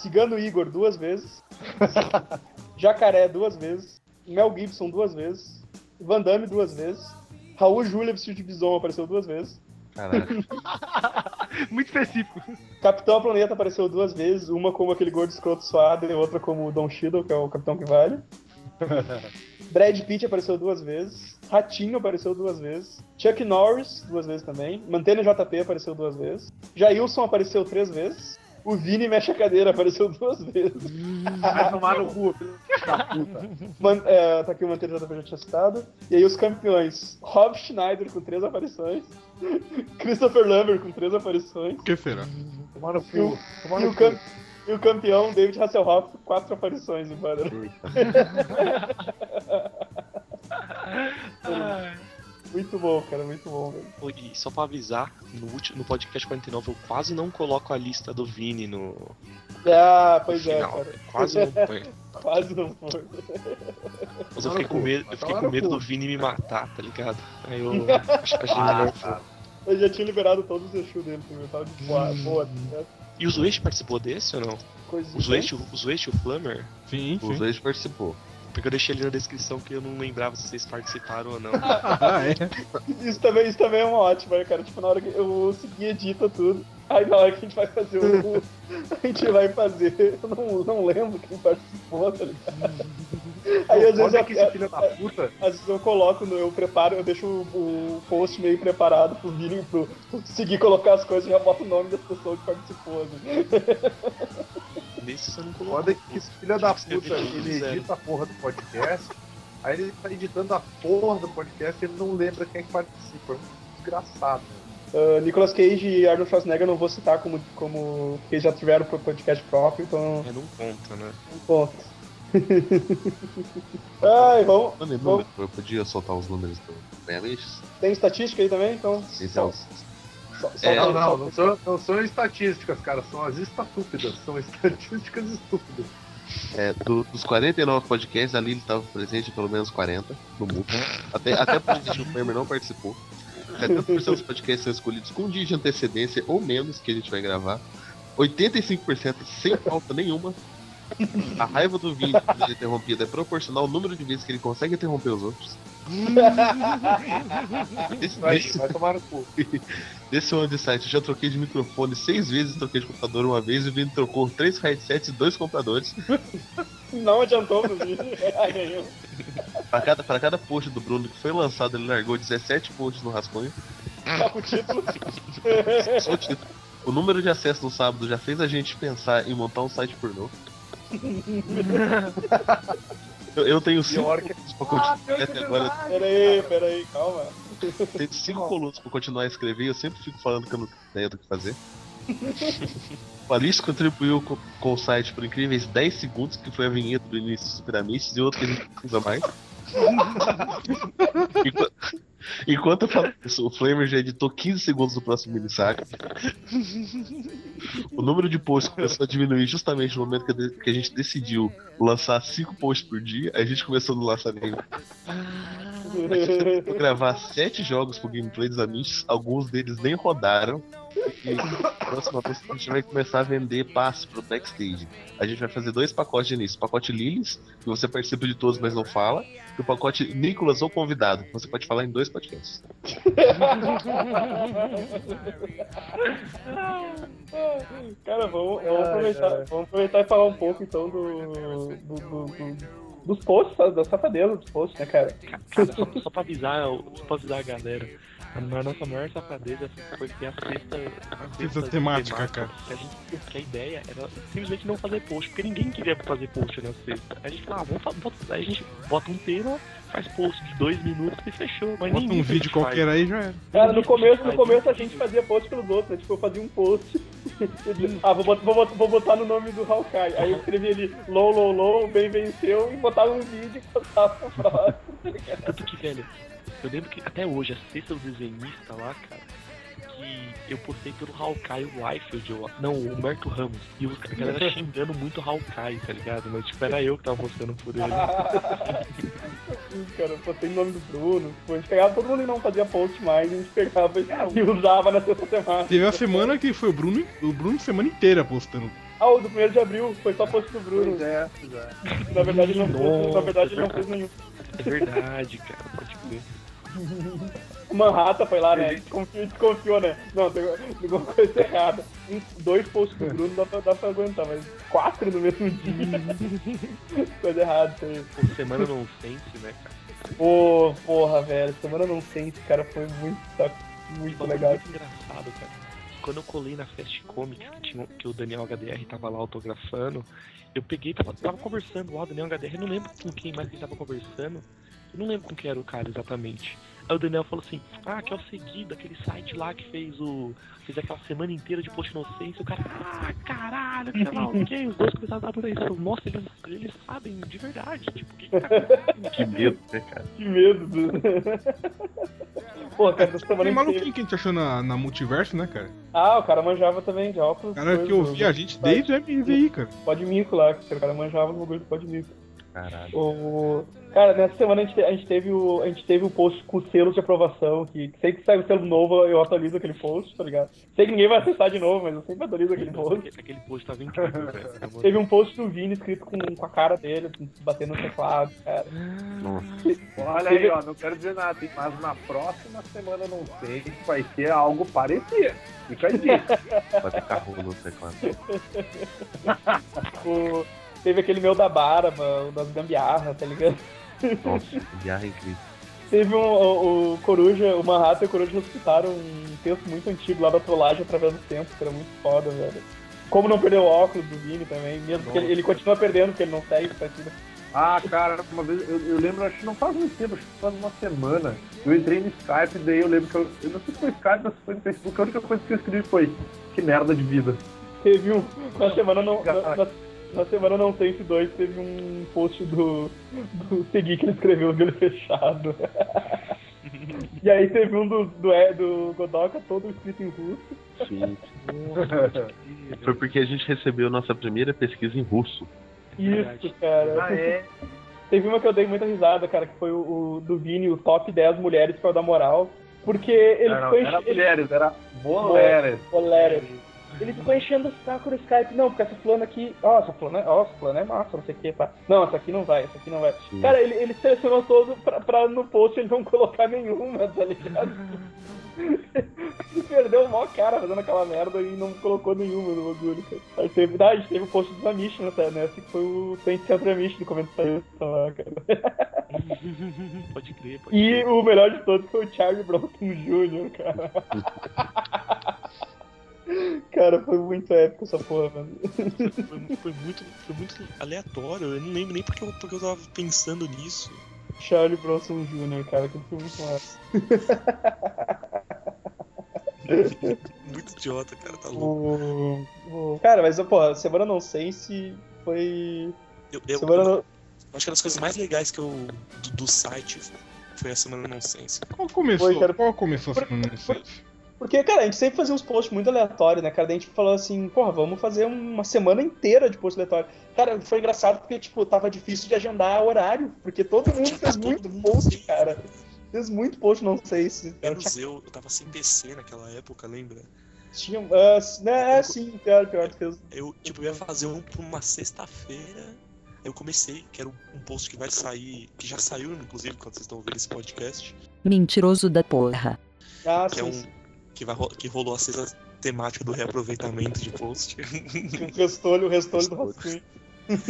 Cigano Igor duas vezes. Jacaré duas vezes. Mel Gibson duas vezes. Van Damme duas vezes. Raul Júlia vestido de bison apareceu duas vezes.
Caralho.
(laughs) Muito específico.
Capitão Planeta apareceu duas vezes, uma como aquele gordo escroto suado e outra como o Don Cheadle, que é o Capitão que vale. Brad Pitt apareceu duas vezes, Ratinho apareceu duas vezes, Chuck Norris duas vezes também, Mantendo JP apareceu duas vezes, Jailson apareceu três vezes, o Vini mexe a cadeira apareceu (laughs) duas vezes. Ah,
Vai tomar no cu. Da puta.
Man- é, tá aqui o Mantendo JP já tinha citado. E aí os campeões, Rob Schneider com três aparições, (laughs) Christopher Lambert com três aparições,
O que será?
Tomar no
e o,
cu. Tomar
e
no
o
cu.
cam- e o campeão, David Hasselhoff, quatro aparições em quadra.
Ah.
Muito bom, cara, muito bom, velho.
Pô, E só pra avisar, no, último, no podcast 49 eu quase não coloco a lista do Vini no, no
Ah, pois é,
final.
cara. (laughs)
Quase não põe.
Quase não foi.
Mas eu fiquei com medo, eu fiquei com medo do Vini me matar, tá ligado? Aí eu
(laughs)
achei
Ah,
melhor.
tá.
Eu já tinha liberado todos os Exu dele também. Eu tava de boa,
Hum.
boa, né?
E o Zueste participou desse ou não?
Coisinha.
O Zueste, o Zueste, o Flammer?
Sim,
Os
sim.
dois participou.
Porque eu deixei ele na descrição que eu não lembrava se vocês participaram ou não.
Ah, é.
Isso também, isso também é uma ótima, cara. Tipo, na hora que eu segui, edita tudo. Aí na hora que a gente vai fazer o.
(laughs)
a gente vai fazer. Eu não, não lembro quem participou, tá ligado?
Hum.
Aí às vezes,
é
Olha
eu,
que esse filho da puta.
(laughs) às vezes eu coloco, no, eu preparo, eu deixo o, o post meio preparado pro Vini, pro, pro seguir colocar as coisas e já boto o nome das pessoas que participou. Assim.
Nesse você não colocou.
Foda que esse filho da
Tinha que
puta,
é escrever tudo do
ele
um zero.
edita a porra do podcast, aí ele tá editando a porra do podcast e ele não lembra quem é que participa. É muito desgraçado.
Uh, Nicolas Cage e Arnold Schwarzenegger eu não vou citar como, como porque eles já tiveram pro- podcast próprio, então
É, não conta, né?
não conta. (laughs) Ai, vamos,
Mano, e número? Eu podia soltar os números do Bemiches?
tem estatística aí também, então.
Então,
Só- só-
É,
não,
só-
não, não são, não são estatísticas, cara, são as estatúpidas, são estatísticas (laughs) estúpidas.
é, do- dos 49 podcasts, a Lili tava presente em pelo menos 40, no mundo. Até, até por isso que o Kramer não participou. É, 70% dos podcasts são escolhidos com um dia de antecedência ou menos que a gente vai gravar. 85% sem falta nenhuma. A raiva do Vini por ser interrompido é proporcional ao número de vezes que ele consegue interromper os
(laughs)
outros. Nesse,
Vai,
nesse-
vai tomar no cu.
Nesse ano de site, eu já troquei de microfone seis vezes, troquei de computador uma vez, e o Vini trocou três headsets e dois computadores.
Não adiantou pro vídeo. (laughs) Ai, ganhou.
Pra cada, pra cada post do Bruno que foi lançado, ele largou 17 posts no rascunho.
Tá com o título.
Só o título. O número de acessos no sábado já fez a gente pensar em montar um site pornô. eu, eu tenho cinco
Ah, Pior que- é
colunas pra continuar até agora.
Pera aí, pera aí, calma.
eu Tenho cinco colunas pra continuar a escrever e eu sempre fico falando que eu não tenho do que
(laughs)
fazer. O Alice contribuiu co- com, o site por incríveis 10 segundos, que foi a vinheta do início do Super Amistos, e outro que a gente usa mais. Enquanto, enquanto eu falo isso, o Flamer já editou 15 segundos do próximo minissaco. O número de posts começou a diminuir justamente no momento que, a de- que a gente decidiu lançar 5 posts por dia, aí a gente começou a não lançar nenhum. Vou gravar 7 jogos pro gameplay dos Amistos, alguns deles nem rodaram. E próxima vez a gente vai começar a vender passe pro backstage. A gente vai fazer dois pacotes de início. O pacote Lilies, que você participa de todos, mas não fala. E o pacote Nicolas ou convidado, que você pode falar em dois podcasts.
Cara, vamos, vamos, aproveitar, vamos aproveitar e falar um pouco então do. do- do- do- dos posts, da safadeza dos posts, né, cara?
Cara, só, só pra avisar, eu- só pra avisar a galera, a ma- nossa maior safadeza foi ter a sexta. A
Sexta temática, cara.
Que a, gente- que a ideia era simplesmente não fazer post, porque ninguém queria fazer post na sexta. A gente falava, ah, vamos fa- bota, aí a gente bota um tema, faz post de dois minutos e fechou. Mas
Bota
ninguém
um vídeo
faz.
qualquer aí já era.
Cara, no começo, no começo a gente fazia post pelos outros, né? Tipo, eu fazia um post. eu dizia, (laughs) ah, vou botar, vou, botar, vou botar no nome do Hawkeye. Aí eu escrevia ali, low, low, low, bem venceu, e botava um vídeo e postava pra frase.
Tanto que, velho, eu lembro que até hoje, a sexta do desenhista lá, cara, que eu postei pelo Hawkeye o Liefeld, eu- não, o Humberto Ramos. E os- a galera xingando muito o Hawkeye, tá ligado? Mas, tipo, era eu que tava postando por ele.
Sim, assim, cara, eu botei o nome do Bruno. Tipo, a gente pegava todo mundo e não fazia post mais, a gente pegava e- (laughs) e usava na sexta temática.
Teve uma semana que foi o Bruno, o Bruno semana inteira postando.
Ah, o do primeiro de abril, foi só post do Bruno.
Pois é, pois é.
Na verdade, ele não, fez- na
Nossa,
verdade, ele não fez nenhum.
É verdade, cara, pode crer.
O Manhattan foi lá, né? Desconfiou, desconfiou, né? Não, tem alguma coisa errada. Um, dois posts do Bruno dá pra, dá pra aguentar, mas quatro no mesmo dia. coisa errada isso aí.
Por semana não sente, né, cara?
Pô, porra, velho. Semana não sente, cara. Foi muito, saco-
Um
muito
bagulho
legal.
muito engraçado, cara. Quando eu colei na Fast Comics, que, tinha, um, que o Daniel HDR tava lá autografando, eu peguei, tava, tava conversando lá, o Daniel HDR, eu não lembro com quem mais ele tava conversando, eu não lembro com quem era o cara exatamente. Aí o Daniel falou assim, ah, que é o seguido, aquele site lá que fez o. fez aquela semana inteira de post inocência, o cara, ah, caralho, que sei lá o quê, os dois começaram a dar por isso. Nossa, eles, eles sabem de verdade, tipo, o que que tá acontecendo?
Que medo, né, cara?
Que medo. Bruno. Pô, cara, essa semana
Tem
inteira.
maluquinho que a gente achou na, na multiverso, né, cara?
Ah, o cara manjava também de óculos.
O cara que ouvia a gente desde o MVI, cara.
Pode mico lá, cara. O cara manjava no bagulho do pode mico.
Caralho.
O... Cara, nessa semana a gente, te- a gente teve o, a gente teve o post com selos de aprovação, que sempre que sai o selo novo eu atualizo aquele post, tá ligado? Sei que ninguém vai acessar de novo, mas eu sempre atualizo aquele post.
é Aquele, aquele post tava incrível, velho. na
(laughs)
moral.
Teve um post do Vini escrito com, com a cara dele, assim, batendo no teclado, cara.
Olha aí, ó, não quero dizer nada, hein, mas na próxima semana não sei que vai ter algo parecido. Fica aí.
Vai ter carro no teclado.
O- Tipo, Teve aquele meu da Barba, o das gambiarras, tá ligado?
(laughs) Nossa, viagem incrível.
Teve um, o, o Coruja, o Manhattan e o Coruja ressuscitaram um texto muito antigo lá da trollagem através do tempo, que era muito foda, velho. Como não perder o óculos do Vini também, mesmo que ele, ele continua perdendo, porque ele não segue a partida.
Ah, cara, uma vez, eu, eu lembro, acho que não faz muito tempo, acho que faz uma semana, eu entrei no Skype, daí eu lembro que eu, eu não sei se foi Skype ou se foi no Facebook, a única coisa que eu escrevi foi, que merda de vida.
Teve um. Na semana não. Na, na, na semana não tem esse dois, teve um post do. do Segui que ele escreveu de olho fechado. e aí teve um do, do, é, do Godoka todo escrito em russo.
Gente. Foi porque a gente recebeu nossa primeira pesquisa em russo.
É
Isso, cara.
Ah, é?
Teve uma que eu dei muita risada, cara, que foi o, o do Vini, o top 10 mulheres pra eu dar moral. Porque ele
Não, não,
ficou
era
enche- ele-
mulheres, era boleres.
mulheres. Ele ficou enchendo o saco no Skype. Não, porque essa fulana aqui. Ó, essa fulana, é- ó, essa fulana é massa, não sei o que, pá. Não, essa aqui não vai, essa aqui não vai.
Sim.
Cara, ele, ele selecionou todo pra, pra no post ele não colocar nenhuma, tá ligado? Ele perdeu o maior cara fazendo aquela merda e não colocou nenhuma no bagulho, cara. Aí teve, ah, a gente teve o post dos Amish nessa, nessa que foi o 20 Centro Amish no comentário tá lá, cara.
Pode crer, pode
E
crer.
o melhor de todos foi o Charlie Bronson Jr., cara. cara, foi muito épico essa porra, mano.
Foi, mu- foi muito, foi muito (laughs) aleatório, eu não lembro nem porque eu, porque eu tava pensando nisso.
Charlie Bronson Jr., cara, que foi muito massa.
Muito idiota, cara, tá louco.
O- o- Cara, mas, porra, Semana Não Sei se foi...
Eu, eu-
Semana Não...
eu acho que uma das coisas mais legais que eu. do, do site foi a Semana Nonsense.
Qual começou?
Foi, cara.
Qual começou a semana inocente?
Porque, cara, a gente sempre fazia uns posts muito aleatórios, né, cara? Daí a gente falou assim, porra, vamos fazer um, uma semana inteira de post aleatório. Cara, foi engraçado porque, tipo, tava difícil de agendar horário, porque todo mundo fez muito post, cara. Fez muito post, não sei se... Cara,
Menos eu, eu tava sem PC naquela época, lembra?
Tinha. ah, né, é, sim, pior, pior que fez.
Eu, tipo, eu ia fazer um pra uma sexta-feira. Eu comecei, que era um post que vai sair, que já saiu, inclusive, quando vocês estão ouvindo esse podcast,
Mentiroso da porra.
Ah,
que é
sim,
um. que, vai, ro- que rolou a sexta temática do reaproveitamento de
(laughs)
post.
sim, o restolho, o restolho do Rascunho.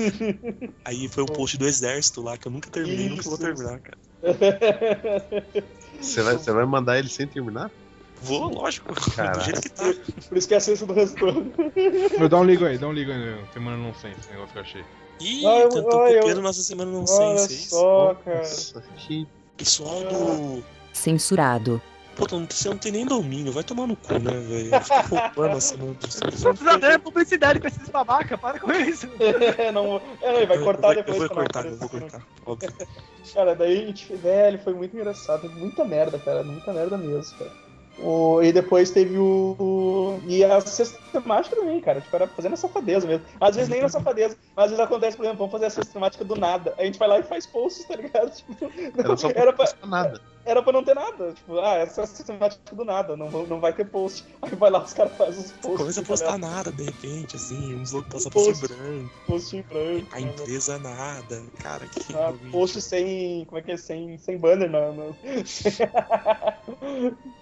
(laughs) Aí foi o post do exército lá, que eu nunca terminei, nunca vou
Isso.
terminar, cara.
Você vai, você vai mandar ele sem terminar?
Vou, lógico,
Caraca.
do jeito que tá.
(laughs) Por isso que é a ciência do restolho.
Meu, dá um ligo aí, dá um ligo aí, meu. Semana não sei, esse negócio que eu achei.
Ih,
Ah, eu-
tanto
ah, eu-
copiando nossa semana não
Olha
sei.
só, cara. (laughs)
Nossa, que
Pessoal do.
Censurado.
Pô, tu não- você não tem nem domínio, vai tomar no cu, né,
(laughs)
velho? Fica roubando a semana do
Não precisa dar publicidade com esses babaca, para com isso.
não, é, ele vai cortar
eu
depois.
vou,
né?
eu vou
que não
cortar, eu
aparecer.
vou cortar. Óbvio.
Cara, daí a gente. Velho, foi muito engraçado. Muita merda, cara. Muita merda mesmo, cara. O, e depois teve o, o- E a cesta temática também, cara. Tipo, era fazendo a safadeza mesmo. Às vezes nem era safadeza, mas às vezes acontece, por exemplo, vamos fazer a cesta temática do nada. A gente vai lá e faz posts, tá ligado? (laughs) Tipo, não-
Era só pra
era, pra,
não nada.
era pra não ter nada. Tipo, ah, essa é a cesta temática do nada, não, vão- não vai ter post. Aí vai lá, os caras fazem os posts.
Começa a
tá
postar
ligado?
nada, de repente, assim, uns loucos passam
Post.
por branco,
Post em branco.
tá
a
né?
empresa nada, cara, que
Ah,
bagulho.
post sem. Como é que é? Sem, sem banner, não. não. (laughs)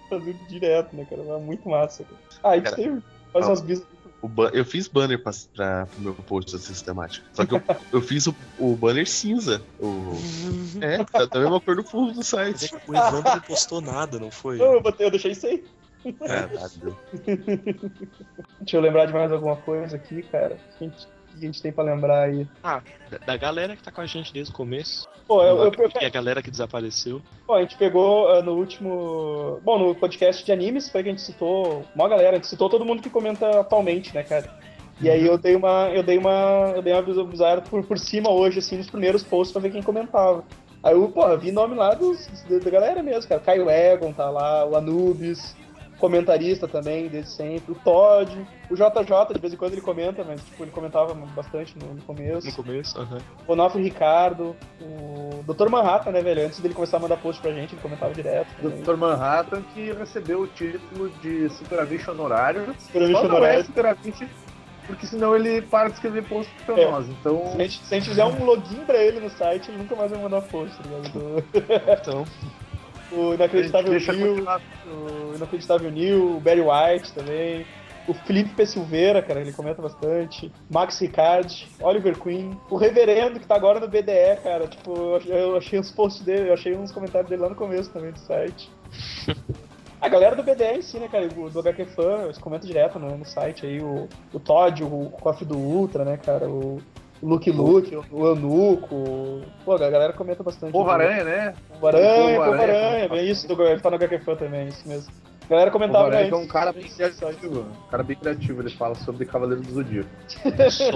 Fazendo direto, né, cara? Era Muito massa. Cara. Ah, e
Cara,
teve. Faz
ó.
umas bis.
O ban- Eu fiz banner pra, pra, pro meu post da sistemática. Só que eu, eu fiz o, o banner cinza. O, é, tá da mesma cor do fundo do
Mas é
site.
que o Evandro não postou nada, não foi?
Não, eu, botei, eu deixei isso aí.
Caralho.
Deixa eu lembrar de mais alguma coisa aqui, cara. O que a gente, o que a gente tem pra lembrar aí?
Da, da galera que tá com a gente desde o começo.
Pô, eu, eu- eu-
E a galera que desapareceu.
Bom, a gente pegou ah, no último. Bom, no podcast de animes foi que a gente citou uma galera, a gente citou todo mundo que comenta atualmente, né, cara? E aí eu dei uma. Eu dei uma. Eu dei uma visualizada por, por cima hoje, assim, nos primeiros posts pra ver quem comentava. Aí eu, porra, vi nome lá dos, da- da galera mesmo, cara. Caio Egon tá lá, o Anubis, comentarista também, desde sempre, o Todd, o JJ, de vez em quando ele comenta, mas tipo, ele comentava bastante no, no começo.
No começo,
né?
aham.
Onofre Ricardo, o Dr. Manhattan, né, velho? Antes dele começar a mandar post pra gente, ele comentava direto. também.
Dr. Manhattan que recebeu o título de Super Amish honorário.
Super Amish
Só não
honorário.
é Super Amish, porque senão ele para de escrever post pra
É.
nós. Então,
Se a, gente, se a gente fizer um login pra ele no site, ele nunca mais vai mandar post, tá ligado? Do-
Então,
(laughs) O
a gente
Inacreditável
deixa
Neil,
continuar.
o Inacreditável Neil, o Barry White também. O Felipe P. Silveira, cara, ele comenta bastante. Max Ricard, Oliver Queen. O Reverendo, que tá agora no BDE, cara. Tipo, eu ach- eu achei uns posts dele, eu achei uns comentários dele lá no começo também do
(laughs)
site. A galera do BDE em si, né, cara? O do HQ Fan, eles comentam direto no, no site aí. O, o Todd, o Coffee do Ultra, né, cara? O Luke Luke, o, o Eunuco. Pô, a galera comenta bastante.
Povo Aranha, né?
Povo Aranha,
Povo
Povo
Aranha.
Aranha. bem isso, do, ele tá no HQ Fan também, isso mesmo. A galera
Povo
comentava
Aranha que é
antes.
um cara bem criativo. Um cara bem criativo. Ele fala sobre Cavaleiro do Zodíaco.
só.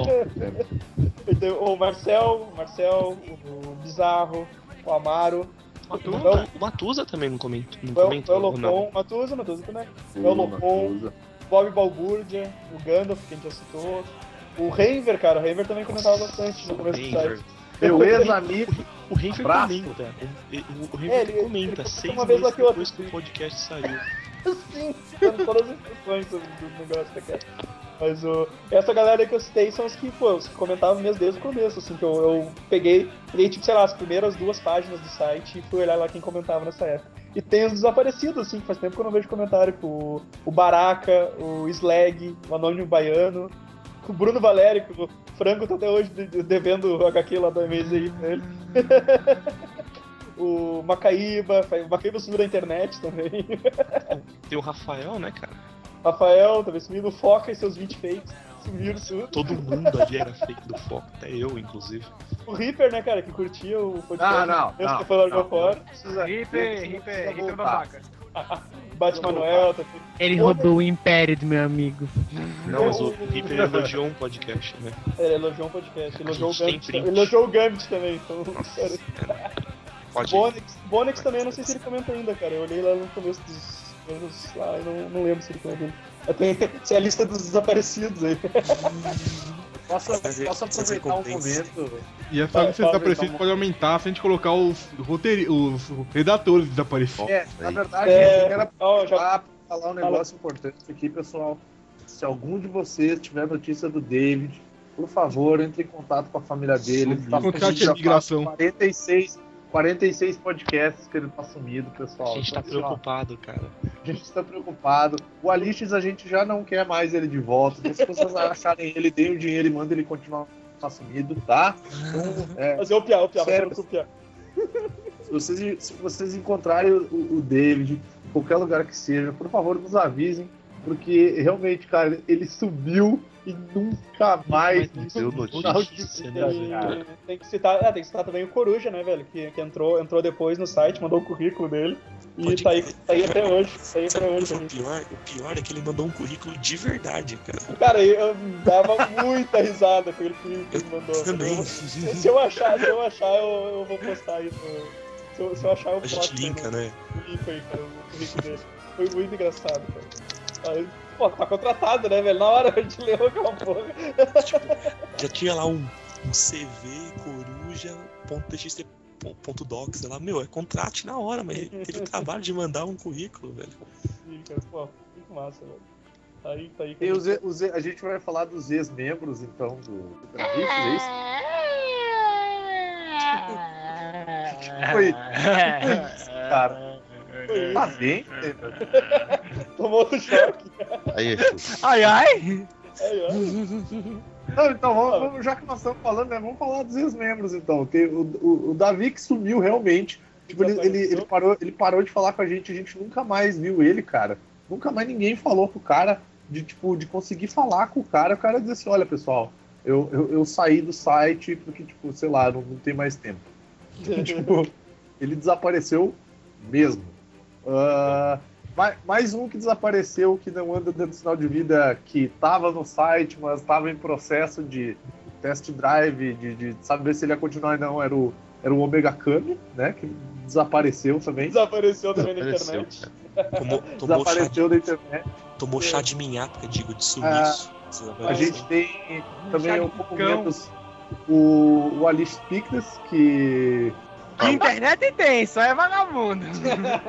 Então, O Marcel, o Marcel, o Bizarro, o Amaro,
O Matu-
Então-
o Matusa também não comenta. Não
o El,
comenta
o El
ou não.
Locon, Matusa, Matusa também, É o Lopon.
Matusa.
Bob Balbúrdia, o Gandalf, que a gente já citou, o Raver, cara, o Raver também comentava bastante no começo do
Raver.
site.
Meu ex-amigo.
O Renfer
Abraço.
comenta. né? O, o, o Renfer
É, ele-
comenta.
ele
seis
uma vez
meses
aqui, ó.
depois que o podcast saiu.
Sim, dando todas as instruções do, do negócio, né, cara. Mas o, essa galera aí que eu citei são os que, pô, os que comentavam mesmo desde o começo, assim, que eu, eu peguei, peguei, tipo, sei lá, as primeiras duas páginas do site e fui olhar lá quem comentava nessa época. E tem os desaparecidos, assim, que faz tempo que eu não vejo comentário, que o, o Baraka, o Slag, o Anônimo Baiano, o Bruno Valério, que o Franco tá até hoje de- de- devendo o HQ lá do mês aí pra ele. (laughs) o Macaíba, o Macaíba subiu na internet também.
(laughs) Tem o Rafael, né, cara?
Rafael, também sumindo, foca em seus 20 fakes. Sumiram tudo.
Todo mundo ali era fake do foco. Até eu, inclusive.
O Reaper, né, cara, que curtia o podcast.
Ah, não,
Eu
não,
que foi largou
não.
fora.
Hiper, hiper, hiper
voltar.
babaca.
Batmanuel, tá tudo.
Ele
Porra.
roubou o Império do meu amigo.
Não,
Não, mas o Renfer elogiou um podcast, né?
Ele elogiou um podcast, elogiou o
gente tem
Gambit.
print.
Elogiou o Gambit também, então. Cara.
Pode ir.
Bonex, Bonex também, eu não sei se ele comenta ainda, cara. Eu olhei lá no começo dos anos lá, eu não, não lembro se ele comenta ainda. Eu tenho- Essa é a lista dos
(laughs)
desaparecidos aí.
Posso,
Mas é-
posso
essas
aproveitar um
recompensas.
momento?
E é essa
Fala-
lista
fala,
desaparecida
Vitão.
pode aumentar se a gente colocar os, roteiri- os redatores desaparecidos.
É, na verdade,
É.
eu quero
Ó, já
aproveitar pra falar um negócio importante aqui, pessoal. Se algum de vocês tiver notícia do David, por favor, entre em contato com a família dele. Tá-
Contate
a gente já
a migração.
faz 46, 46 podcasts que ele tá sumido, pessoal.
A gente tá
Então, assim, ó,
preocupado, cara.
A gente tá preocupado. O Alix a gente já não quer mais ele de volta. Então, se vocês acharem ele, deem o dinheiro e manda ele continuar sumido, tá? Então, é,
fazer o piá, o piá, vai
Sério?
fazer o piá.
se, vocês, se vocês encontrarem o, o David, em qualquer lugar que seja, por favor, nos avisem. Porque realmente, cara, ele subiu e nunca mais.
Deu notícia.
notícia, né, velho?
E tem que citar, ah, tem que citar também o Coruja, né, velho? Que, que entrou, entrou depois no site, mandou o currículo dele. E
Pode
tá aí,
crer.
tá aí até hoje. Tá
Sabe
aí até
o que
hoje.
foi o pior? O pior é que ele mandou um currículo de verdade, cara.
Cara, eu dava muita risada com ele que ele mandou.
Também.
Eu- Se eu achar, se eu achar, eu, eu vou postar aí no. Se eu, se eu achar, eu
A
posto.
gente linka,
aí
né?
no- no link aí, cara, o currículo dele. Foi muito engraçado, cara. Aí, pô, tá contratado, né, velho? Na hora a gente leu aquela porra.
Já tinha lá um, um CV, coruja, ponto TXT, pon- ponto doc, sei lá. Meu, é contrate na hora, mas ele teve o trabalho de mandar um currículo, velho.
Sim, cara, pô, muito massa, velho. Aí tá aí.
E os, e- os e- a gente vai falar dos ex-membros, então, do Superamix, é isso? Foi. Cara. Tá bem?
Tomou um choque.
Aí, Exu.
(laughs) Ai, ai!
Aí, ó.
Hum. Não, então, vamos, vamos- já que nós estamos falando, né, vamos falar dos ex-membros, então. Tem o, o, o Davi que sumiu realmente. Tipo, ele, ele, ele parou, ele parou de falar com a gente, a gente nunca mais viu ele, cara. Nunca mais ninguém falou com o cara, de tipo, de conseguir falar com o cara, o cara dizer assim, olha, pessoal, eu, eu, eu saí do site porque, tipo, sei lá, não, não tem mais tempo. tipo, ele desapareceu mesmo. Ah, mais, mais um que desapareceu, que não anda dando sinal de vida, que tava no site, mas tava em processo de test drive, de, de saber se ele ia continuar ou não, era o, era o Omega Kami, né? Que desapareceu também.
Desapareceu também na
Apareceu,
internet.
cara.
Tomou, tomou, chá, de,
Desapareceu da internet.
tomou chá de minhaca, digo, de sumiço.
Ah,
Você vai
A
ver.
gente tem também
Chá
um
de
pouco
picão.
menos o, o Alice Pickness, que
Tá,
Que internet tem, só é vagabundo.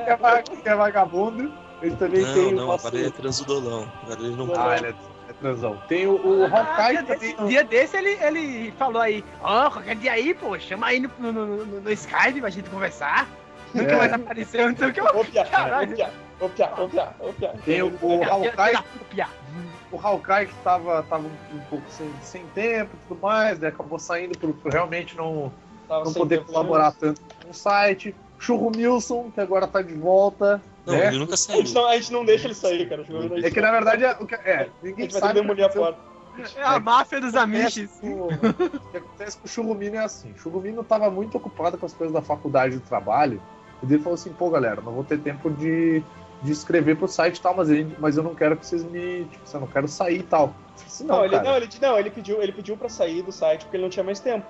é, va- que é vagabundo. Ele também
Não,
tem
não,
o
agora ele é
nosso...
transudolão. Agora ele não
Ah,
pode.
ele é, é transão. Tem o, o Hawkeye
Ah, dia
também.
desse,
não-
dia desse ele, ele falou aí, ó, qualquer dia aí, pô, chama aí no, no, no, no- no Skype pra gente conversar. Nunca
É.
mais apareceu, então que eu...
Ô, piá,
Caralho.
ô, piá, ô, piá, ô, piá, ô, piá.
Tem o, o Hawkeye
Piá.
o Hawkeye que tava, tava um, um pouco sem, sem tempo e tudo mais, né? Acabou saindo por, por realmente não,
Tava
não
sem
poder
tempo. né?
colaborar tanto com o site. Churro Milson, que agora tá de volta.
Não,
né?
ele nunca
A
saiu.
gente, não, a gente não deixa ele sair, cara. Jogando
É que na verdade é, o que- é
a
ninguém
gente vai ter que
sabe.
demolir a porta.
É a máfia dos
então.
amiches.
O que acontece com o Churrumino é assim: o Churrumino estava muito ocupado com as coisas da faculdade e do trabalho, e ele falou assim: pô, galera, não vou ter tempo de, de escrever pro site e tal, mas, ele- mas eu não quero que vocês me. Tipo, assim, eu não quero sair e tal. Eu falei assim,
Não,
não,
ele,
cara.
não, ele, não, ele pediu, ele pediu pra sair do site porque ele não tinha mais tempo.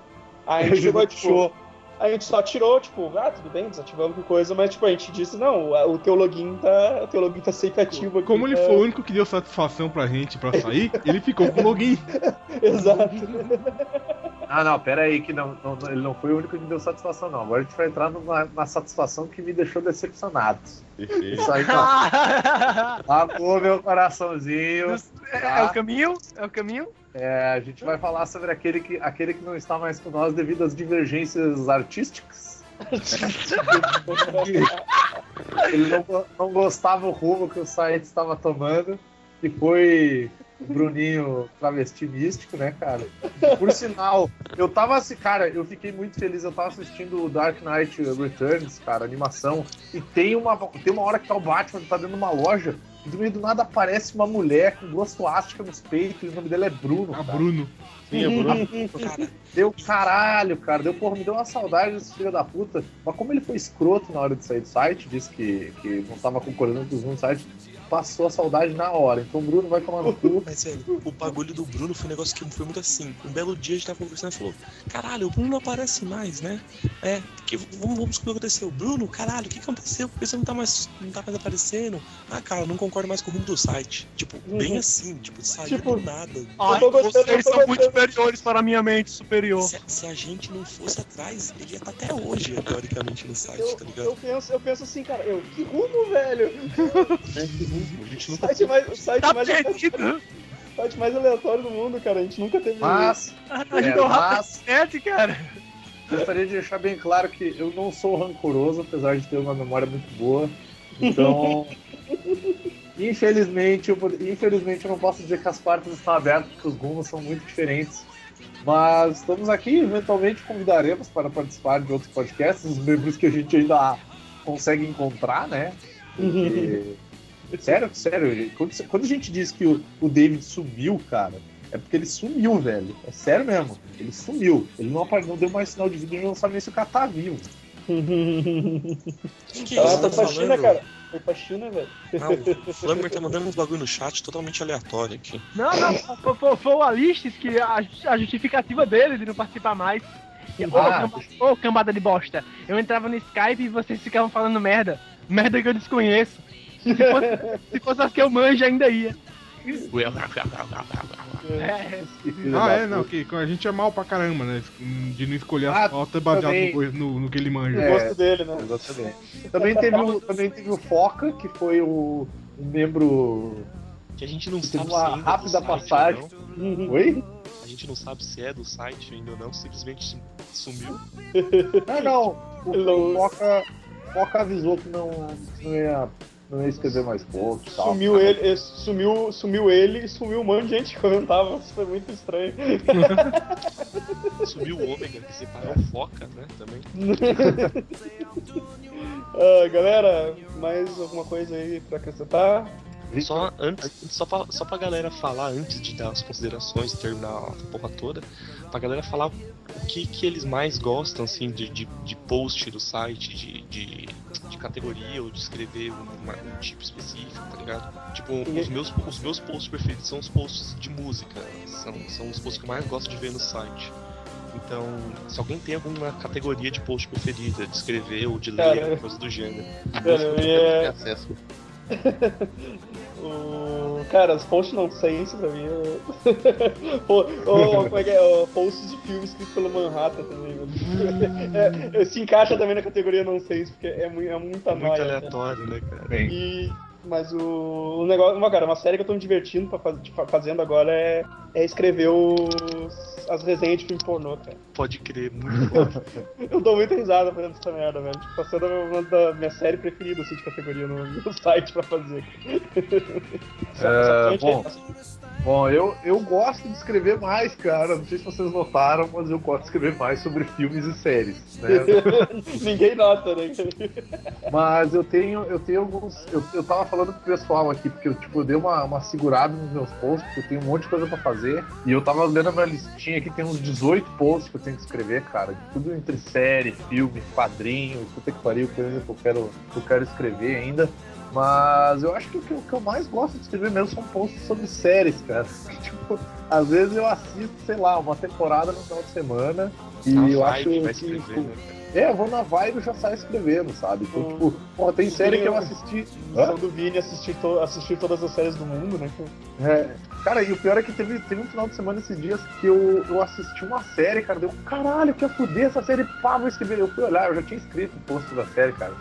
(laughs)
Aí a
Ele
gente chegou,
deixou.
tipo, a gente só tirou, tipo, ah, tudo bem, desativamos que coisa, mas tipo, a gente disse, não, o- o teu login tá. O teu login tá sempre ativo aqui.
Tipo, Como ele
tá-
foi o único que deu satisfação pra gente pra sair, ele ficou com o login.
(laughs)
(laughs)
Exato.
Ah, não, pera aí, que não, não- não- ele não foi o único que me deu satisfação, não. Agora a gente vai entrar numa, na satisfação que me deixou decepcionado. Isso aí, não. então. (laughs)
(laughs)
Lavou meu coraçãozinho.
é, é o caminho? É o caminho?
É, a gente vai falar sobre aquele que, aquele que não está mais com nós devido às divergências artísticas. Ele não, go- não gostava do rumo que o site estava tomando, que foi o Bruninho travesti místico, né, cara? Por sinal, eu tava assim, cara, eu fiquei muito feliz, eu tava assistindo o Dark Knight Returns, cara, animação, e tem uma, tem uma hora que tá o Batman, tá dentro de uma loja, e do meio do nada aparece uma mulher com duas suásticas nos peitos, e o nome dela é Bruno,
A
cara.
Bruno.
Sim, é Bruno.
Cara,
Deu caralho, cara. Deu, porra, me deu uma saudade desse filho da puta. Mas como ele foi escroto na hora de sair do site, disse que, que não tava concordando com os números do site, passou a saudade na hora. Então o Bruno vai tomar no
(laughs)
cu.
(laughs) mas velho, o bagulho do Bruno foi um negócio que foi muito assim. Um belo dia a gente tava conversando e falou: Caralho, o Bruno não aparece mais, né? É, que, vamos, vamos ver o que aconteceu. Bruno, caralho, o que aconteceu? Por que você não tá mais, não tá mais aparecendo? Ah, cara, eu não concordo mais com o rumo do site. Tipo, bem assim, tipo, saiu
Uhum. Tipo,
do nada.
Ai, tô gostando, vocês eu tô são muito gostando.
superiores para minha mente superior.
Se, se a gente não fosse atrás, ele ia estar até hoje, teoricamente, no site,
Eu,
tá
eu
ligado?
penso, eu penso assim, cara, eu, que rumo, velho?
A gente
O
nunca
site mais, o site
Tá
mais,
perdido.
o site mais aleatório do mundo, cara. A gente nunca teve.
Mas, é,
Ajudou rápido
mas
internet, cara.
gostaria de deixar bem claro que eu não sou rancoroso, apesar de ter uma memória muito boa. Então. Infelizmente eu, pod- infelizmente, eu não posso dizer que as portas estão abertas, porque os rumos são muito diferentes. Mas estamos aqui, eventualmente convidaremos para participar de outros podcasts, os membros que a gente ainda consegue encontrar, né?
(laughs)
Porque- É. sério, sério, quando, quando a gente diz que o, o David sumiu, cara, é porque ele sumiu, velho. É sério mesmo, ele sumiu. Ele não, apare- não deu mais sinal de vida, ele não sabe nem se o cara tá vivo.
Que que é
Ah,
isso?
foi
Tá
pra China,
falando?
cara. Foi pra China, velho.
Ah, o Flammer tá mandando uns bagulho no chat totalmente aleatório aqui.
Não, não, foi, foi- foi o Alice que a, a justificativa dele de não participar mais. Ô,
Ah.
camba- ô, cambada de bosta, eu entrava no Skype e vocês ficavam falando merda. Merda que eu desconheço. Se fosse, se fosse as que eu manjo, ainda ia. É,
(laughs) Ah, é, não, que a gente é mal pra caramba, né? De não escolher as
Ah,
pautas baseado
também.
no, coisa- no, no que ele manja.
É.
Gosto dele, né?
Exatamente. Também teve, o, também teve o Foca, que foi o um membro.
Que a gente não
Teve
sabe
uma
se ainda é do
tá
rápida
site ou
passagem.
não.
Oi?
A gente não sabe se é do site ainda ou não, simplesmente sumiu.
Não, não. O, o Foca, o Foca avisou que não, que não, ia, não ia escrever mais pouco.
Sumiu ele, eh, sumiu, sumiu ele e sumiu um monte de gente que comentava. Isso foi muito estranho. (laughs)
Sumiu o
né?
ômega, que separou o foca, né? Também.
Ah, galera, mais alguma coisa aí pra acrescentar?
Só, antes, só, pra, só pra galera falar, antes de dar as considerações, terminar a porra toda, pra galera falar o que, que eles mais gostam, assim, de, de, de post do site, de, de, de categoria, ou de escrever uma- um tipo específico, tá ligado? Tipo, os meus, os meus posts preferidos são os posts de música, são, são os posts que eu mais gosto de ver no site. Então, se alguém tem alguma categoria de post preferida, de escrever ou de ler,
Cara,
coisa do gênero.
Cara, eu ia-
tipo acesso.
o- Cara, os posts não sense pra mim. eu- (laughs) Pô, ô, como é que é? Ô, Posts de filmes escritos pelo Manhattan também. mano. (laughs) É, se encaixa também na categoria não sense, porque é, mu- é muita
Hum. Muito
noia. cara.
aleatório, né, cara?
E- mas o, o negócio, uma, cara, uma série que eu tô me divertindo pra faz- de fa- fazendo agora é, é escrever os- as resenhas de filme pornô, cara.
Pode crer,
(laughs)
muito
Eu dou muita risada fazendo essa merda, velho. Tipo, tá sendo uma da minha série preferida, assim, de categoria no, no (laughs) site pra
(laughs)
fazer.
É,
frente
bom.
aí,
Bom, eu, eu gosto de escrever mais, cara. Não sei se vocês notaram, mas eu gosto de escrever mais sobre filmes e séries. Né?
(laughs) Ninguém nota, né?
Mas eu tenho, eu tenho alguns. Eu, eu tava falando pro pessoal aqui, porque eu, tipo, eu dei uma, uma segurada nos meus posts, porque eu tenho um monte de coisa pra fazer. E eu tava olhando a minha listinha aqui, tem uns 18 posts que eu tenho que escrever, cara. de Tudo entre série, filme, quadrinho, puta que pariu, coisa que eu quero, que eu quero escrever ainda. Mas eu acho que o que, eu- o que eu mais gosto de escrever mesmo são posts sobre séries, cara. (laughs) Tipo, às vezes eu assisto, sei lá, uma temporada no final de semana. E
Na
Tá,
eu
vibe,
acho
vai
que.
escrever,
tipo,
né?
é, eu vou na vibe e já saio escrevendo, sabe? Então,
Hum.
tipo, pô, tem série que eu assisti. Hã?
Missão do Vini assistir, to- assistir todas as séries do mundo, né?
É. Cara, e o pior é que teve, teve um final de semana esses dias que eu, eu assisti uma série, cara. Deu, caralho, que ia fuder essa série, pá, vou escrever. Eu fui olhar, eu já tinha escrito o posto da série, cara.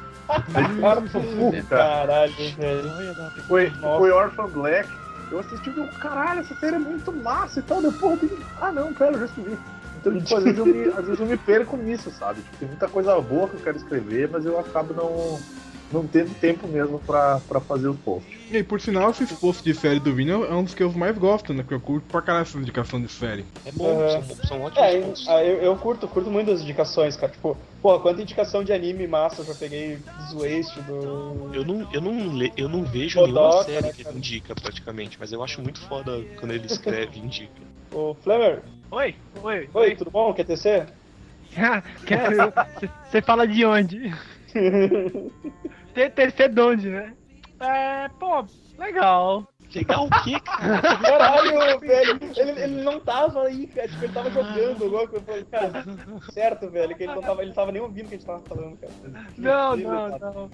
Cara, puta.
Caralho, velho.
Foi, foi Orphan Black. Eu assisti e eu, caralho, essa série é muito massa e tal. Deu, porra, tem... ah não, pera, eu já escrevi. Então, tipo, às vezes, eu me, às vezes eu me perco nisso, sabe? Tipo, tem muita coisa boa que eu quero escrever, mas eu acabo não, não tendo tempo mesmo pra, pra fazer o post.
E aí, por sinal, esses posts de série do Vini é um dos que eu mais gosto, né? Porque eu curto pra caralho essa indicação de série.
É bom,
Aham.
são, são ótimos
É,
pontos.
ah, eu, eu curto, curto muito as indicações, cara. Tipo, porra, quanta indicação de anime massa eu já peguei do Waste, do.
Eu não, eu não, le- eu não vejo
Godoka,
nenhuma série
né,
que
cara?
ele indica praticamente, mas eu acho muito foda quando ele escreve e indica.
Ô, Flamer,
Oi, oi,
oi, tudo bom? Quer tecer?
Ah, Quero. Você fala de onde? Te- TC de onde, né? É, pô, legal.
Legal o quê, cara?
(laughs)
Caralho, velho, ele, ele não tava aí, cara. Tipo, ele tava jogando alguma coisa. Eu falei, cara, certo, velho, que ele não tava, ele tava nem ouvindo o que a gente tava falando, cara.
Não,
Incrível,
não,
cara.
não.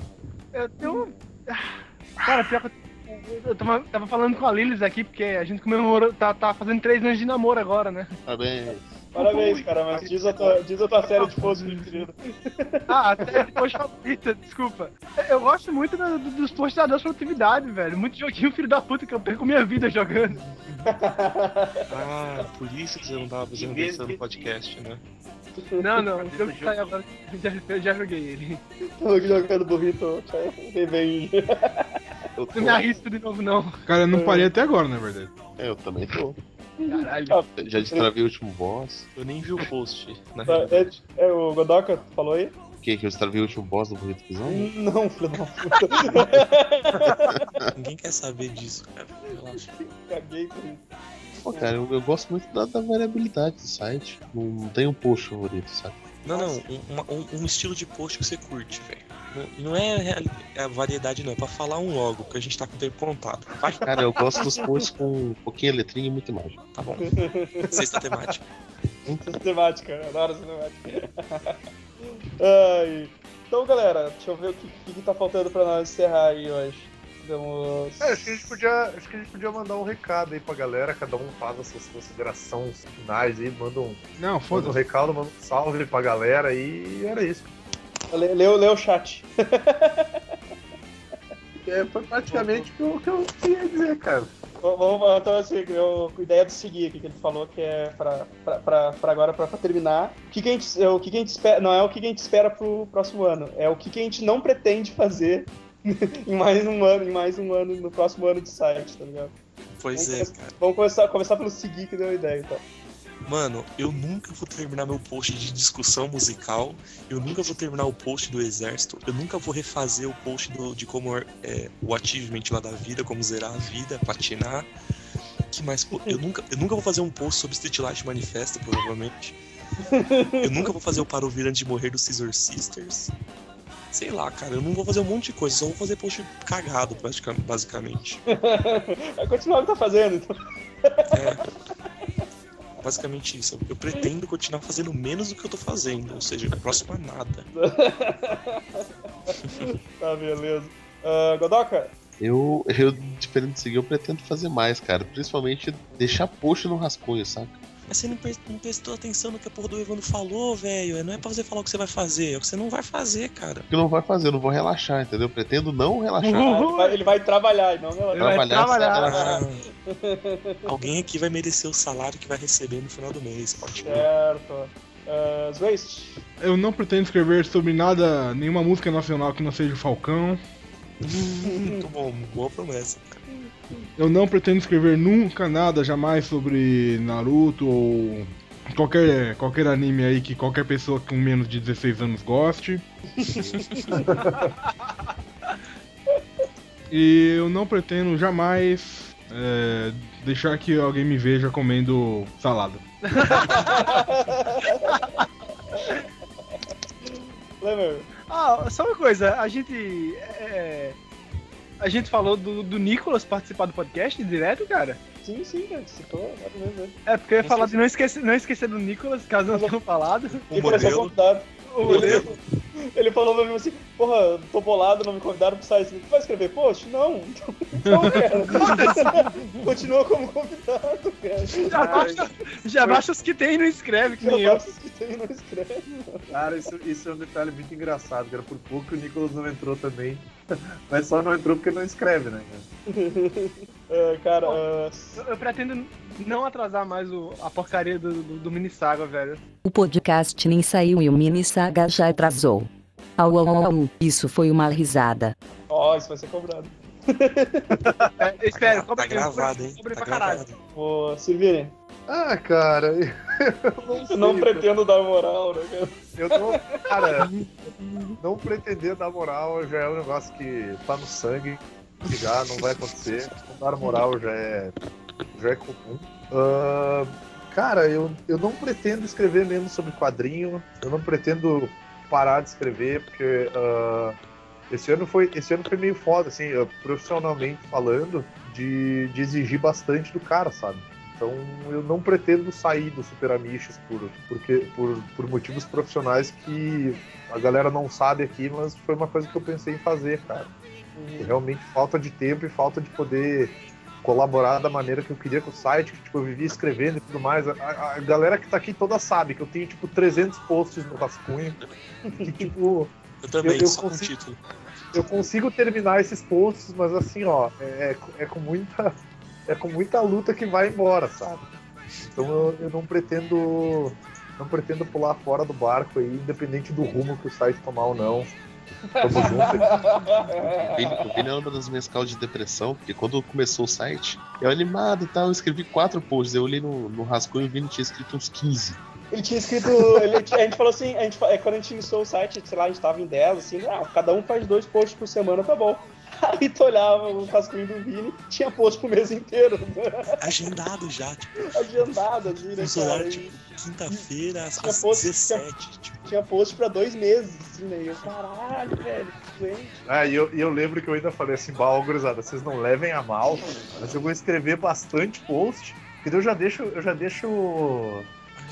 Eu tenho. Ah, Cara, pior que eu- eu tava, tava falando com a Lilis aqui, porque a gente comemorou, tá, tá fazendo três anos de namoro agora, né?
Tá bem.
Parabéns, cara, mas diz a tua, diz a tua série de posts, meu querido.
Ah, até hoje favorita, desculpa. Eu gosto muito do- do- dos posts da nossa produtividade, velho. Muito joguinho filho da puta que eu perco minha vida jogando.
Ah, por isso que você não tava fazendo isso no podcast, né?
Não, não, o jogo que saiu agora, eu já, eu já joguei ele.
Tô jogando burrito, tchau, revenge.
Eu,
Não me
tô,
arrisco de novo, não.
Cara, eu não parei até agora, na verdade.
é, eu também tô.
Caralho.
Ah,
Já destravei o último boss.
Eu nem vi o post, na
Tá,
realidade.
É, é o Godoka, tu falou aí?
O que? Que eu destravei o último boss do Bonito Pisão?
Não, filho da puta.
Ninguém quer saber disso, cara. Relaxa.
Caguei com isso.
Pô, cara, eu, eu gosto muito da, da variabilidade do site. Não, não tem um post favorito, sabe?
Não, não, um, uma- um- um estilo de post que você curte, velho. Não- Não é reali- a variedade, não, é pra falar um logo, porque a gente tá com o tempo contado. Vai,
Cara, eu gosto dos posts com um pouquinho de letrinha e muita imagem.
tá bom. Sexta temática. (laughs)
Cinemática, eu adoro cinemática. Ai. Então, galera, deixa eu ver o que, o que que tá faltando pra nós encerrar aí hoje. Vamos.
É, acho que, a gente podia, acho que a gente podia mandar um recado aí pra galera, cada um faz as suas considerações finais aí, manda um,
Não,
manda um
foda-se.
recado, manda um salve pra galera aí, e era isso.
Le- Leu, leu o chat.
É, foi praticamente o que eu- o que eu queria dizer, cara.
Vamos- Vamos, então, assim, eu, a ideia do seguir aqui que ele falou, que é pra, pra, pra, pra agora, pra, pra terminar. O que, que a gente, é, o que, que a gente espera, não é o que, que a gente espera pro próximo ano, é o que, que a gente não pretende fazer (laughs) em mais um ano, em mais um ano, no próximo ano de site, tá ligado?
Pois é, cara.
Vamos começar, começar pelo seguir que deu a ideia, então.
Mano, eu nunca vou terminar meu post de discussão musical, eu nunca vou terminar o post do exército, eu nunca vou refazer o post do- de como é, o achievement lá da vida, como zerar a vida, platinar. Que mais? Pô, eu nunca, eu nunca vou fazer um post sobre Street Light Manifesto, provavelmente. Eu nunca vou fazer o Para Ouvir Antes de Morrer do Scissor Sisters. Sei lá, cara, eu não vou fazer um monte de coisa, só vou fazer post cagado, pratica- basicamente.
Vai continuar o que tá fazendo, então.
Basicamente isso. Eu pretendo continuar fazendo menos do que eu tô fazendo, ou seja, próximo a nada.
Tá, beleza. Ah, Godoka,
Eu, eu, diferente de seguir, eu pretendo fazer mais, cara. Principalmente deixar post no rascunho, saca?
Mas você não, pres- não prestou atenção no que a porra do Evandro falou, velho. Não é pra você falar o que você vai fazer, é o que você não vai fazer, cara.
Que não vai fazer, eu não vou relaxar, entendeu? Eu pretendo não relaxar.
Uhul.
Ah, ele vai, ele vai trabalhar, e não,
Ele
né?
vai
Trabalhar,
trabalhar.
trabalhar.
Alguém aqui vai merecer o salário que vai receber no final do mês. pode crer.
Certo. Ah, Zwaist,
Eu não pretendo escrever sobre nada, nenhuma música nacional que não seja o Falcão.
Muito bom, boa promessa.
Eu não pretendo escrever nunca nada, jamais sobre Naruto ou qualquer, qualquer anime aí que qualquer pessoa com menos de 16
(laughs)
anos goste. e eu não pretendo jamais é, deixar que alguém me veja comendo salada.
Lemer,
Ah, só uma coisa, a gente. é, a gente falou do, do Nicolas participar do podcast direto, cara.
sim, sim, cara, citou, várias vezes, né?
É, porque eu ia
Não
falar
sei
de não esquecer, não esquecer do Nicolas, caso não
(laughs)
tenham falado.
O
Ele começou a
modelo.
convidado.
O
Ele, ele falou pra mim assim, porra, tô bolado, não me convidaram pro site. Tu vai escrever post?
(laughs)
Não. Então, então,
é,
cara, continua como convidado, cara.
Já baixa, já baixa os que tem e não escreve, que nem
Eu
eu.
faço que tem não escreve.
Cara, isso, isso é um detalhe muito engraçado, cara. Por pouco que o Nicolas não entrou também. (laughs) Mas só não entrou porque não escreve, né? cara?
Ah, cara, ah,
Eu, eu pretendo não atrasar mais o- a porcaria do, do, do mini saga, velho.
O podcast nem saiu e o mini saga já atrasou. Au, au, au, au, isso foi uma risada.
ó, isso vai ser cobrado.
É, eu
tá, gra-
espero,
tá
cobre-
gravado, hein?
cobre
Tá
pra caralho.
gravado.
Ô, Silvini,
Ah, cara, eu não sei,
eu não
assim,
cara.
pretendo dar moral, né, cara?
Eu tô, cara, não pretender dar moral já é um negócio que tá no sangue, que já não vai acontecer. Não dar moral já é, já é comum. Ahn, cara, eu, eu não pretendo escrever menos sobre quadrinho, eu não pretendo parar de escrever, porque ah, esse, ano foi, esse ano foi meio foda, assim, eu, profissionalmente falando, de, de exigir bastante do cara, sabe? Então eu não pretendo sair do Super Amiches por, porque, por, por motivos profissionais que a galera não sabe aqui, mas foi uma coisa que eu pensei em fazer, cara. Realmente falta de tempo e falta de poder colaborar da maneira que eu queria com o site, que tipo, eu vivia escrevendo e tudo mais. A- A, a galera que tá aqui toda sabe que eu tenho tipo 300 posts no rascunho. Que, tipo,
Eu também,
Eu- eu
só com o
consigo-
título.
eu consigo terminar esses posts, mas assim, ó, é, é com muita (laughs) é com muita luta que vai embora, sabe? Então eu, eu não pretendo não pretendo pular fora do barco aí, independente do rumo que o site tomar ou não. Tamo junto.
O Vini- O Vini é uma das minhas causas de depressão, porque quando começou o site, eu animado e tal, eu escrevi quatro posts, eu olhei no, no rascunho e o Vini tinha escrito uns 15.
(laughs) Ele tinha escrito. ele tinha- a gente falou assim, a gente, fa- é, quando a gente iniciou o site, sei lá, a gente tava em 10, assim, ah, cada um faz dois posts por semana, tá bom. (laughs) Aí tu olhava o rascunho do Vini, tinha post pro mês inteiro, (laughs) né?
Agendado já, tipo,
agendado, assim, né, cara?
funcionário,
E
tipo, quinta-feira, às
Tinha
às
posto-
17. Tipo,
Tinha post pra dois meses, assim, né? E eu, caralho, velho, gente.
Ah, e eu, e eu lembro que eu ainda falei assim, bah, ô, gurizada, vocês não levem a mal, mas eu vou escrever bastante post, porque daí eu já deixo, eu já deixo.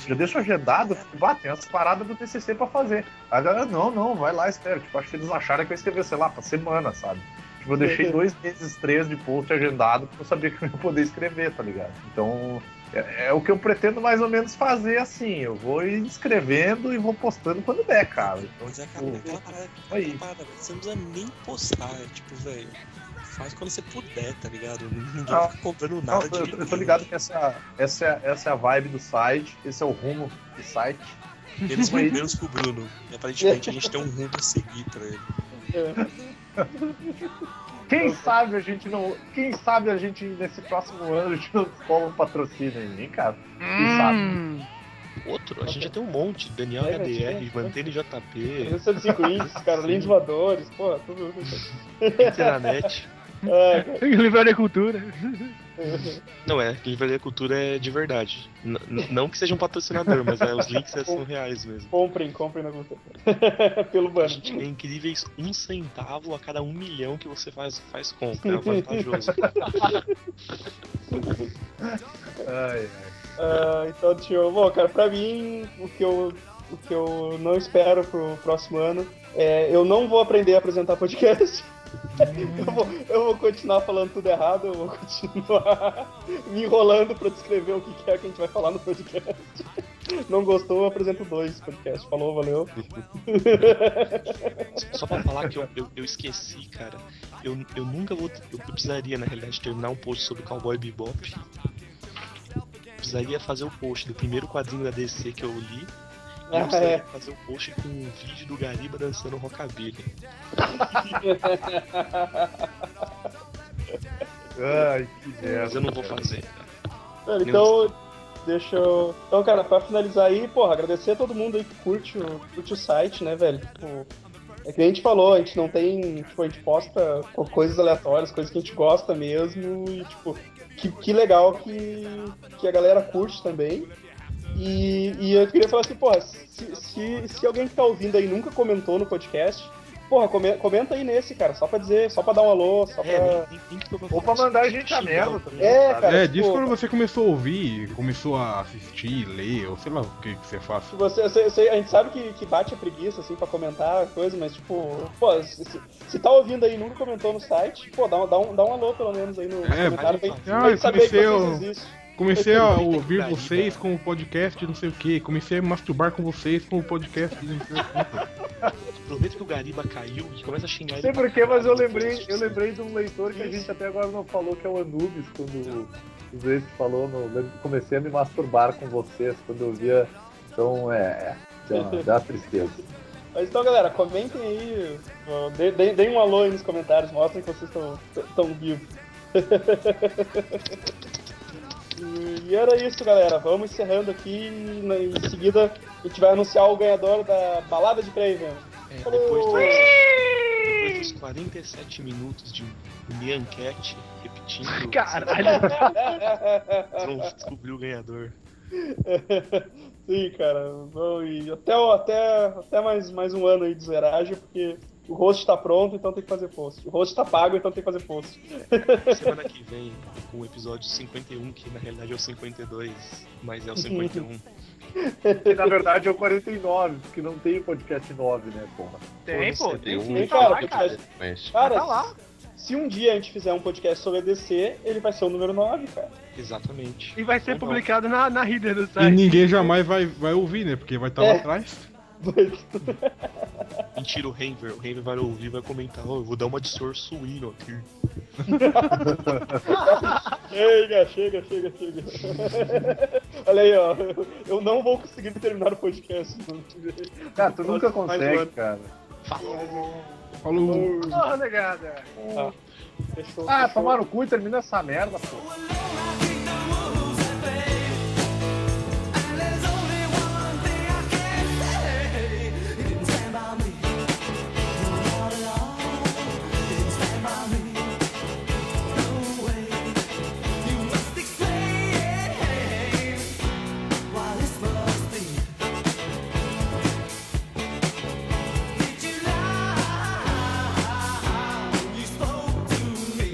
Já deixo agendado, porque, bah, tem as paradas do TCC pra fazer. Aí a galera, não, não, vai lá, espera. Tipo, acho que eles acharam que eu ia escrever, sei lá, pra semana, sabe? Tipo, eu deixei dois meses, três de post agendado porque eu sabia que eu não ia poder escrever, tá ligado? Então, é, é o que eu pretendo mais ou menos fazer assim. Eu vou ir escrevendo e vou postando quando der, cara. Então,
Mas é
tipo,
aquela, aquela parada,
aí.
aquela parada, velho, você não precisa nem postar, é tipo, velho, faz quando você puder, tá ligado? Ninguém
Ah,
fica comprando
Não,
nada de
eu, eu tô
ninguém.
ligado que essa, essa, é- essa é a vibe do site, esse é o rumo do site.
Eles vão menos pro Bruno. E, aparentemente a gente tem um rumo a seguir pra ele.
Quem
Então,
sabe a gente não. Quem sabe a gente nesse próximo ano a gente não cola um patrocínio em mim, cara? Quem sabe?
Outro, a gente já tem um monte. Daniel
É,
HDR,
gente,
Mantene
(laughs)
JP,
Presença de cinco índices, cara, lindos voadores, pô, tudo.
Interanet.
Ah, cara.
Livrar da cultura.
Não é, Livraria Cultura é de verdade. N- n- não que seja um patrocinador, mas é, os links é, são reais mesmo.
comprem, comprem na conta. (laughs) Pelo
A
banco.
gente ganha incríveis um centavo a cada um milhão que você faz, faz compra. É
(laughs)
vantajoso.
Ai,
Ah, então, tio, bom, cara, pra mim, o que eu, o que eu não espero pro próximo ano é eu não vou aprender a apresentar podcast. (laughs) eu, vou, eu vou continuar falando tudo errado, eu vou continuar (laughs) me enrolando pra descrever o que que é que a gente vai falar no podcast. (laughs) Não gostou, eu apresento dois podcasts. Falou, valeu.
Só pra falar que eu, eu, eu esqueci, cara. Eu, eu nunca vou. Eu precisaria, na realidade, terminar um post sobre o Cowboy Bebop. Precisaria fazer o post do primeiro quadrinho da DC que eu li. E eu
Ah,
precisaria
é.
fazer o post com um vídeo do Gariba dançando rockabilly.
ai, que merda.
Mas eu não vou
cara.
fazer.
Cara, então, deixa eu. Então, cara, pra finalizar aí, porra, agradecer a todo mundo aí que curte o, curte o site, né, velho? Tipo, é que nem a gente falou, a gente não tem. Tipo, a gente posta pô, coisas aleatórias, coisas que a gente gosta mesmo. E, tipo, que, que legal que, que a galera curte também. E, e eu queria falar assim, porra, se, se, se alguém que tá ouvindo aí nunca comentou no podcast, porra, come- comenta aí nesse, cara, só pra dizer, só pra dar um alô, só pra.
É, nem, nem, nem que eu vou
Ou pra
falar
mandar a
isso.
gente a merda também.
É,
sabe?
cara.
É,
tipo,
diz quando você começou a ouvir, começou a assistir, ler, ou sei lá o que, que você faz.
Tipo, Você, você- você- a gente sabe que, que bate a preguiça, assim, pra comentar coisa, mas, tipo, pô, se, se- se tá ouvindo aí e nunca comentou no site, pô, dá um, dá um, dá um alô pelo menos aí no
É,
comentário pra,
mas-
pra
Ah, eu
gente saber que
comecei
vocês
o-
existem.
Comecei a ouvir vocês com o podcast, não sei o que. Comecei a masturbar com vocês com o podcast. Não sei o
(laughs)
quê.
Aproveita que o Gariba caiu e começa a xingar
Não
ele.
sei
pra
porquê, mas eu
caralho no
lembrei,
post.
eu lembrei de um leitor que a gente até agora não falou, que é o Anubis, quando o Zete falou, no, lembro que comecei a me masturbar com vocês quando eu via. Então é. é dá- dá tristeza.
Mas então, galera, comentem aí, ó, dê- dê- deem um alô aí nos comentários, mostrem que vocês estão tão vivos. (laughs) e, e era isso, galera. Vamos encerrando aqui e na- em seguida a gente vai anunciar o ganhador da balada de né? Craven.
É, depois, dos, depois dos 47 minutos de minha enquete repetindo.
(laughs)
Caralho.
Vocês vão descobrir o ganhador.
Sim, cara. Bom, e até, o- até, até mais, mais um ano aí de zeragem, porque o host tá pronto, então tem que fazer post. O host tá pago, então tem que fazer post.
Semana que vem, com o episódio 51, que na realidade é o 52, mas é o 51.
Que na verdade é o 49, porque não tem o podcast 9, né, porra?
Tem, pô. Tem
Tem
sim.
um
Tem
cara,
lá,
tem
cara.
Mas,
Cara,
Tá lá.
assim,
se um dia a gente fizer um podcast sobre a DC, ele vai ser o número 9, cara.
Exatamente.
E vai
Ou
ser
não.
publicado na, na reader do
E
site.
ninguém jamais vai, vai ouvir, né? Porque vai estar lá
É.
atrás.
(laughs) Mentira, o Henver. O Henver vai ouvir e vai comentar: Ó, eu vou dar uma de sorsuíno aqui.
(laughs) Chega, chega, chega, chega. Olha aí, ó. Eu não vou conseguir terminar o podcast.
Cara, tu nunca
Mais um
consegue,
ano.
cara.
Falou.
Porra, negada.
Fechou,
Ah,
fechou.
tomaram o cu e termina essa merda, pô.
You spoke to me.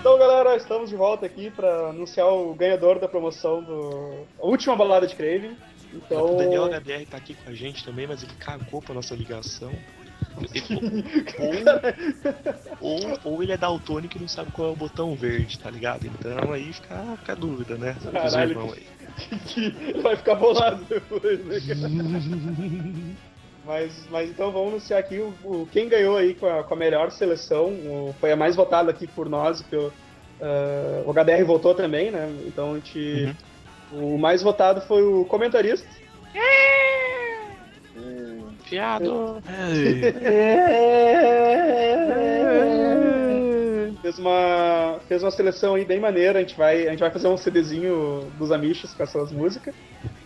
Então, galera, estamos de volta aqui para anunciar o ganhador da promoção do a última balada de Craven. Então,
O Daniel HDR tá aqui com a gente também, mas ele cagou pra nossa ligação. Ele- ou, ou, ou ele é daltônico e não sabe qual é o botão verde, tá ligado? Então aí fica, fica a dúvida, né? Dos
Caralho,
irmãos aí.
que vai ficar bolado depois, né, cara? Mas, mas então vamos anunciar aqui o, o- quem ganhou aí com a, com a melhor seleção, o- foi a mais votada aqui por nós, pelo, ah, o HDR votou também, né? Então a gente. O mais votado foi o comentarista.
Fiado!
fez uma fez uma seleção aí bem maneira. A gente vai a gente vai fazer um CDzinho dos amichos com essas músicas.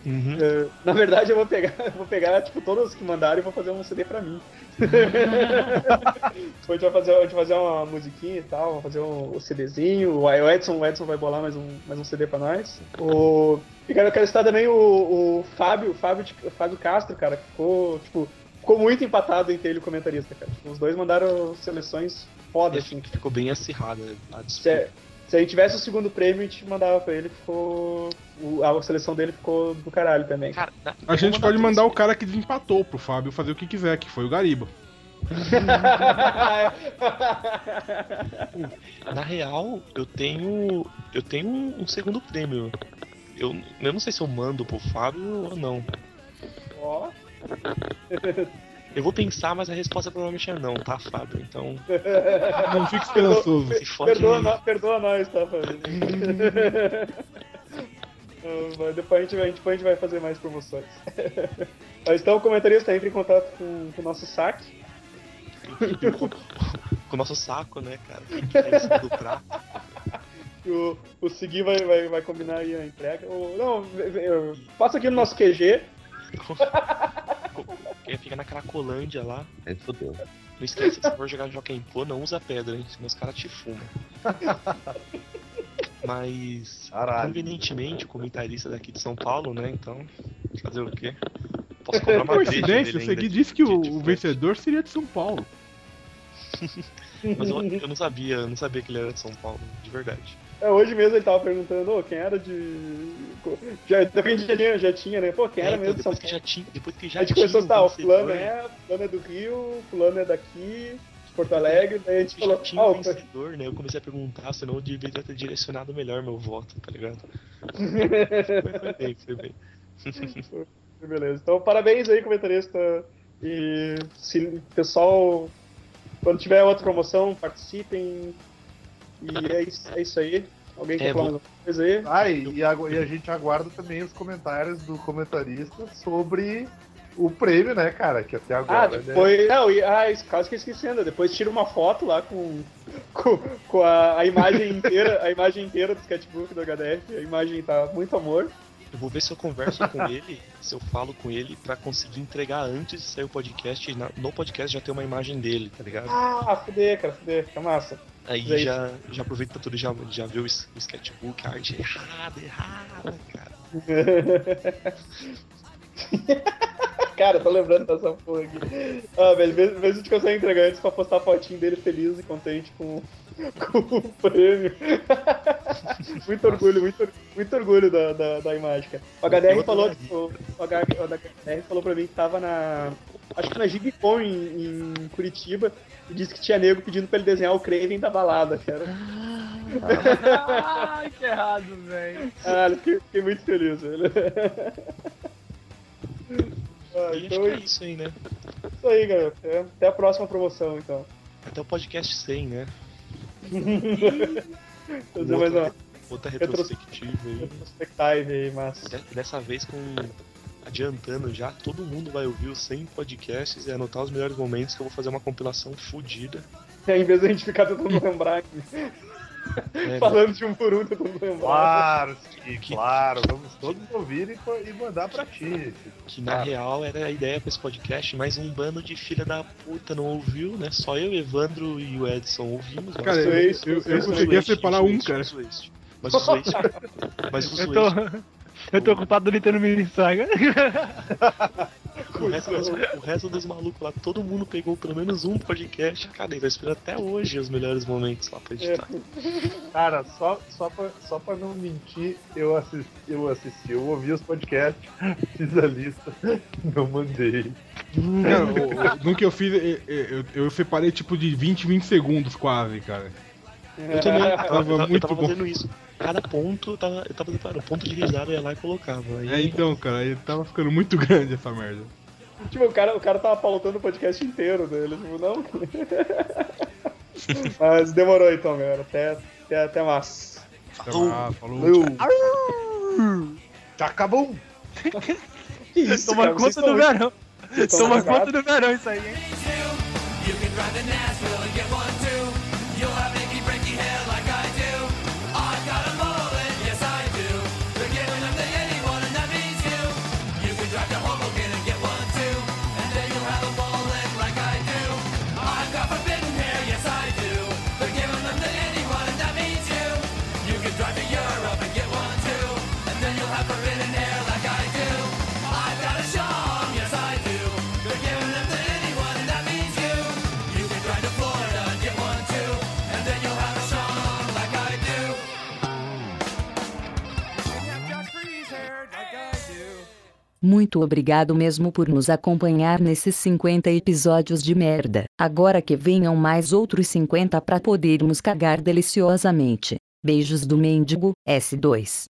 Eh, na verdade eu vou pegar (laughs) eu vou pegar tipo todas que mandaram e vou fazer um CD pra mim. Então, a gente vai fazer a gente vai fazer uma musiquinha e tal, vai fazer um, um CDzinho. O o Edson o Edson vai bolar mais um mais um CD pra nós. O e cara, eu quero citar também o, o Fábio, Fábio, de- Fábio Castro, cara, que ficou, tipo, ficou muito empatado entre ele e o comentarista, cara. Tipo, os dois mandaram seleções foda, assim,
que ficou bem acirrada a
se,
disputa.
a- se a gente tivesse o segundo prêmio, a gente mandava pra ele, ficou. o- a seleção dele ficou do caralho também.
Cara, na- eu
A
vou
gente pode
três
mandar o
pra
cara que desempatou pro Fábio fazer o que quiser, que foi o Gariba.
ele. Na real, eu tenho. Eu tenho um um segundo prêmio. Eu, eu não sei se eu mando pro Fábio ou não.
Ó.
Eu vou pensar, mas a resposta provavelmente é não, tá, Fábio? Então,
Não fique esperançoso.
se fode
perdoa,
aí.
nó- perdoa nós, tá, família? Ah, mas depois, a gente, vai- depois a gente vai fazer mais promoções. (laughs) Mas então o comentarista entra em contato com com o nosso saque.
com com o nosso saco, né, cara? Quem que tá em cima do prato?
E o, o Segui vai, vai, vai combinar aí a entrega. Ou- não, vê- vê- eu- passa aqui no nosso QG.
Quem fica na Cracolândia lá.
Aí fodeu.
Não esquece que se for jogar Joaquim Pô, não usa pedra, hein? Senão os caras te fumam. Mas,
Caralho.
convenientemente, o comentarista daqui de São Paulo, né? Então, fazer o quê? Posso comprar uma breja
Coincidência, o
dele ainda
Segui
de-
disse que
de-
o,
de
o
frete.
vencedor seria de São Paulo.
Mas eu, eu não sabia, eu não sabia que ele era de São Paulo, de verdade.
(laughs) É, hoje mesmo ele tava perguntando, ô, quem era de. Já, também já tinha, já tinha, né? Pô, quem
É,
era
então,
mesmo de São
depois que
Paulo?
já tinha, depois que
A
já
gente
tinha um
começou a tá, ó, fulano
vencedor,
é, fulano é do Rio, fulano é daqui, de Porto Alegre, daí a gente
já
falou,
tinha
ó,
um
o Pe-
vencedor, né? Eu comecei a perguntar, senão eu deveria ter direcionado melhor meu voto, tá ligado? Mas foi bem, foi bem.
beleza. Então parabéns aí, comentarista. E se pessoal, quando tiver outra promoção, participem. E é isso, é isso aí. Alguém quer
É,
falar
vou-
alguma coisa aí?
Ah, e, e agu- e a gente aguarda também os comentários do comentarista sobre o prêmio, né, cara? Que até
Ah,
agora. né?
depois. Não, e, ah, isso, quase que eu esqueci ainda. Depois tira uma foto lá com, com, com a, a imagem inteira, a imagem inteira do sketchbook do HDF. A imagem tá muito amor.
Eu vou ver se eu converso
(laughs)
com ele, se eu falo com ele, pra conseguir entregar antes de sair o podcast. e na- no podcast já tem uma imagem dele, tá ligado?
Ah, fuder, cara, fuder, fica massa.
Aí
Gente.
já, já aproveita pra tudo, já, já vê o, s- o sketchbook, a arte errada, errada, cara.
(laughs) Cara, eu tô lembrando dessa porra aqui. Ah, velho, vê, vê se a gente consegue entregar antes pra postar a fotinho dele feliz e contente com, (laughs) com o prêmio. (laughs) muito orgulho, muito, or- muito orgulho da, da, da imagem, cara. O HDR falou, o, o HDR falou pra mim que tava na. Acho que na Gigcon em, em Curitiba e disse que tinha nego pedindo pra ele desenhar o Craven da balada, cara.
Ai, que errado, velho.
Caralho, fiquei, fiquei muito
(laughs)
feliz, velho. Ah,
E acho
então
que
é
é isso aí, né?
isso aí, galera. Até- Até a próxima promoção, então.
Até o podcast 100, né?
Fazer mais uma
Outra
Retro-
retrospectiva aí.
retrospective aí, mas. (laughs)
De- É, Dessa vez com. Adiantando já, todo mundo vai ouvir os 100 podcasts e anotar os melhores momentos que eu vou fazer uma compilação fodida.
Em vez da gente ficar
(laughs)
tentando lembrar, aqui,
né?
falando de um por um, tentando lembrar.
Claro, sim, claro. Vamos todos ouvir e, fa- e mandar pra ti.
Que na real era a ideia pra esse podcast, mas um bando de filha da puta não ouviu, né? Só eu, Evandro e o Edson ouvimos. mas-
Cara, eu,
Zoeste,
eu, eu
Mas o
conseguia
Zoeste,
separar
o
um,
Zoeste,
cara. Então,
o Zoeste. Mas o
(laughs)
Zoeste. Mas o
Eu
Zoeste.
tô. Eu tô ocupado do Nintendo Mini Saga.
(laughs)
O resto, dos, o resto dos malucos lá, todo mundo pegou pelo menos um podcast. Cara, ele vai esperando até hoje os melhores momentos lá pra editar.
Ah, Cara, só, só, pra, só pra não mentir, eu assisti, eu assisti, eu ouvi os podcasts, (laughs) fiz a lista, (laughs) não mandei.
Cara, o- o- no que eu fiz, eu, eu- eu separei tipo de 20, 20 segundos quase, cara.
Eu também, eu
Tava
tava, eu tava- eu
muito
tava
bom.
fazendo isso. Cada ponto, eu tava, eu tava separando. O ponto de risada eu ia lá e colocava. Aí,
É, então, cara, aí tava ficando muito (laughs) grande essa merda.
Tipo, o cara, o cara tava pautando o podcast inteiro dele. Tipo, não. (laughs) Mas demorou então, galera. Até, até, até mais.
Falou. Ah, falou.
Tá acabou!
Que isso,
Toma
cara, vocês
conta
tão
do
muito-
verão.
vocês tão
Toma
muito
conta do verão isso aí, hein?
Muito obrigado mesmo por nos acompanhar nesses 50 episódios de merda. Agora que venham mais outros 50 para podermos cagar deliciosamente. Beijos do Mendigo, S2.